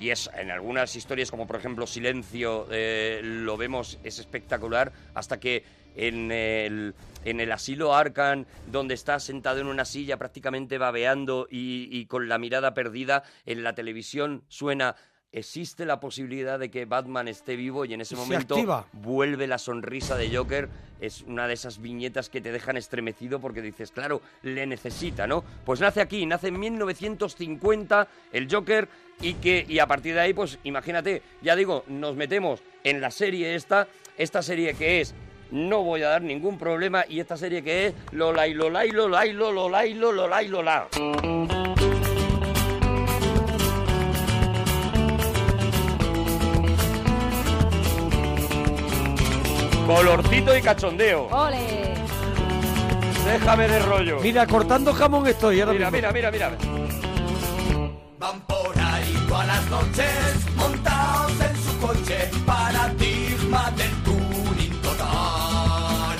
y es en algunas historias como por ejemplo Silencio, eh, lo vemos, es espectacular, hasta que en el, en el asilo Arkham, donde está sentado en una silla prácticamente babeando y- y con la mirada perdida, en la televisión suena... Existe la posibilidad de que Batman esté vivo y en ese Y se momento activa. vuelve la sonrisa de Joker. Es una de esas viñetas que te dejan estremecido porque dices, claro, le necesita, ¿no? Pues nace aquí, nace en 1950 el Joker y que y a partir de ahí, pues imagínate, ya digo, nos metemos en la serie esta, esta serie que es no voy a dar ningún problema y esta serie que es Lola y Lola y Lola y Lola y Lola y Lola. Colorcito y cachondeo. ¡Ole! Déjame de rollo. Mira, cortando jamón estoy ahora Mira, mismo. mira, mira, mira. Van por ahí todas las noches montados en su coche paradigma del tuning total.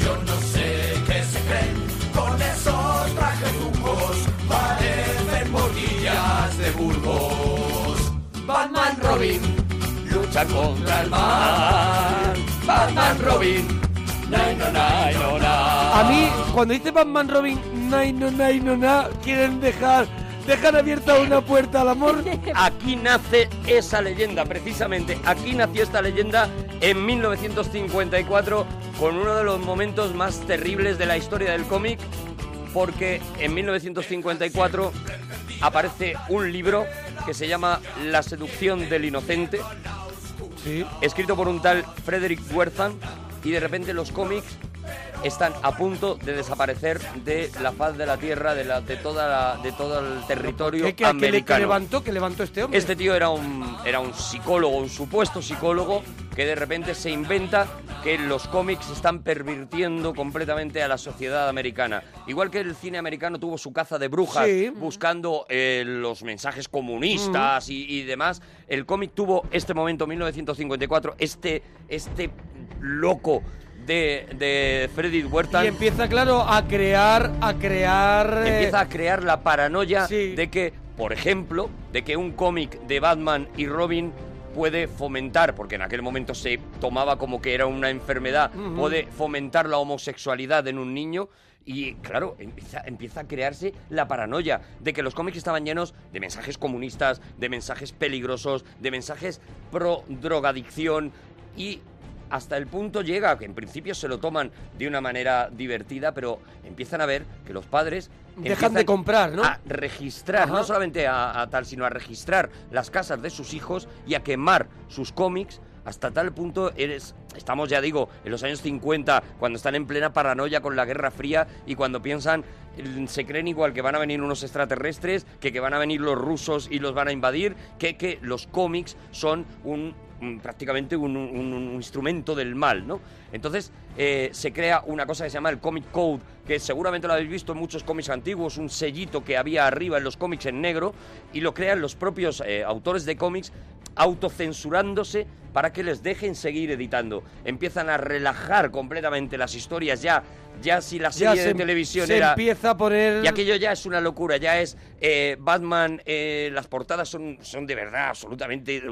Yo no sé qué se creen con esos trajes rucos, parecen bolillas de Burgos. Batman Robin lucha contra el mal. Batman Robin, nai no nai no na. Ah. A mí, cuando dice Batman Robin, nay, no, nay, no, na, quieren dejar, dejar abierta una puerta al amor. Aquí nace esa leyenda, precisamente. Aquí nació esta leyenda en 1954 con uno de los momentos más terribles de la historia del cómic, porque en 1954 aparece un libro que se llama La seducción del inocente, escrito por un tal Frederick Wertham, y de repente los cómics están a punto de desaparecer de la faz de la tierra, de, la- de, toda la- de todo el territorio ¿Qué, qué- qué le- qué americano. levantó? ¿Qué levantó este hombre? Este tío era un, era un psicólogo, un supuesto psicólogo, que de repente se inventa que los cómics están pervirtiendo completamente a la sociedad americana. Igual que el cine americano tuvo su caza de brujas Sí. buscando eh, los mensajes comunistas y, y demás, el cómic tuvo este momento, 1954, este, este loco de, de Freddy Huerta Y empieza, claro, a crear, a crear... eh, empieza a crear la paranoia de que, por ejemplo, de que un cómic de Batman y Robin puede fomentar, porque en aquel momento se tomaba como que era una enfermedad, Ujú. puede fomentar la homosexualidad en un niño. Y claro, empieza, empieza a crearse la paranoia de que los cómics estaban llenos de mensajes comunistas, de mensajes peligrosos, de mensajes pro drogadicción y hasta el punto llega que en principio se lo toman de una manera divertida, pero empiezan a ver que los padres Dejan empiezan de comprar, ¿no? A registrar, Ajá. no solamente a, a tal, sino a registrar las casas de sus hijos y a quemar sus cómics. Hasta tal punto eres, estamos ya digo, en los años 50, cuando están en plena paranoia con la Guerra Fría y cuando piensan, mm, se creen igual que van a venir unos extraterrestres, que, que van a venir los rusos y los van a invadir, que, que los cómics son un mm, prácticamente un, un- un instrumento del mal, ¿no? Entonces eh, se crea una cosa que se llama el Comic Code, que seguramente lo habéis visto en muchos cómics antiguos, un sellito que había arriba en los cómics en negro, y lo crean los propios eh, autores de cómics autocensurándose para que les dejen seguir editando. Empiezan a relajar completamente las historias ya, ya si la serie de ya se- em- televisión se era... empieza a poner... Y aquello ya es una locura, ya es eh, Batman, eh, las portadas son, son de verdad, absolutamente. eh,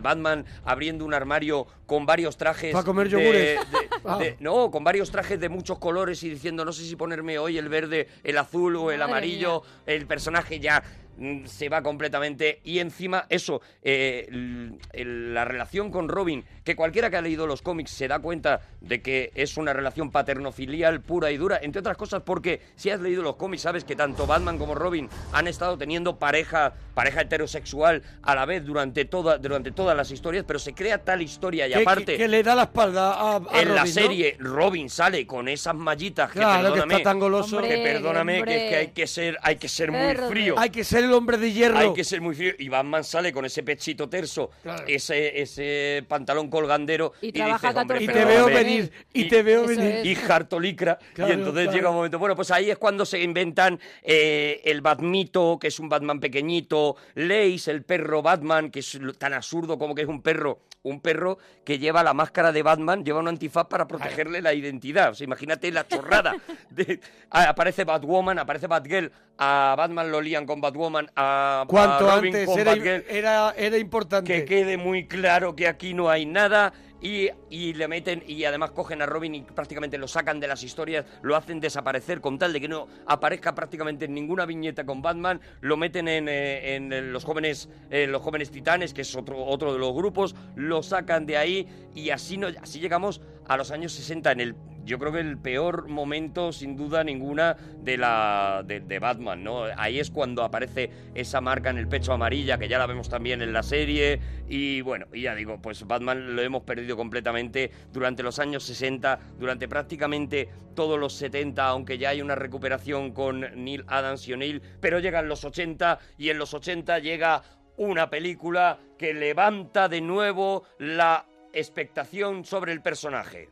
Batman abriendo un armario con varios trajes. Pa' comer de- yogures. de- Ah. de- no, con varios trajes de muchos colores y diciendo, no sé si ponerme hoy el verde, el azul o el Madre amarillo. El personaje ya mm, se va completamente y encima eso, eh, el- el- la relación con Robin, que cualquiera que ha leído los cómics se da cuenta de que es una relación paternofilial pura y dura, entre otras cosas porque si has leído los cómics sabes que tanto Batman como Robin han estado teniendo pareja, pareja heterosexual a la vez durante, toda, durante todas las historias, pero se crea tal historia y Que- aparte que, que le da la espalda a, a en la Robin, ¿no? serie Robin sale con esas mallitas que Claro, que perdóname, está tan goloso. que Hombre, perdóname que, hombre. es que hay que ser hay que ser muy Verde. frío Hay que ser el hombre de hierro. hay que ser muy frío y Batman sale con ese pechito terso ese ese pantalón colgandero Y y, trabaja dices, hombre, 14 perdóname. horas. Y te veo venir, y te veo Eso venir. es. y jartolicra Claro, y entonces claro. llega un momento bueno pues ahí es cuando se inventan eh, el Batmito que es un Batman pequeñito Leis el perro Batman que es lo- tan absurdo como que es un perro un perro que lleva la máscara de Batman lleva un antifaz para protegerle la identidad o sea, imagínate la chorrada de- ah, aparece Batwoman aparece Batgirl a Batman lo lían con Batwoman a, a Cuanto Robin antes con era, Batgirl era, era importante. que quede muy claro que aquí no hay nada y, y le meten y además cogen a Robin y prácticamente lo sacan de las historias, lo hacen desaparecer con tal de que no aparezca prácticamente en ninguna viñeta con Batman, lo meten en, eh, en, eh, los jóvenes eh, los jóvenes titanes, que es otro otro de los grupos, lo sacan de ahí y así no así llegamos a los años 60 en el yo creo que el peor momento, sin duda ninguna, de la de, de Batman, ¿no? Ahí es cuando aparece esa marca en el pecho amarilla, que ya la vemos también en la serie. Y bueno, y ya digo, pues Batman lo hemos perdido completamente durante los años 60, durante prácticamente todos los 70, aunque ya hay una recuperación con Neil Adams y O'Neill, pero llegan los 80 y en los 80 llega una película que levanta de nuevo la expectación sobre el personaje.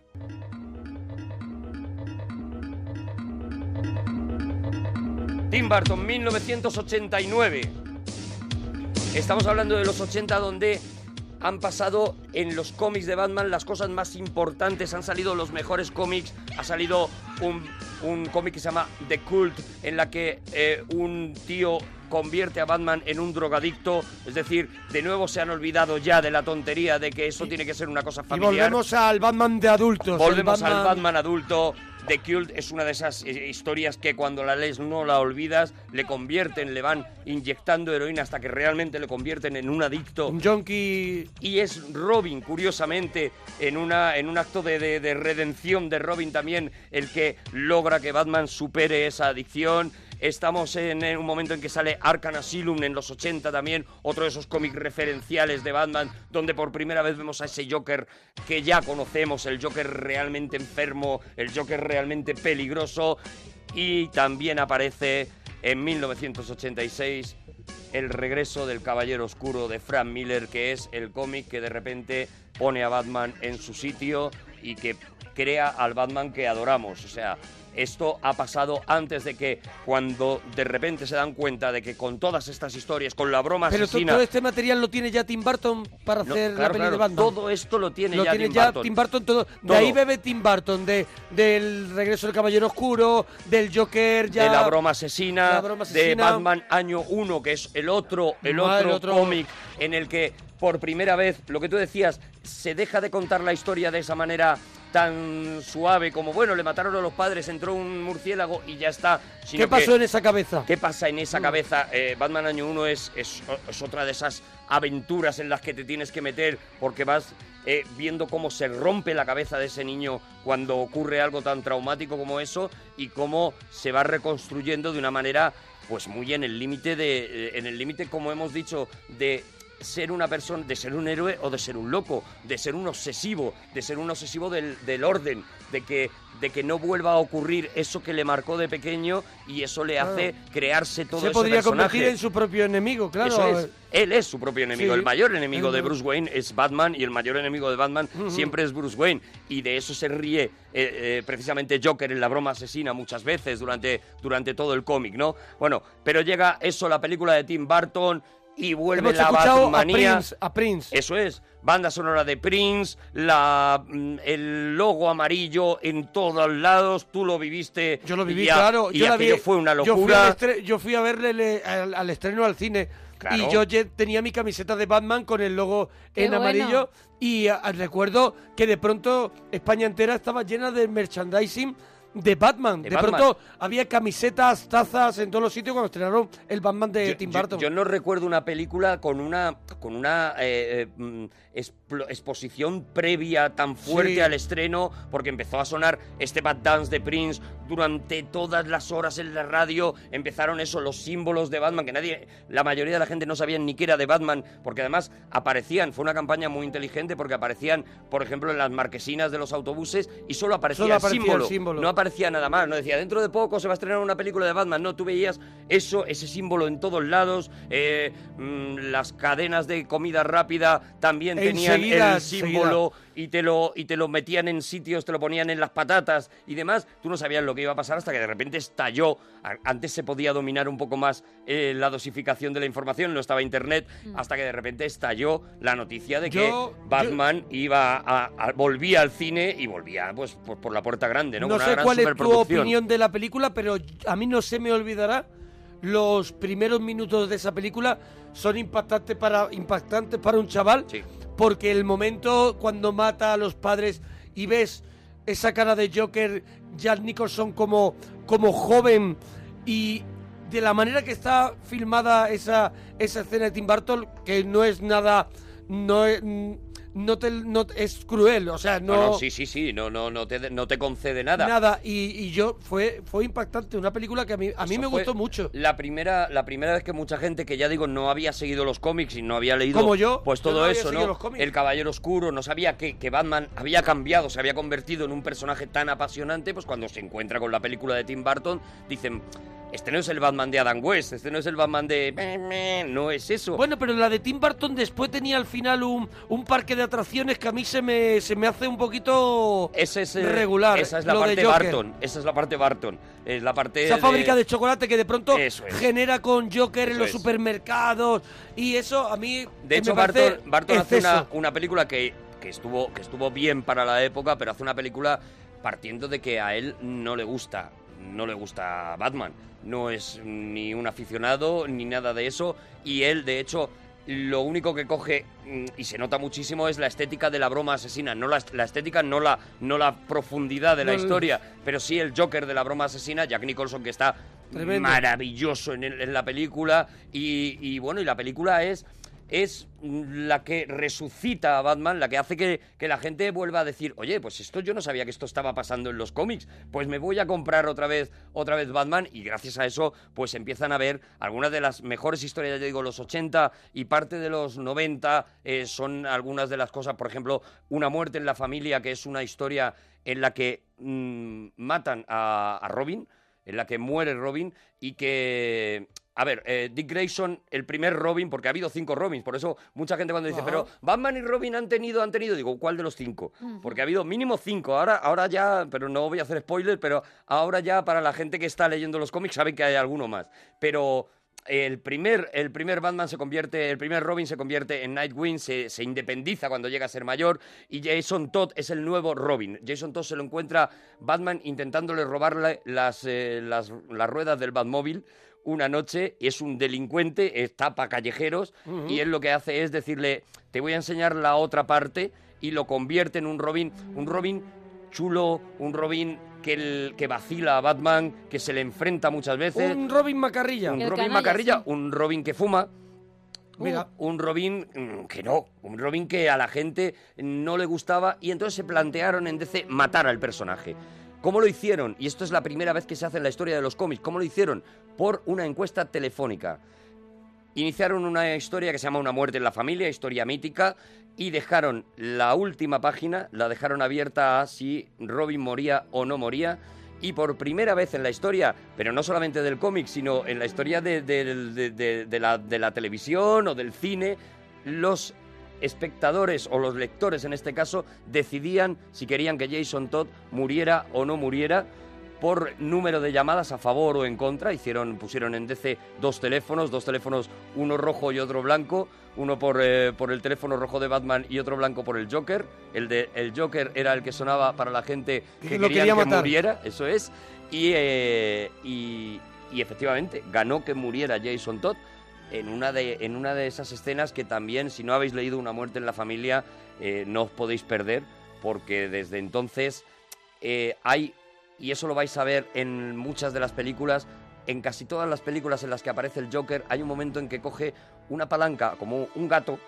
Tim Burton, 1989. Estamos hablando de los 80 donde han pasado en los cómics de Batman las cosas más importantes, han salido los mejores cómics, ha salido un, un cómic que se llama The Cult, en la que eh, un tío convierte a Batman en un drogadicto, es decir, de nuevo se han olvidado ya de la tontería de que eso tiene que ser una cosa Y familiar. volvemos al Batman de adultos. Volvemos el Batman- al Batman adulto. The Cult es una de esas eh, historias que cuando la lees no la olvidas, le convierten, le van inyectando heroína hasta que realmente le convierten en un adicto. Un junkie. Y es Robin, curiosamente, en, una, en un acto de, de- de redención de Robin también, el que logra que Batman supere esa adicción. Estamos en, eh, un momento en que sale Arkham Asylum en los 80 también, otro de esos cómics referenciales de Batman, donde por primera vez vemos a ese Joker que ya conocemos, el Joker realmente enfermo, el Joker realmente peligroso, y también aparece en 1986 el regreso del Caballero Oscuro de Frank Miller, que es el cómic que de repente pone a Batman en su sitio y que crea al Batman que adoramos. O sea, esto ha pasado antes de que cuando de repente se dan cuenta de que con todas estas historias, con la broma Pero to- asesina... todo este material lo tiene ya Tim Burton para No, hacer la claro, peli claro, de Batman. todo esto lo tiene ya Tim Burton. todo. De Todo. ahí bebe Tim Burton, de, del regreso del Caballero Oscuro, del Joker, ya. de la broma, asesina, La broma asesina. de Batman Año 1, que es el otro, el Madre, otro, otro- cómic en el que por primera vez, lo que tú decías, se deja de contar la historia de esa manera tan suave como, bueno, le mataron a los padres, entró un murciélago y ya está. sino ¿Qué pasó que- en esa cabeza? ¿Qué pasa en esa cabeza? Eh, Batman Año 1 es, es, es otra de esas aventuras en las que te tienes que meter porque vas eh, viendo cómo se rompe la cabeza de ese niño cuando ocurre algo tan traumático como eso y cómo se va reconstruyendo de una manera pues muy en el límite de eh, en el límite como hemos dicho de ser una persona, de ser un héroe o de ser un loco, de ser un obsesivo, de ser un obsesivo del, del orden, de que, de que no vuelva a ocurrir eso que le marcó de pequeño y eso le hace crearse todo Se ese podría personaje. convertir en su propio enemigo, claro. Eso es. Él es su propio enemigo. Sí. El mayor enemigo El de mayor- Bruce Wayne es Batman y el mayor enemigo de Batman Ujú. siempre es Bruce Wayne. Y de eso se ríe eh, eh, precisamente Joker en la broma asesina muchas veces durante, durante todo el cómic, ¿no? Bueno, pero llega eso, la película de Tim Burton y vuelve Hemos la escuchado a Batmanía. Prince, a Prince. Eso es. Banda sonora de Prince, la, mm, el logo amarillo en todos lados. Tú lo viviste. Yo Lo viví, y a- claro. Y yo la vi- aquello fue una Yo fui, al locura. estre- yo fui a verle le- al, al estreno al cine. Claro. Y yo ye- tenía mi camiseta de Batman con el logo Qué en bueno. amarillo. Y a- a- recuerdo que de pronto España entera estaba llena de merchandising de Batman. De De, Batman. pronto había camisetas, tazas en todos los sitios cuando estrenaron el Batman de Tim Yo- Burton. Yo, no recuerdo una película con una con una eh, eh, mm, explo- exposición previa tan fuerte Sí. al estreno, porque empezó a sonar este Bad Dance de Prince durante todas las horas en la radio. Empezaron eso, los símbolos de Batman, que nadie, la mayoría de la gente no sabía ni que era de Batman, porque además aparecían, fue una campaña muy inteligente, porque aparecían, por ejemplo, en las marquesinas de los autobuses y solo aparecía, Solo aparecía el el, símbolo, símbolo. No aparecía nada más. No decía, dentro de poco se va a estrenar una película de Batman. No, tú veías eso, ese símbolo en todos lados. eh, mm, las cadenas de comida rápida también tenían Enseguida, el símbolo y te, lo, y te lo metían en sitios, te lo ponían en las patatas y demás. Tú no sabías lo que iba a pasar hasta que de repente estalló. A- Antes se podía dominar un poco más eh, la dosificación de la información, no estaba internet, hasta que de repente estalló la noticia de que Yo- Batman iba a, a- volvía al cine y volvía pues, por, por la puerta grande, ¿no? No Con una sé gran cuál es tu superproducción. opinión de la película, pero a mí no se me olvidará los primeros minutos de esa película son impactantes para impactantes para un chaval, porque el momento cuando mata a los padres y ves esa cara de Joker, Jack Nicholson como como joven y de la manera que está filmada esa esa escena de Tim Burton que no es nada no es, no te- no- es cruel, o sea, No, no, sí, sí, sí, no, no, no, te, no te concede nada. Nada, y, y yo fue, fue impactante, una película que a mí, a mí Eso me fue gustó mucho. La primera, la primera vez que mucha gente que ya digo no había seguido los cómics y no había leído Como yo, pues yo todo no había eso, seguido ¿no? los cómics. El Caballero Oscuro, no sabía que, que Batman había cambiado, se había convertido en un personaje tan apasionante, pues cuando se encuentra con la película de Tim Burton, dicen, este no es el Batman de Adam West, este no es el Batman de... meh, meh", No es eso. Bueno, pero la de Tim Burton después tenía al final un, un parque de atracciones que a mí se me, se me hace un poquito Ese- regular. Esa es la lo de parte Joker. Barton. Esa es la parte Barton. Es la parte Esa fábrica de chocolate que de pronto Eso es. genera con Joker en Eso los es. supermercados y eso a mí De eh, hecho, me parece Barton, Barton hace exceso. una, una película que, que estuvo, que estuvo bien para la época, pero hace una película partiendo de que a él no le gusta. No le gusta Batman. No es ni un aficionado ni nada de eso. Y él, de hecho, lo único que coge mm, y se nota muchísimo es la estética de la broma asesina. No la, est- la estética, no la, no la profundidad de la No el- historia, pero sí el Joker de la broma asesina, Jack Nicholson, que está Tremendo. maravilloso en, el- en la película. Y, y bueno, y la película es, es la que resucita a Batman, la que hace que, que la gente vuelva a decir, oye, pues esto yo no sabía que esto estaba pasando en los cómics, pues me voy a comprar otra vez, otra vez Batman. Y gracias a eso, pues empiezan a ver algunas de las mejores historias, ya te digo, los 80 y parte de los 90 eh, son algunas de las cosas, por ejemplo, Una muerte en la familia, que es una historia en la que mm, matan a- a Robin en la que muere Robin y que... A ver, eh, Dick Grayson, el primer Robin, porque ha habido cinco Robins, por eso mucha gente cuando dice, Ajá. pero Batman y Robin han tenido, han tenido, digo, ¿cuál de los cinco? Ujú. Porque ha habido mínimo cinco, ahora, ahora ya, pero no voy a hacer spoiler, pero ahora ya para la gente que está leyendo los cómics sabe que hay alguno más. Pero el primer, el primer Batman se convierte, el primer Robin se convierte en Nightwing, se, se independiza cuando llega a ser mayor y Jason Todd es el nuevo Robin. Jason Todd se lo encuentra Batman intentándole robarle las, eh, las, las ruedas del Batmóvil una noche, es un delincuente, es tapa callejeros Ujú. y él lo que hace es decirle, te voy a enseñar la otra parte y lo convierte en un Robin, un Robin chulo, un Robin que, el, que vacila a Batman, que se le enfrenta muchas veces. Un Robin Macarrilla. Un Robin Macarrilla, un Robin que fuma. Mira. Un, un Robin mm, que no, un Robin que a la gente no le gustaba y entonces se plantearon en DC matar al personaje. ¿Cómo lo hicieron? Y esto es la primera vez que se hace en la historia de los cómics. ¿Cómo lo hicieron? Por una encuesta telefónica. Iniciaron una historia que se llama Una muerte en la familia, historia mítica, y dejaron la última página, la dejaron abierta a si Robin moría o no moría. Y por primera vez en la historia, pero no solamente del cómic, sino en la historia de, de- de- de- de la, de la televisión o del cine, los espectadores o los lectores en este caso decidían si querían que Jason Todd muriera o no muriera por número de llamadas a favor o en contra. Hicieron, pusieron en DC dos teléfonos, dos teléfonos, uno rojo y otro blanco, uno por, eh, por el teléfono rojo de Batman y otro blanco por el Joker. El de el Joker era el que sonaba para la gente que, Que lo querían quería que matar. muriera, eso es. Y, eh, y, y efectivamente ganó que muriera Jason Todd. En una, de, en una de esas escenas que también, si no habéis leído Una muerte en la familia, eh, no os podéis perder, porque desde entonces eh, hay y eso lo vais a ver en muchas de las películas, en casi todas las películas en las que aparece el Joker, hay un momento en que coge una palanca, como un gato,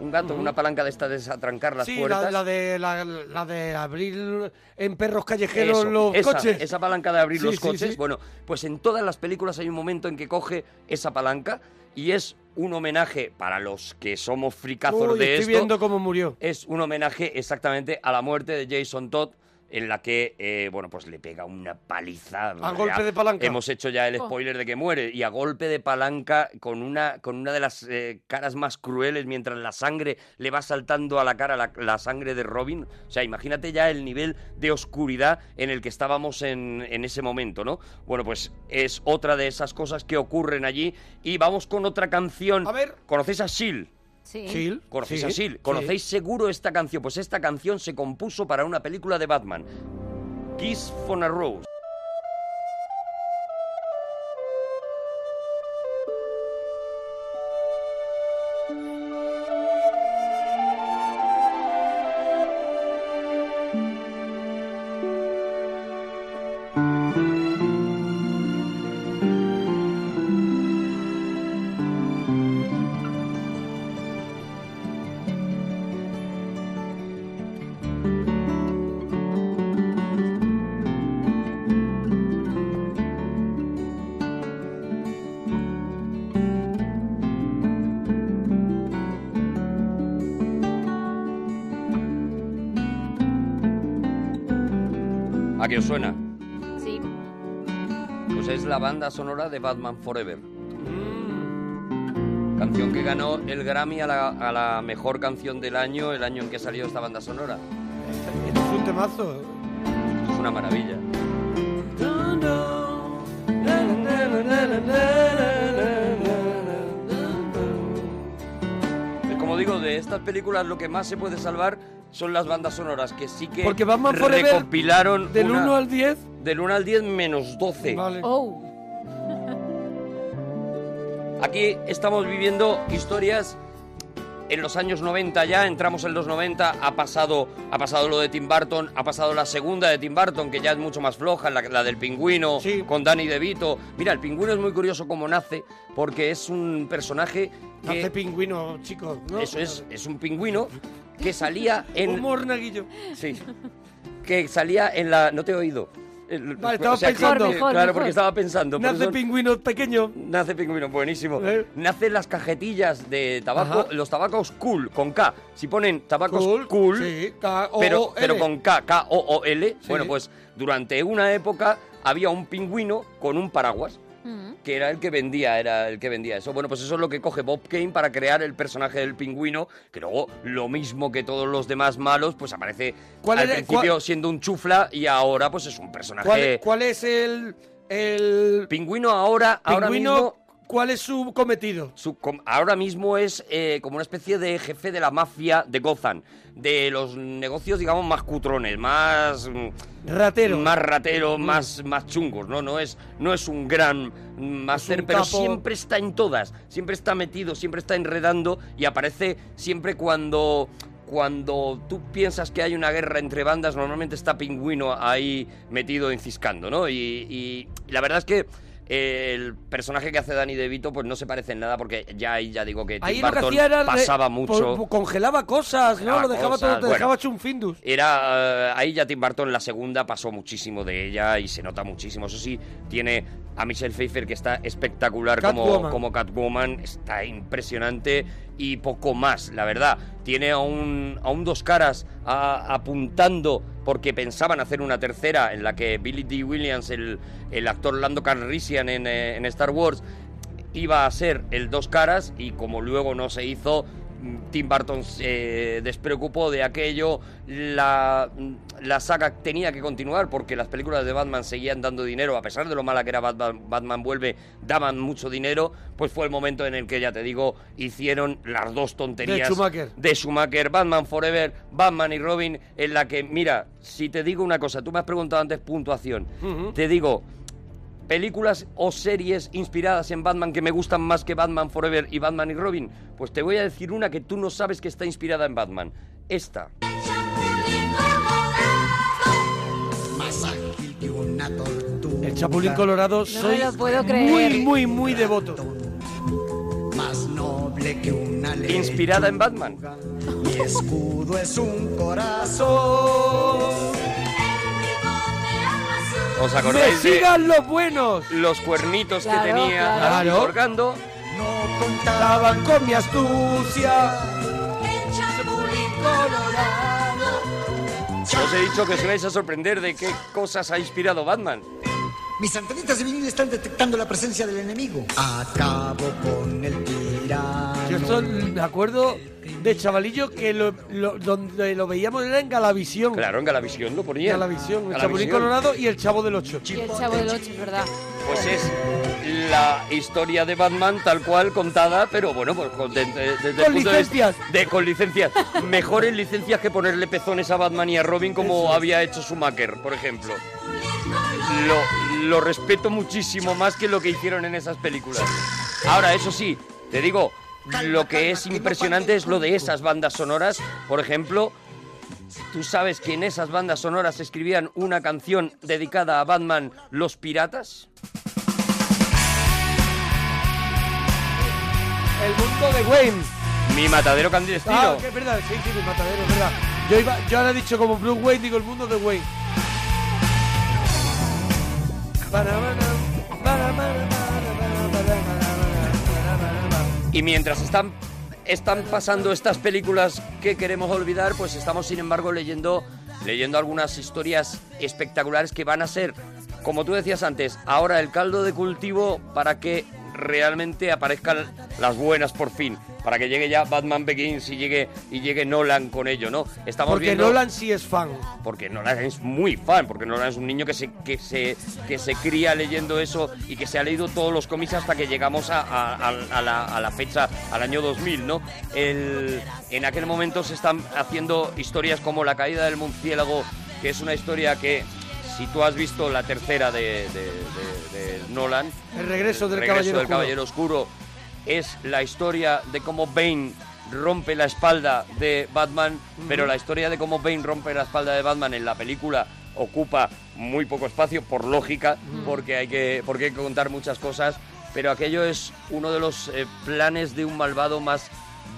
un gato, Ujú. una palanca de esta de atrancar las sí, puertas. la, la de, la, la de abrir en perros callejeros Eso, los esa, coches. Esa palanca de abrir Sí, los sí, coches. sí. Bueno, pues en todas las películas hay un momento en que coge esa palanca y es un homenaje para los que somos fricazos Uy, de estoy esto. viendo cómo murió. Es un homenaje exactamente a la muerte de Jason Todd en la que, eh, bueno, pues le pega una paliza. A golpe de palanca. Hemos hecho ya el Oh. spoiler de que muere. Y a golpe de palanca, con una, con una de las eh, caras más crueles, mientras la sangre le va saltando a la cara la, la sangre de Robin. O sea, imagínate ya el nivel de oscuridad en el que estábamos en, en ese momento, ¿no? Bueno, pues es otra de esas cosas que ocurren allí. Y vamos con otra canción. A ver. ¿Conocéis a Seal? Sí. ¿Conocéis sí, a Seal? ¿Conocéis seguro esta canción? Pues esta canción se compuso para una película de Batman. Kiss from a Rose. ¿A qué os suena? Sí. Pues es la banda sonora de Batman Forever. Mm. Canción que ganó el Grammy a la, a la mejor canción del año, el año en que salió esta banda sonora. Es un temazo. ¿eh? Es una maravilla. Eh, Como digo, de estas películas lo que más se puede salvar son las bandas sonoras, que sí que Porque Batman Forever, recopilaron del una- 1 al 10. Del 1 al 10 menos 12. Oh, Aquí estamos viviendo historias en los años 90 ya, entramos en los 90, ha pasado, ha pasado lo de Tim Burton, ha pasado la segunda de Tim Burton, que ya es mucho más floja, la, la del pingüino, con Danny DeVito. Mira, el pingüino es muy curioso cómo nace, porque es un personaje que... Hace pingüino, chicos. ¿no? Eso es, es un pingüino que salía en... Humor, Naguillo. Sí. Que salía en la... No te he oído. Eh, El- Vale, estaba Pues, que- pensando. Mejor, mejor, claro, mejor. porque estaba pensando. por Nace eso- pingüino pequeño. Nace pingüino, buenísimo. Nacen las cajetillas de tabaco, Ajá. los tabacos cool, con K. Si ponen tabacos cool, Sí, K O pero, O L. pero con K, K-O-O-L, bueno, pues durante una época había un pingüino con un paraguas Mm. que era el que vendía, era el que vendía eso. Bueno, pues eso es lo que coge Bob Kane para crear el personaje del pingüino, que luego lo mismo que todos los demás malos, pues aparece ¿Cuál al era- principio cuál- siendo un chufla y ahora pues es un personaje ¿Cuál, cuál es el, el pingüino ahora, ahora Pingüino, mismo- ¿Cuál es su cometido? su com- ahora mismo es eh, como una especie de jefe de la mafia de Gotham, de los negocios, digamos, más cutrones, más... Rateros. Más Mm. rateros, más, más chungos, ¿no? No es, no es un gran máster, pero capo. siempre está en todas, siempre está metido, siempre está enredando y aparece siempre cuando... Cuando tú piensas que hay una guerra entre bandas, normalmente está Pingüino ahí metido enciscando, ¿no? Y, y- y la verdad es que eh, el personaje que hace Danny DeVito pues no se parece en nada porque ya ahí ya digo que Ahí Tim lo que Burton hacía era... re- pasaba mucho. por- congelaba cosas, Congelaba ¿no? Lo dejaba cosas, todo, te bueno. dejaba chunfindus. Era eh, ahí ya Tim Burton la segunda pasó muchísimo de ella y se nota muchísimo. Eso sí, tiene a Michelle Pfeiffer que está espectacular como, Catwoman. como Catwoman, está impresionante y poco más, la verdad. Tiene a un, a un dos caras a- apuntando porque pensaban hacer una tercera en la que Billy D. Williams, el, el actor Lando Calrissian en, eh, en Star Wars, iba a ser el dos caras y como luego no se hizo, mm, Tim Burton se eh, despreocupó de aquello, la, mm, la saga tenía que continuar porque las películas de Batman seguían dando dinero, a pesar de lo mala que era Batman, Batman vuelve, daban mucho dinero, pues fue el momento en el que, ya te digo, hicieron las dos tonterías De Schumacher. de Schumacher, Batman Forever, Batman y Robin, en la que, mira, si te digo una cosa, tú me has preguntado antes puntuación, Ujú. te digo, películas o series inspiradas en Batman que me gustan más que Batman Forever y Batman y Robin, pues te voy a decir una que tú no sabes que está inspirada en Batman. Esta. Más ágil que una una tortura. El Chapulín Colorado No soy me lo puedo muy, creer. muy, muy devoto. Más noble que una ley. Inspirada en Batman. Mi escudo es un corazón. ¿Os acordáis ¡Me de sigan los buenos! los cuernitos Claro, que tenía claro. ahí Claro. colgando? Estaban con mi astucia. Os he dicho que os vais a sorprender de qué cosas ha inspirado Batman. Mis antenitas de vinil están detectando la presencia del enemigo. Acabo con el tirano. Yo esto me acuerdo de chavalillo que lo, lo- donde lo veíamos era en Galavisión. Claro, en Galavisión lo ponían. Galavisión, el Galavisión. Chapulín Colorado y el Chavo del Ocho. Y el Chavo del Ocho, es verdad. Pues es la historia de Batman tal cual contada, pero bueno, pues con, de- de- desde el Con punto de vista- de- con licencias. Mejores licencias que ponerle pezones a Batman y a Robin como había hecho Schumacher, por ejemplo. Lo, lo respeto muchísimo más que lo que hicieron en esas películas. Ahora, eso sí, te digo, lo que es impresionante es lo de esas bandas sonoras, por ejemplo. ¿Tú sabes que en esas bandas sonoras escribían una canción dedicada a Batman los piratas? El mundo de Wayne. Mi matadero clandestino. Ah, que es verdad, sí, sí, mi matadero, es verdad. Yo, iba, yo ahora he dicho como Bruce Wayne, digo el mundo de Wayne. Y mientras están, están pasando estas películas que queremos olvidar, pues estamos sin embargo leyendo, leyendo algunas historias espectaculares que van a ser, como tú decías antes, ahora el caldo de cultivo para que realmente aparezcan las buenas por fin, para que llegue ya Batman Begins y llegue, y llegue Nolan con ello, ¿no? Estamos Porque viendo Nolan sí es fan. porque Nolan es muy fan, porque Nolan es un niño que se, que se, que se cría leyendo eso y que se ha leído todos los cómics hasta que llegamos a, a- a- a la, a la fecha, al año 2000, ¿no? El- en aquel momento se están haciendo historias como La caída del murciélago, que es una historia que, si tú has visto la tercera de, de- de- de Nolan, El regreso del Caballero del Oscuro. Caballero Oscuro, es la historia de cómo Bane rompe la espalda de Batman, pero la historia de cómo Bane rompe la espalda de Batman en la película ocupa muy poco espacio, por lógica, porque, hay que, porque hay que contar muchas cosas, pero aquello es uno de los eh, planes de un malvado más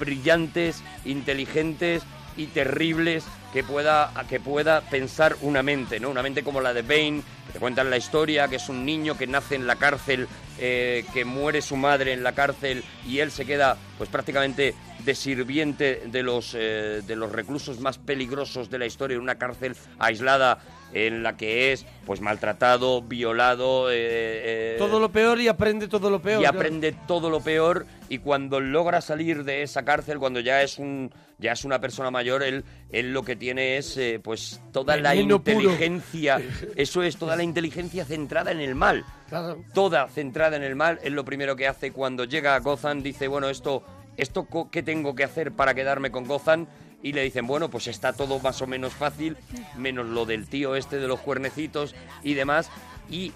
brillantes, inteligentes y terribles que pueda, a que pueda pensar una mente, ¿no? Una mente como la de Bane, que te cuentan la historia, que es un niño que nace en la cárcel, eh, que muere su madre en la cárcel y él se queda pues prácticamente de sirviente de los, eh, de los reclusos más peligrosos de la historia en una cárcel aislada en la que es pues maltratado, violado, eh, eh, Todo lo peor y aprende todo lo peor. y claro. aprende todo lo peor y cuando logra salir de esa cárcel, cuando ya es un ya es una persona mayor, él, él lo que tiene es eh, pues toda la Veneno puro. inteligencia, eso es toda la inteligencia centrada en el mal. Claro. Toda centrada en el mal es lo primero que hace cuando llega a Gotham, dice, bueno, esto esto co- qué tengo que hacer para quedarme con Gotham y le dicen, bueno, pues está todo más o menos fácil, menos lo del tío este de los cuernecitos y demás y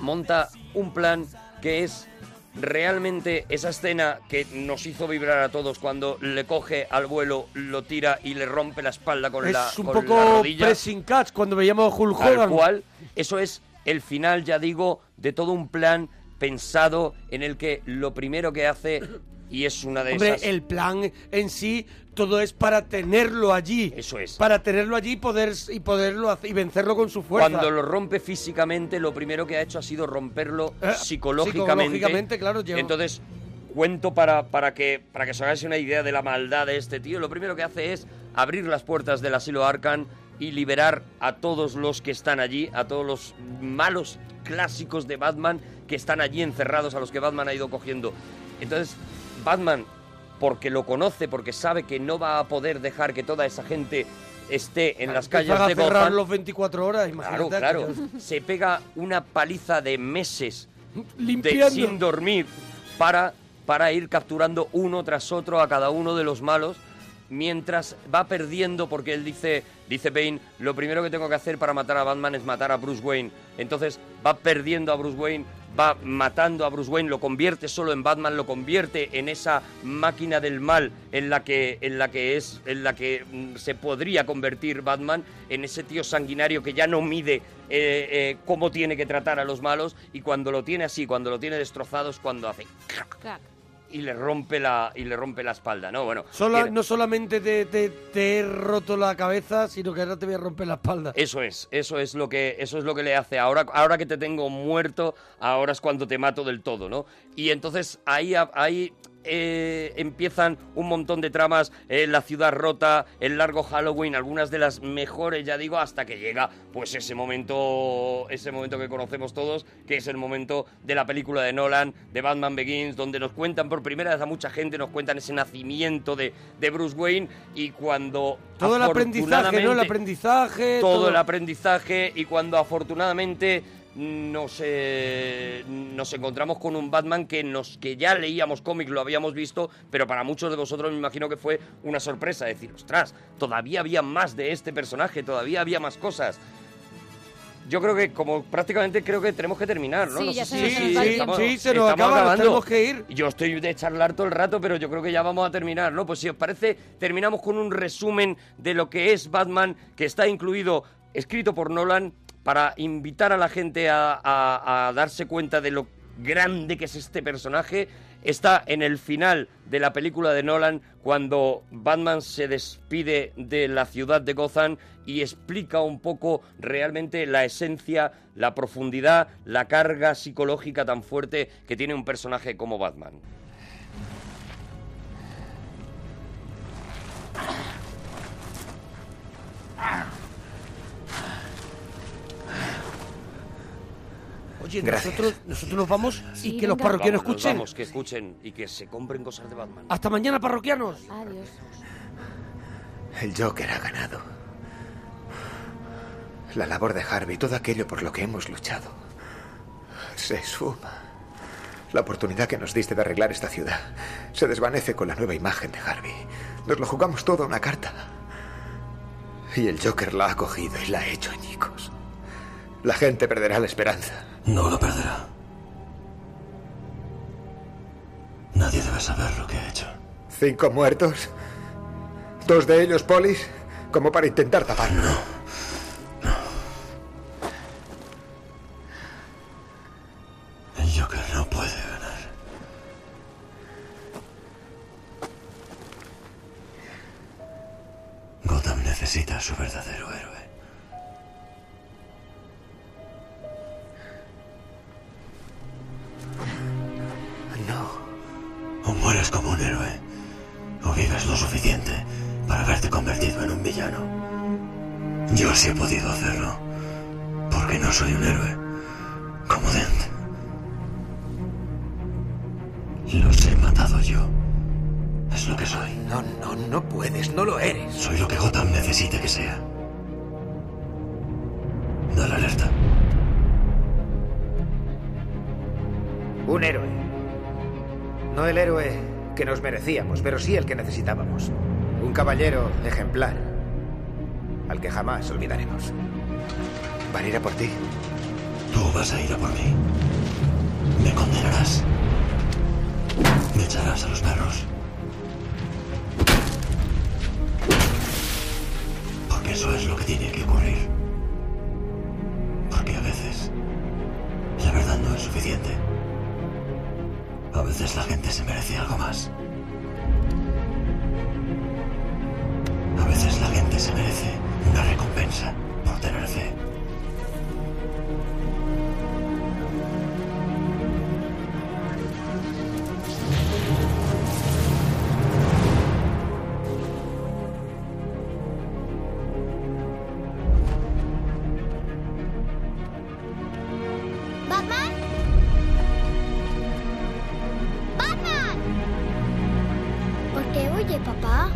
monta un plan que es realmente esa escena que nos hizo vibrar a todos cuando le coge al vuelo, lo tira y le rompe la espalda con la Es un con la poco rodilla. pressing catch cuando veíamos a Hulk Tal Hogan. cual, eso es el final, ya digo, de todo un plan pensado en el que lo primero que hace y es una de Hombre, esas el plan en sí todo es para tenerlo allí. Eso es. Para tenerlo allí y poder y poderlo hacer- y vencerlo con su fuerza. Cuando lo rompe físicamente, lo primero que ha hecho ha sido romperlo Eh, psicológicamente. psicológicamente, claro, lleva- Entonces, cuento para, para, que, para que os hagáis una idea de la maldad de este tío. Lo primero que hace es abrir las puertas del asilo Arkham y liberar a todos los que están allí, a todos los malos clásicos de Batman que están allí encerrados, a los que Batman ha ido cogiendo. Entonces, Batman porque lo conoce, porque sabe que no va a poder dejar que toda esa gente esté en las calles Van a de cerrar Gotham. los 24 horas, Claro, imagínate. claro. aquello. Se pega una paliza de meses de- Limpiando. sin dormir para, para ir capturando uno tras otro a cada uno de los malos. mientras va perdiendo porque él dice, dice Bane, lo primero que tengo que hacer para matar a Batman es matar a Bruce Wayne. Entonces va perdiendo a Bruce Wayne, va matando a Bruce Wayne, lo convierte solo en Batman, lo convierte en esa máquina del mal en la que en la que es en la que mm, se podría convertir Batman en ese tío sanguinario que ya no mide eh, eh, cómo tiene que tratar a los malos y cuando lo tiene así, cuando lo tiene destrozado es cuando hace Claro. y le rompe la y le rompe la espalda, ¿no? Bueno, Sola- tiene- no solamente te, te- te he roto la cabeza, sino que ahora te voy a romper la espalda. Eso es, eso es lo que, eso es lo que le hace. Ahora, ahora que te tengo muerto, ahora es cuando te mato del todo, ¿no? Y entonces ahí, a- ahí eh, empiezan un montón de tramas, eh, la ciudad rota, el largo Halloween, algunas de las mejores, ya digo, hasta que llega, pues ese momento, ese momento que conocemos todos, que es el momento de la película de Nolan, de Batman Begins, donde nos cuentan por primera vez a mucha gente, nos cuentan ese nacimiento de, de Bruce Wayne y cuando Todo el aprendizaje, ¿no? El afortunadamente, aprendizaje. todo el aprendizaje y cuando afortunadamente nos, eh, nos encontramos con un Batman que nos que ya leíamos cómic, lo habíamos visto, pero para muchos de vosotros me imagino que fue una sorpresa decir, ostras, todavía había más de este personaje, todavía había más cosas. Yo creo que como prácticamente creo que tenemos que terminar, ¿no? Sí, No ya sé se si- nos si- va el si tiempo. estamos- Sí, se nos estamos acaba, acabando. tenemos que ir. Yo estoy de charlar todo el rato, pero yo creo que ya vamos a terminar, ¿no? Pues si os parece, terminamos con un resumen de lo que es Batman, que está incluido, escrito por Nolan, para invitar a la gente a, a- a darse cuenta de lo grande que es este personaje. Está en el final de la película de Nolan, cuando Batman se despide de la ciudad de Gotham y explica un poco realmente la esencia, la profundidad, la carga psicológica tan fuerte que tiene un personaje como Batman. Oye, Gracias. nosotros, nosotros nos vamos Sí, y que los venga. parroquianos Vámonos, escuchen. Vamos, que escuchen y que se compren cosas de Batman. Hasta mañana, parroquianos. Adiós. El Joker ha ganado. La labor de Harvey, todo aquello por lo que hemos luchado, se esfuma. La oportunidad que nos diste de arreglar esta ciudad se desvanece con la nueva imagen de Harvey. Nos lo jugamos todo a una carta. Y el Joker la ha cogido y la ha hecho añicos. La gente perderá la esperanza. No lo perderá. Nadie debe saber lo que ha hecho. Cinco muertos. Dos de ellos polis, como para intentar taparlo. El Joker no puede ganar. Gotham necesita a su verdadero héroe. No. O mueres como un héroe, o vives lo suficiente para haberte convertido en un villano. Yo sí he podido hacerlo, porque no soy un héroe, como Dent. Los he matado yo. Es lo que soy. No, no, no puedes, no lo eres. Soy lo que Gotham necesita que sea. Da la alerta. Un héroe. No el héroe que nos merecíamos, pero sí el que necesitábamos. Un caballero ejemplar. Al que jamás olvidaremos. Van a ir a por ti. Tú vas a ir a por mí. Me condenarás. Me echarás a los perros. Porque eso es lo que tiene que ocurrir. Porque a veces la verdad no es suficiente. A veces la gente se merece algo más. A veces la gente se merece una recompensa por tener fe. Batman. Batman. ¿Por qué huye, papá?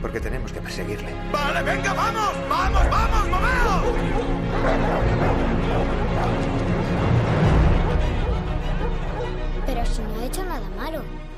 Porque tenemos que perseguirle. Vale, venga, vamos, vamos, vamos, moveos. Pero si no he hecho nada malo.